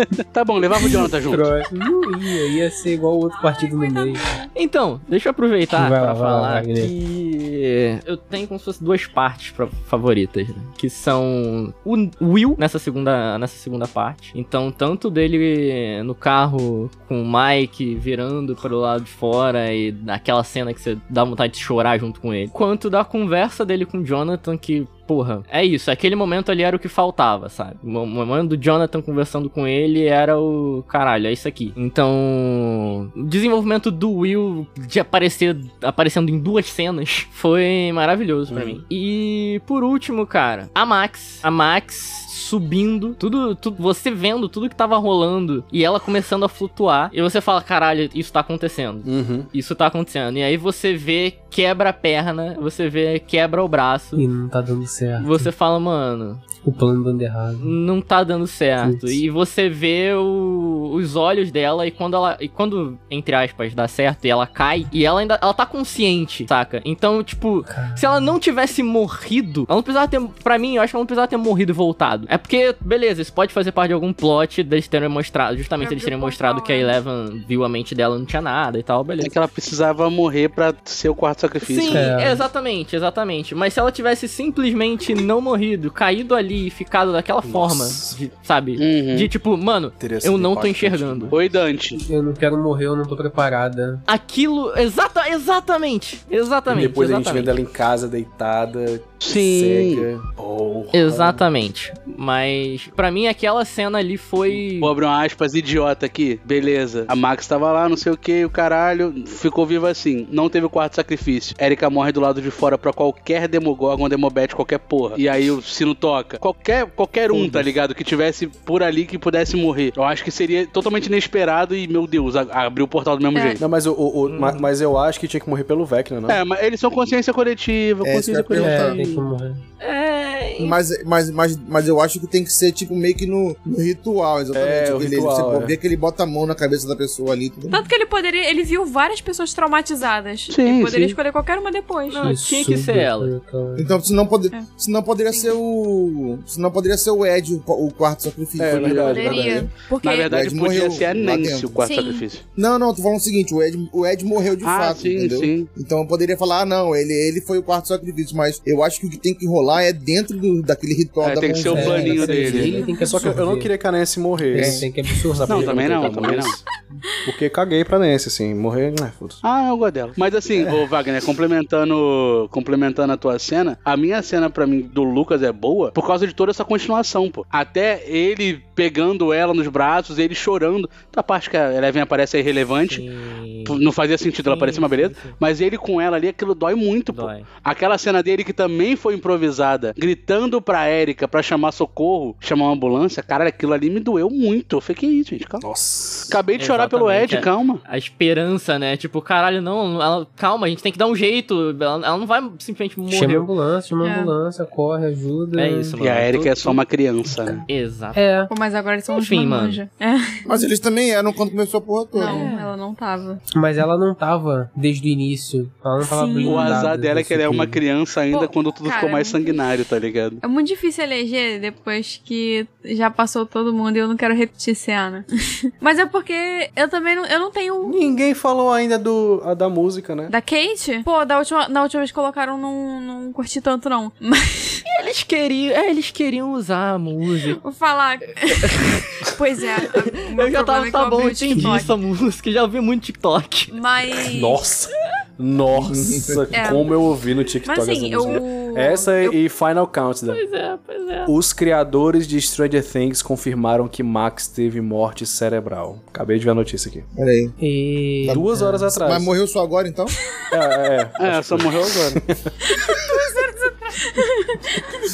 B: peso.
C: Tá bom, levava o Jonathan junto.
F: Próximo. Não ia, ia ser igual o outro partido no meio.
A: Então, deixa eu aproveitar
F: Vai lá,
A: pra
F: vai lá,
A: falar
F: Wagner.
A: que eu tenho como se fosse duas partes pra- favoritas, né? que são o Will nessa segunda, nessa segunda parte. Então, tanto dele no carro com o Mike virando pro lado de fora e naquela cena que você dá vontade de chorar junto com ele, quanto da conversa dele com o Jonathan que Porra, é isso. Aquele momento ali era o que faltava, sabe? O momento do Jonathan conversando com ele era o. Caralho, é isso aqui. Então. O desenvolvimento do Will de aparecer. aparecendo em duas cenas foi maravilhoso pra mim. E por último, cara, a Max. A Max subindo, tudo, tudo, você vendo tudo que tava rolando e ela começando a flutuar, e você fala, caralho, isso tá acontecendo
E: Uhum.
A: isso tá acontecendo. E aí você vê quebra a perna, você vê quebra o braço.
F: E não tá dando certo.
A: Você fala, mano,
F: O plano dando errado.
A: não tá dando certo.
F: Putz.
A: E você vê o- os olhos dela e quando ela. E quando, entre aspas, dá certo e ela cai, e ela ainda. Ela tá consciente, saca? Então, tipo, se ela não tivesse morrido, ela não precisava ter. Pra mim, eu acho que ela não precisava ter morrido e voltado. É porque, beleza, isso pode fazer parte de algum plot deles terem mostrado. Justamente
B: Pra
A: eles
B: abrir
A: terem
B: o portal,
A: mostrado que a
B: né?
A: Eleven viu a mente dela não tinha nada e tal, beleza.
C: É que ela precisava morrer pra ser o quarto sacrifício.
A: Sim,
F: É.
A: exatamente, exatamente. Mas se ela tivesse simplesmente não morrido, caído ali e ficado daquela forma, de- sabe?
C: Uhum.
A: De tipo, mano,
E: Teria sido
A: eu não tô
E: impactante
A: enxergando.
C: Oi, Dante.
F: Eu não quero morrer, eu não tô preparada.
A: Aquilo. Exata, exatamente. Exatamente.
E: E depois a gente vendo
A: exatamente.
E: ela em casa, deitada,
C: Sim.
E: cega. Porra.
A: Exatamente. Mas, pra mim, aquela cena ali foi.
C: Vou abrir um aspas, idiota aqui. Beleza. A Max tava lá, não sei o que, o caralho. Ficou viva assim. Não teve o quarto sacrifício. Erika morre do lado de fora pra qualquer Demogorgon, Demobete, qualquer porra. E aí o sino toca. Qualquer, qualquer um, tá ligado? Que tivesse por ali que pudesse morrer. Eu acho que seria totalmente inesperado e, meu Deus, a- abriu o portal do mesmo
B: É.
C: jeito.
E: Não, mas, o, o- o- ma- mas eu acho que tinha que morrer pelo Vecna, não?
C: É, mas eles são consciência coletiva,
G: É, isso que
C: consciência
G: eu ia perguntar.
F: É,
C: coletiva.
F: tem que morrer.
A: É.
G: Mas, mas, mas, mas eu acho que tem que ser tipo meio que no, no ritual, exatamente.
E: É, o
G: ele,
E: ritual,
G: você
E: é.
G: vê que ele bota a mão na cabeça da pessoa ali. Tudo
B: Tanto que ele poderia. Ele viu várias pessoas traumatizadas.
C: Sim,
B: ele poderia
C: sim.
B: escolher qualquer uma depois.
A: Não, tinha que ser ela.
G: Então, se não pode,
B: É.
G: se não poderia
B: Sim.
G: ser o, se não poderia ser o Ed o, o quarto sacrifício. né?
E: É,
G: Poderia.
E: verdade,
B: Poderia. Porque
C: Na verdade,
G: Ed
C: podia
G: morreu
C: ser a
G: lá
C: Nancy
G: dentro.
C: o quarto
B: Sim.
C: sacrifício.
G: Não, não, tô falando o seguinte, o Ed, o Ed morreu de
C: ah,
G: fato,
C: sim,
G: entendeu?
C: sim.
G: Então eu poderia falar, ah, não, ele, ele foi o quarto sacrifício, mas eu acho que o que tem que rolar é dentro do, daquele ritual
C: É,
G: da
C: tem que ser o
G: mãozinha.
C: planinho
G: Essa-
C: dele.
F: Ele tem que
E: Só que eu não
F: absorver.
E: queria que a Nancy morresse.
F: É, tem que
G: Tá
F: absorver.
C: Não, também não, também não.
E: [LAUGHS] Porque caguei pra Nancy, assim. Morrer, né, foda-se.
C: Ah, eu gosto dela. Mas assim,
G: É.
C: ô Wagner, complementando, complementando a tua cena, a minha cena pra mim do Lucas é boa por causa de toda essa continuação, pô. Até ele pegando ela nos braços, ele chorando. A parte que a Eleven aparece é irrelevante.
A: Sim.
C: Pô, Não fazia sentido ela
A: Sim,
C: aparecer, mas beleza.
A: sim, sim.
C: Mas ele com ela ali, aquilo dói muito, pô.
A: Dói.
C: Aquela cena dele que também foi improvisada, gritando pra Erika pra chamar socorro, chamar uma ambulância, cara, aquilo ali me doeu muito. Eu falei, que isso, gente, calma.
E: Nossa.
C: Acabei de chorar pelo
A: Exatamente, é.
C: Ed, calma.
A: A esperança, né? Tipo, caralho, não, ela- calma, a gente tem que dar um jeito. Ela, ela não vai simplesmente morrer.
F: Chama a ambulância, chama a
B: É.
F: ambulância, corre, ajuda.
A: É isso, mano.
C: E a Erika é só uma criança, né?
A: Exato.
F: É.
B: Pô, mas agora eles são uns
A: Enfim, mano.
B: marmanjos. É,
G: Mas eles também eram quando começou a porra toda.
B: não, ela não tava.
F: Mas ela não tava desde o início. Ela não tava
B: Sim.
F: blindada.
C: O azar dela é que ela é
F: disso
C: uma
F: tudo.
C: criança ainda
B: Pô,
C: quando tudo
B: cara,
C: ficou mais
B: é muito-
C: sanguinário, tá ligado?
B: É muito difícil eleger depois que já passou todo mundo e eu não quero repetir cena. [LAUGHS] mas é porque eu também não, eu não tenho. um
E: Ninguém falou ainda do, a da música, né?
B: Da Kate? Pô, da última, na última vez que colocaram, não, não curti tanto, não. Mas
A: Eles queriam, é, eles queriam usar a música.
B: vou falar. [LAUGHS] pois é. o meu
A: Eu já
B: problema
A: tava,
B: é
A: tá
B: que abri
A: bom,
B: o
A: entendi
B: TikTok.
A: essa música, já ouvi muito TikTok.
B: Mas.
E: Nossa. Nossa,
B: É.
E: como eu ouvi no TikTok
B: Mas assim,
E: essa
B: eu.
E: música. Essa
B: eu,
E: e Final Countdown.
A: Pois é, pois é.
E: Os criadores de Stranger Things confirmaram que Max teve morte cerebral. Acabei de ver a notícia aqui.
G: Pera aí.
F: E...
E: Duas horas atrás.
G: Mas morreu só agora então?
E: É, é, é.
C: É, só morreu agora.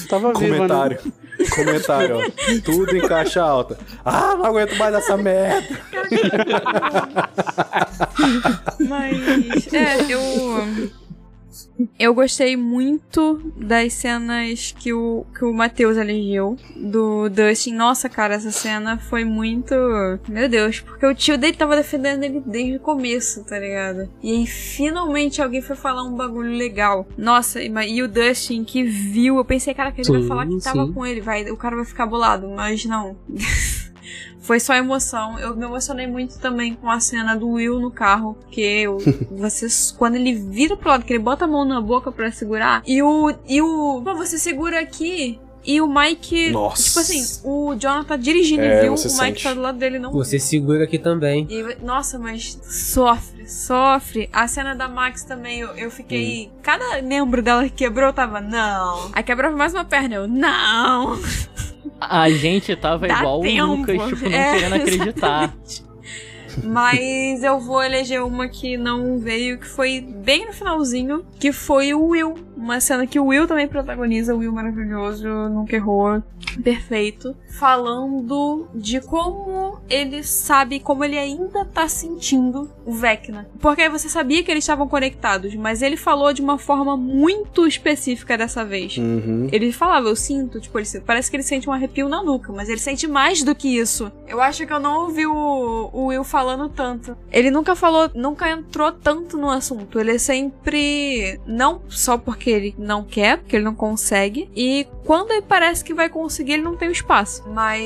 C: Tava viva,
E: Comentário. Comentário, ó. Tudo em caixa alta. Ah, não aguento mais essa merda.
B: Mas. É, eu. Eu gostei muito das cenas que o, que o Matheus elegeu do Dustin. Nossa, cara, essa cena foi muito. Meu Deus, porque o tio dele tava defendendo ele desde o começo, tá ligado? E aí finalmente alguém foi falar um bagulho legal. Nossa, e, ma- e o Dustin que viu, eu pensei, cara, que ele vai
F: Sim,
B: falar que tava
F: sim.
B: com ele, vai, o cara vai ficar bolado, mas não. Foi só emoção. Eu me emocionei muito também com a cena do Will no carro, porque
E: [LAUGHS]
B: eu- você, quando ele vira pro lado, que ele bota a mão na boca pra segurar, e o. E o. Pô, você segura aqui. E o Mike.
E: Nossa.
B: Tipo assim, o Jonathan tá dirigindo
E: É,
B: e viu, o
E: você
B: Mike
E: sente.
B: tá do lado dele não.
F: Você segura aqui também.
B: E, nossa, mas sofre, sofre. A cena da Max também, eu, eu fiquei. Cada membro dela que quebrou, eu tava, não. Aí quebrava mais uma perna, eu, não.
A: A gente tava
B: Dá
A: igual
B: tempo.
A: o Lucas, tipo, não
B: É,
A: querendo acreditar.
B: Mas eu vou eleger uma que não veio, que foi bem no finalzinho, que foi o Will. Uma cena que o Will também protagoniza, o Will maravilhoso, nunca errou, perfeito. Falando de como ele sabe, como ele ainda tá sentindo o Vecna. Porque você sabia que eles estavam conectados, mas ele falou de uma forma muito específica dessa vez.
E: Uhum.
B: Ele falava, eu sinto, tipo, ele, se- parece que ele sente um arrepio na nuca, mas ele sente mais do que isso. Eu acho que eu não ouvi o, o Will falando tanto. Ele nunca falou, nunca entrou tanto no assunto. Ele é sempre. Não só porque ele não quer, porque ele não consegue. E quando ele parece que vai conseguir, ele não tem o espaço. Mas.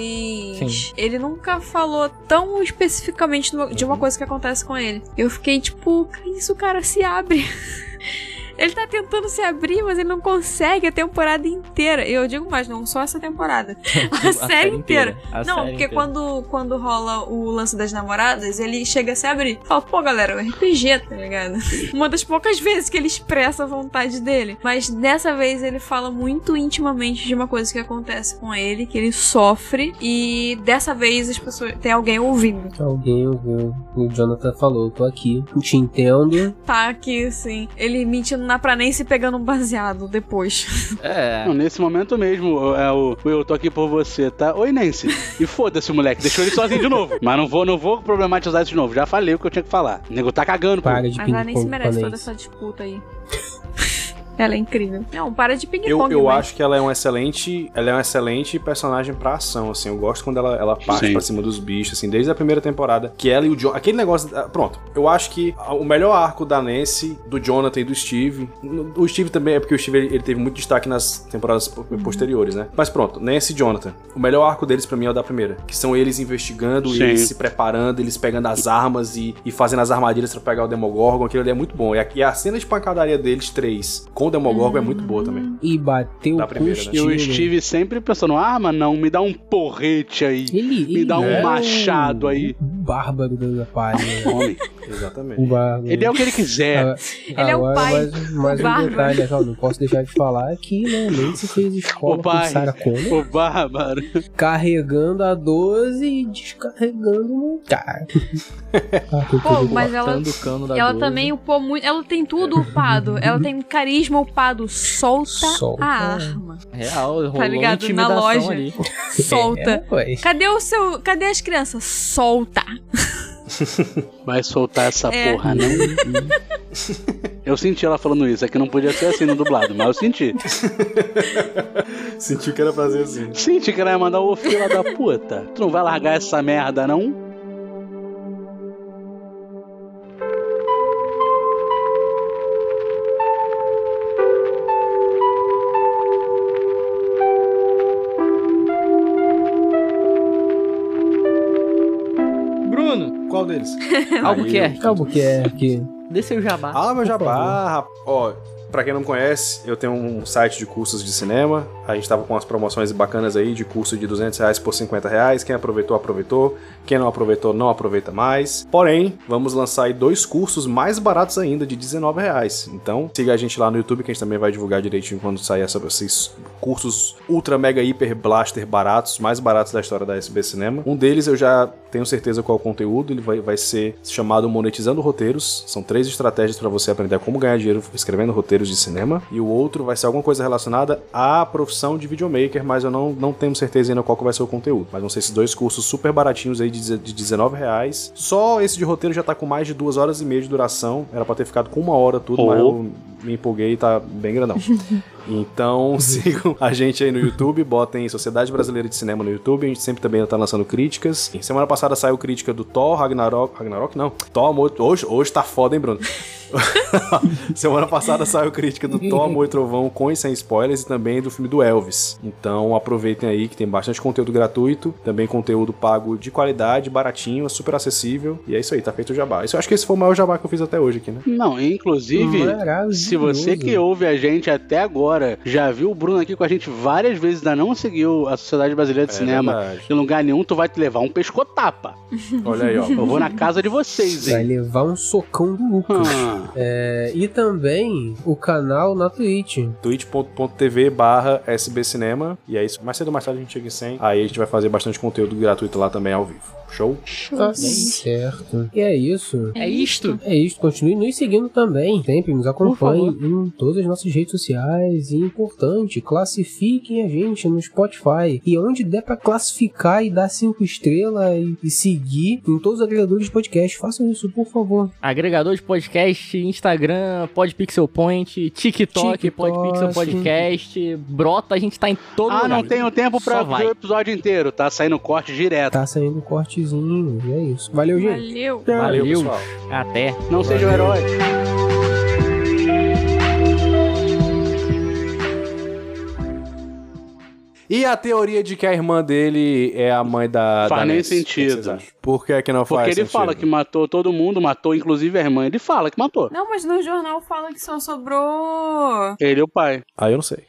A: Sim.
B: Ele nunca falou tão especificamente no- de uma coisa que acontece com ele. Eu fiquei tipo, que isso, cara, se abre. Ele tá tentando se abrir, mas ele não consegue a temporada inteira. Eu digo mais, não só essa
A: [LAUGHS]
B: temporada. A, série inteira.
A: A
B: não,
A: série
B: porque
A: inteira.
B: Quando, quando rola o lance das namoradas, ele chega a se abrir. Fala, pô, galera, o RPG,
A: [LAUGHS]
B: tá ligado? Uma das poucas vezes que ele expressa a vontade dele. Mas dessa vez ele fala muito intimamente de uma coisa que acontece com ele, que ele sofre. E dessa vez as pessoas. Tem alguém ouvindo.
F: Alguém ouviu. O Jonathan falou, tô aqui. Te entendo.
B: Tá aqui, assim. Ele mentindo na pranense e pegando um baseado depois.
A: É.
C: [LAUGHS] Não, nesse momento mesmo, é o Will, eu tô aqui por você, tá? Oi, Nancy. E foda-se, moleque, deixou ele sozinho de novo. Mas não vou, não vou problematizar isso de novo. Já falei o que eu tinha que falar. O nego tá cagando, pô.
F: Para de
B: Mas ela nem se
F: ping-pong
B: merece toda
F: panense.
B: essa disputa aí. [LAUGHS] ela é incrível. Não, para de
E: Eu,
B: ping-pong.
E: eu
B: mas-
E: acho que ela é um excelente, ela é um excelente personagem pra ação, assim. Eu gosto quando ela, ela parte
C: Sim.
E: pra cima dos bichos, assim, desde a primeira temporada, que ela e o John, aquele negócio, ah, pronto. Eu acho que a- o melhor arco da Nancy, do Jonathan e do Steve, o Steve também é porque o Steve ele, ele teve muito destaque nas temporadas po- posteriores, né? Mas pronto, Nancy e Jonathan. O melhor arco deles pra mim é o da primeira, que são eles investigando,
C: Sim.
E: eles se preparando, eles pegando as armas e, e fazendo as armadilhas pra pegar o Demogorgon, aquilo ali é muito bom. E a, e a cena de pancadaria deles três com com o Demogorgon é muito boa também.
F: E bateu
E: Da
F: com o
E: primeira, né?
C: E
F: Steve.
C: o Steve sempre pensando, ah, mas não, me dá um porrete aí.
F: Ele,
C: Me dá um
F: ele é
C: machado aí.
F: O bárbaro da palha.
C: Homem.
E: Exatamente.
F: O bárbaro.
C: Ele é o que ele quiser.
F: Ah,
B: Ele é o pai.
F: Mais, mais um
B: Bárbaro.
F: detalhe, né, Raul? não posso deixar de falar que né,
B: [LAUGHS]
F: Nancy fez escola
C: O
F: com
C: pai.
F: Sarah Connor,
C: O bárbaro.
F: carregando a 12 e descarregando no cara.
B: Pô, mas ela.
A: Cortando o cano da
B: Ela
A: Globo.
B: também upou muito. Ela tem tudo upado. Ela tem um carisma upado. Solta,
F: Solta.
B: a arma.
A: Real, rolou
B: Tá ligado? Na
A: intimidação
B: loja.
A: ali.
B: [LAUGHS] Solta.
F: É, ué.
B: Cadê o seu. Cadê as crianças? Solta.
C: Vai soltar essa
B: É.
C: porra, não? eu senti ela falando isso, é que não podia ser assim no dublado, mas eu senti.
E: Sentiu que era fazer assim.
C: Senti que ela ia mandar o fila da puta. Tu não vai largar essa merda, não?
A: Bruno,
E: Qual [LAUGHS] deles?
A: Albuquerque.
F: é. Albuquerque.
A: dê seu jabá.
E: Ah,
F: favor.
E: meu jabá, rapaz. Ó, pra quem não conhece, eu tenho um site de cursos de cinema. A gente tava com umas promoções bacanas aí de curso de 200 reais por 50 reais. Quem aproveitou, aproveitou. Quem não aproveitou, não aproveita mais. Porém, vamos lançar aí dois cursos mais baratos ainda, de 19 reais. Então, siga a gente lá no YouTube, que a gente também vai divulgar direitinho quando sair essa, esses cursos ultra, mega, hiper, blaster baratos, mais baratos da história da SB Cinema. Um deles eu já tenho certeza qual é o conteúdo, ele vai, vai ser chamado Monetizando Roteiros. São três estratégias para você aprender como ganhar dinheiro escrevendo roteiros de cinema. E o outro vai ser alguma coisa relacionada à profissão de videomaker, mas eu não, não tenho certeza ainda qual que vai ser o conteúdo. Mas vão ser esses dois cursos super baratinhos aí de, deze- de 19 reais. Só esse de roteiro já tá com mais de duas horas e meia de duração. Era para ter ficado com uma hora tudo, mas
C: Oh.
E: eu me empolguei e tá bem grandão. Então [LAUGHS] sigam a gente aí no YouTube, botem Sociedade Brasileira de Cinema no YouTube, a gente sempre também tá lançando críticas. E semana passada saiu crítica do Thor, Ragnarok. Ragnarok não. Thor Amor. Hoje, hoje tá foda, hein, Bruno? [LAUGHS] semana passada saiu crítica do Thor Amor e Trovão com e sem spoilers e também do filme do Elvis. Então aproveitem aí que tem bastante conteúdo gratuito, também conteúdo pago de qualidade, baratinho, super acessível. E é isso aí, tá feito o jabá. Isso, eu acho que esse foi o maior jabá que eu fiz até hoje aqui, né?
C: Não, inclusive.
F: é Maravilhoso.
C: Se você que ouve a gente até agora já viu o Bruno aqui com a gente várias vezes, ainda não seguiu a Sociedade Brasileira de
E: É
C: Cinema
E: verdade.
C: em lugar nenhum, tu vai te levar um pescotapa.
E: Olha aí, ó.
C: Eu vou na casa de vocês,
F: Vai
C: hein?
F: levar um socão do Lucas.
C: Ah,
F: É, e também o canal na Twitch.
E: twitch.tv barra sbcinema e é isso. Mais cedo ou mais tarde a gente chega em 100 aí a gente vai fazer bastante conteúdo gratuito lá também ao vivo. Show?
F: Tá certo. E é isso.
A: É isto?
F: É isso, continue nos seguindo também. Sempre nos acompanhe
A: Por
F: em todas as nossas redes sociais. E importante, classifiquem a gente no Spotify. E onde der pra classificar e dar cinco estrelas e, e seguir em todos os agregadores de podcast, façam isso, por favor.
A: Agregador de podcast, Instagram, Podpixel Point, TikTok,
F: TikTok.
A: Podpixel Podcast, Brota, a gente tá em todo
C: ah
A: lugar.
C: não tenho tempo pra
A: Só
C: ver
A: vai.
C: o episódio inteiro, tá saindo corte direto.
F: Tá saindo um cortezinho. E é isso. Valeu, gente.
B: Valeu.
A: um- Valeu,
E: pessoal.
A: Até.
C: Não seja o herói.
E: E a teoria de que a irmã dele é a mãe da.
C: Faz
E: da
C: nem
E: Nancy?
C: sentido.
E: O que vocês acham? Por que, é que não
C: Porque
E: faz
C: ele
E: sentido?
C: fala que matou todo mundo, matou inclusive a irmã. Ele fala que matou.
B: Não, mas no jornal fala que só sobrou.
C: Ele e o pai.
E: Ah, eu não sei.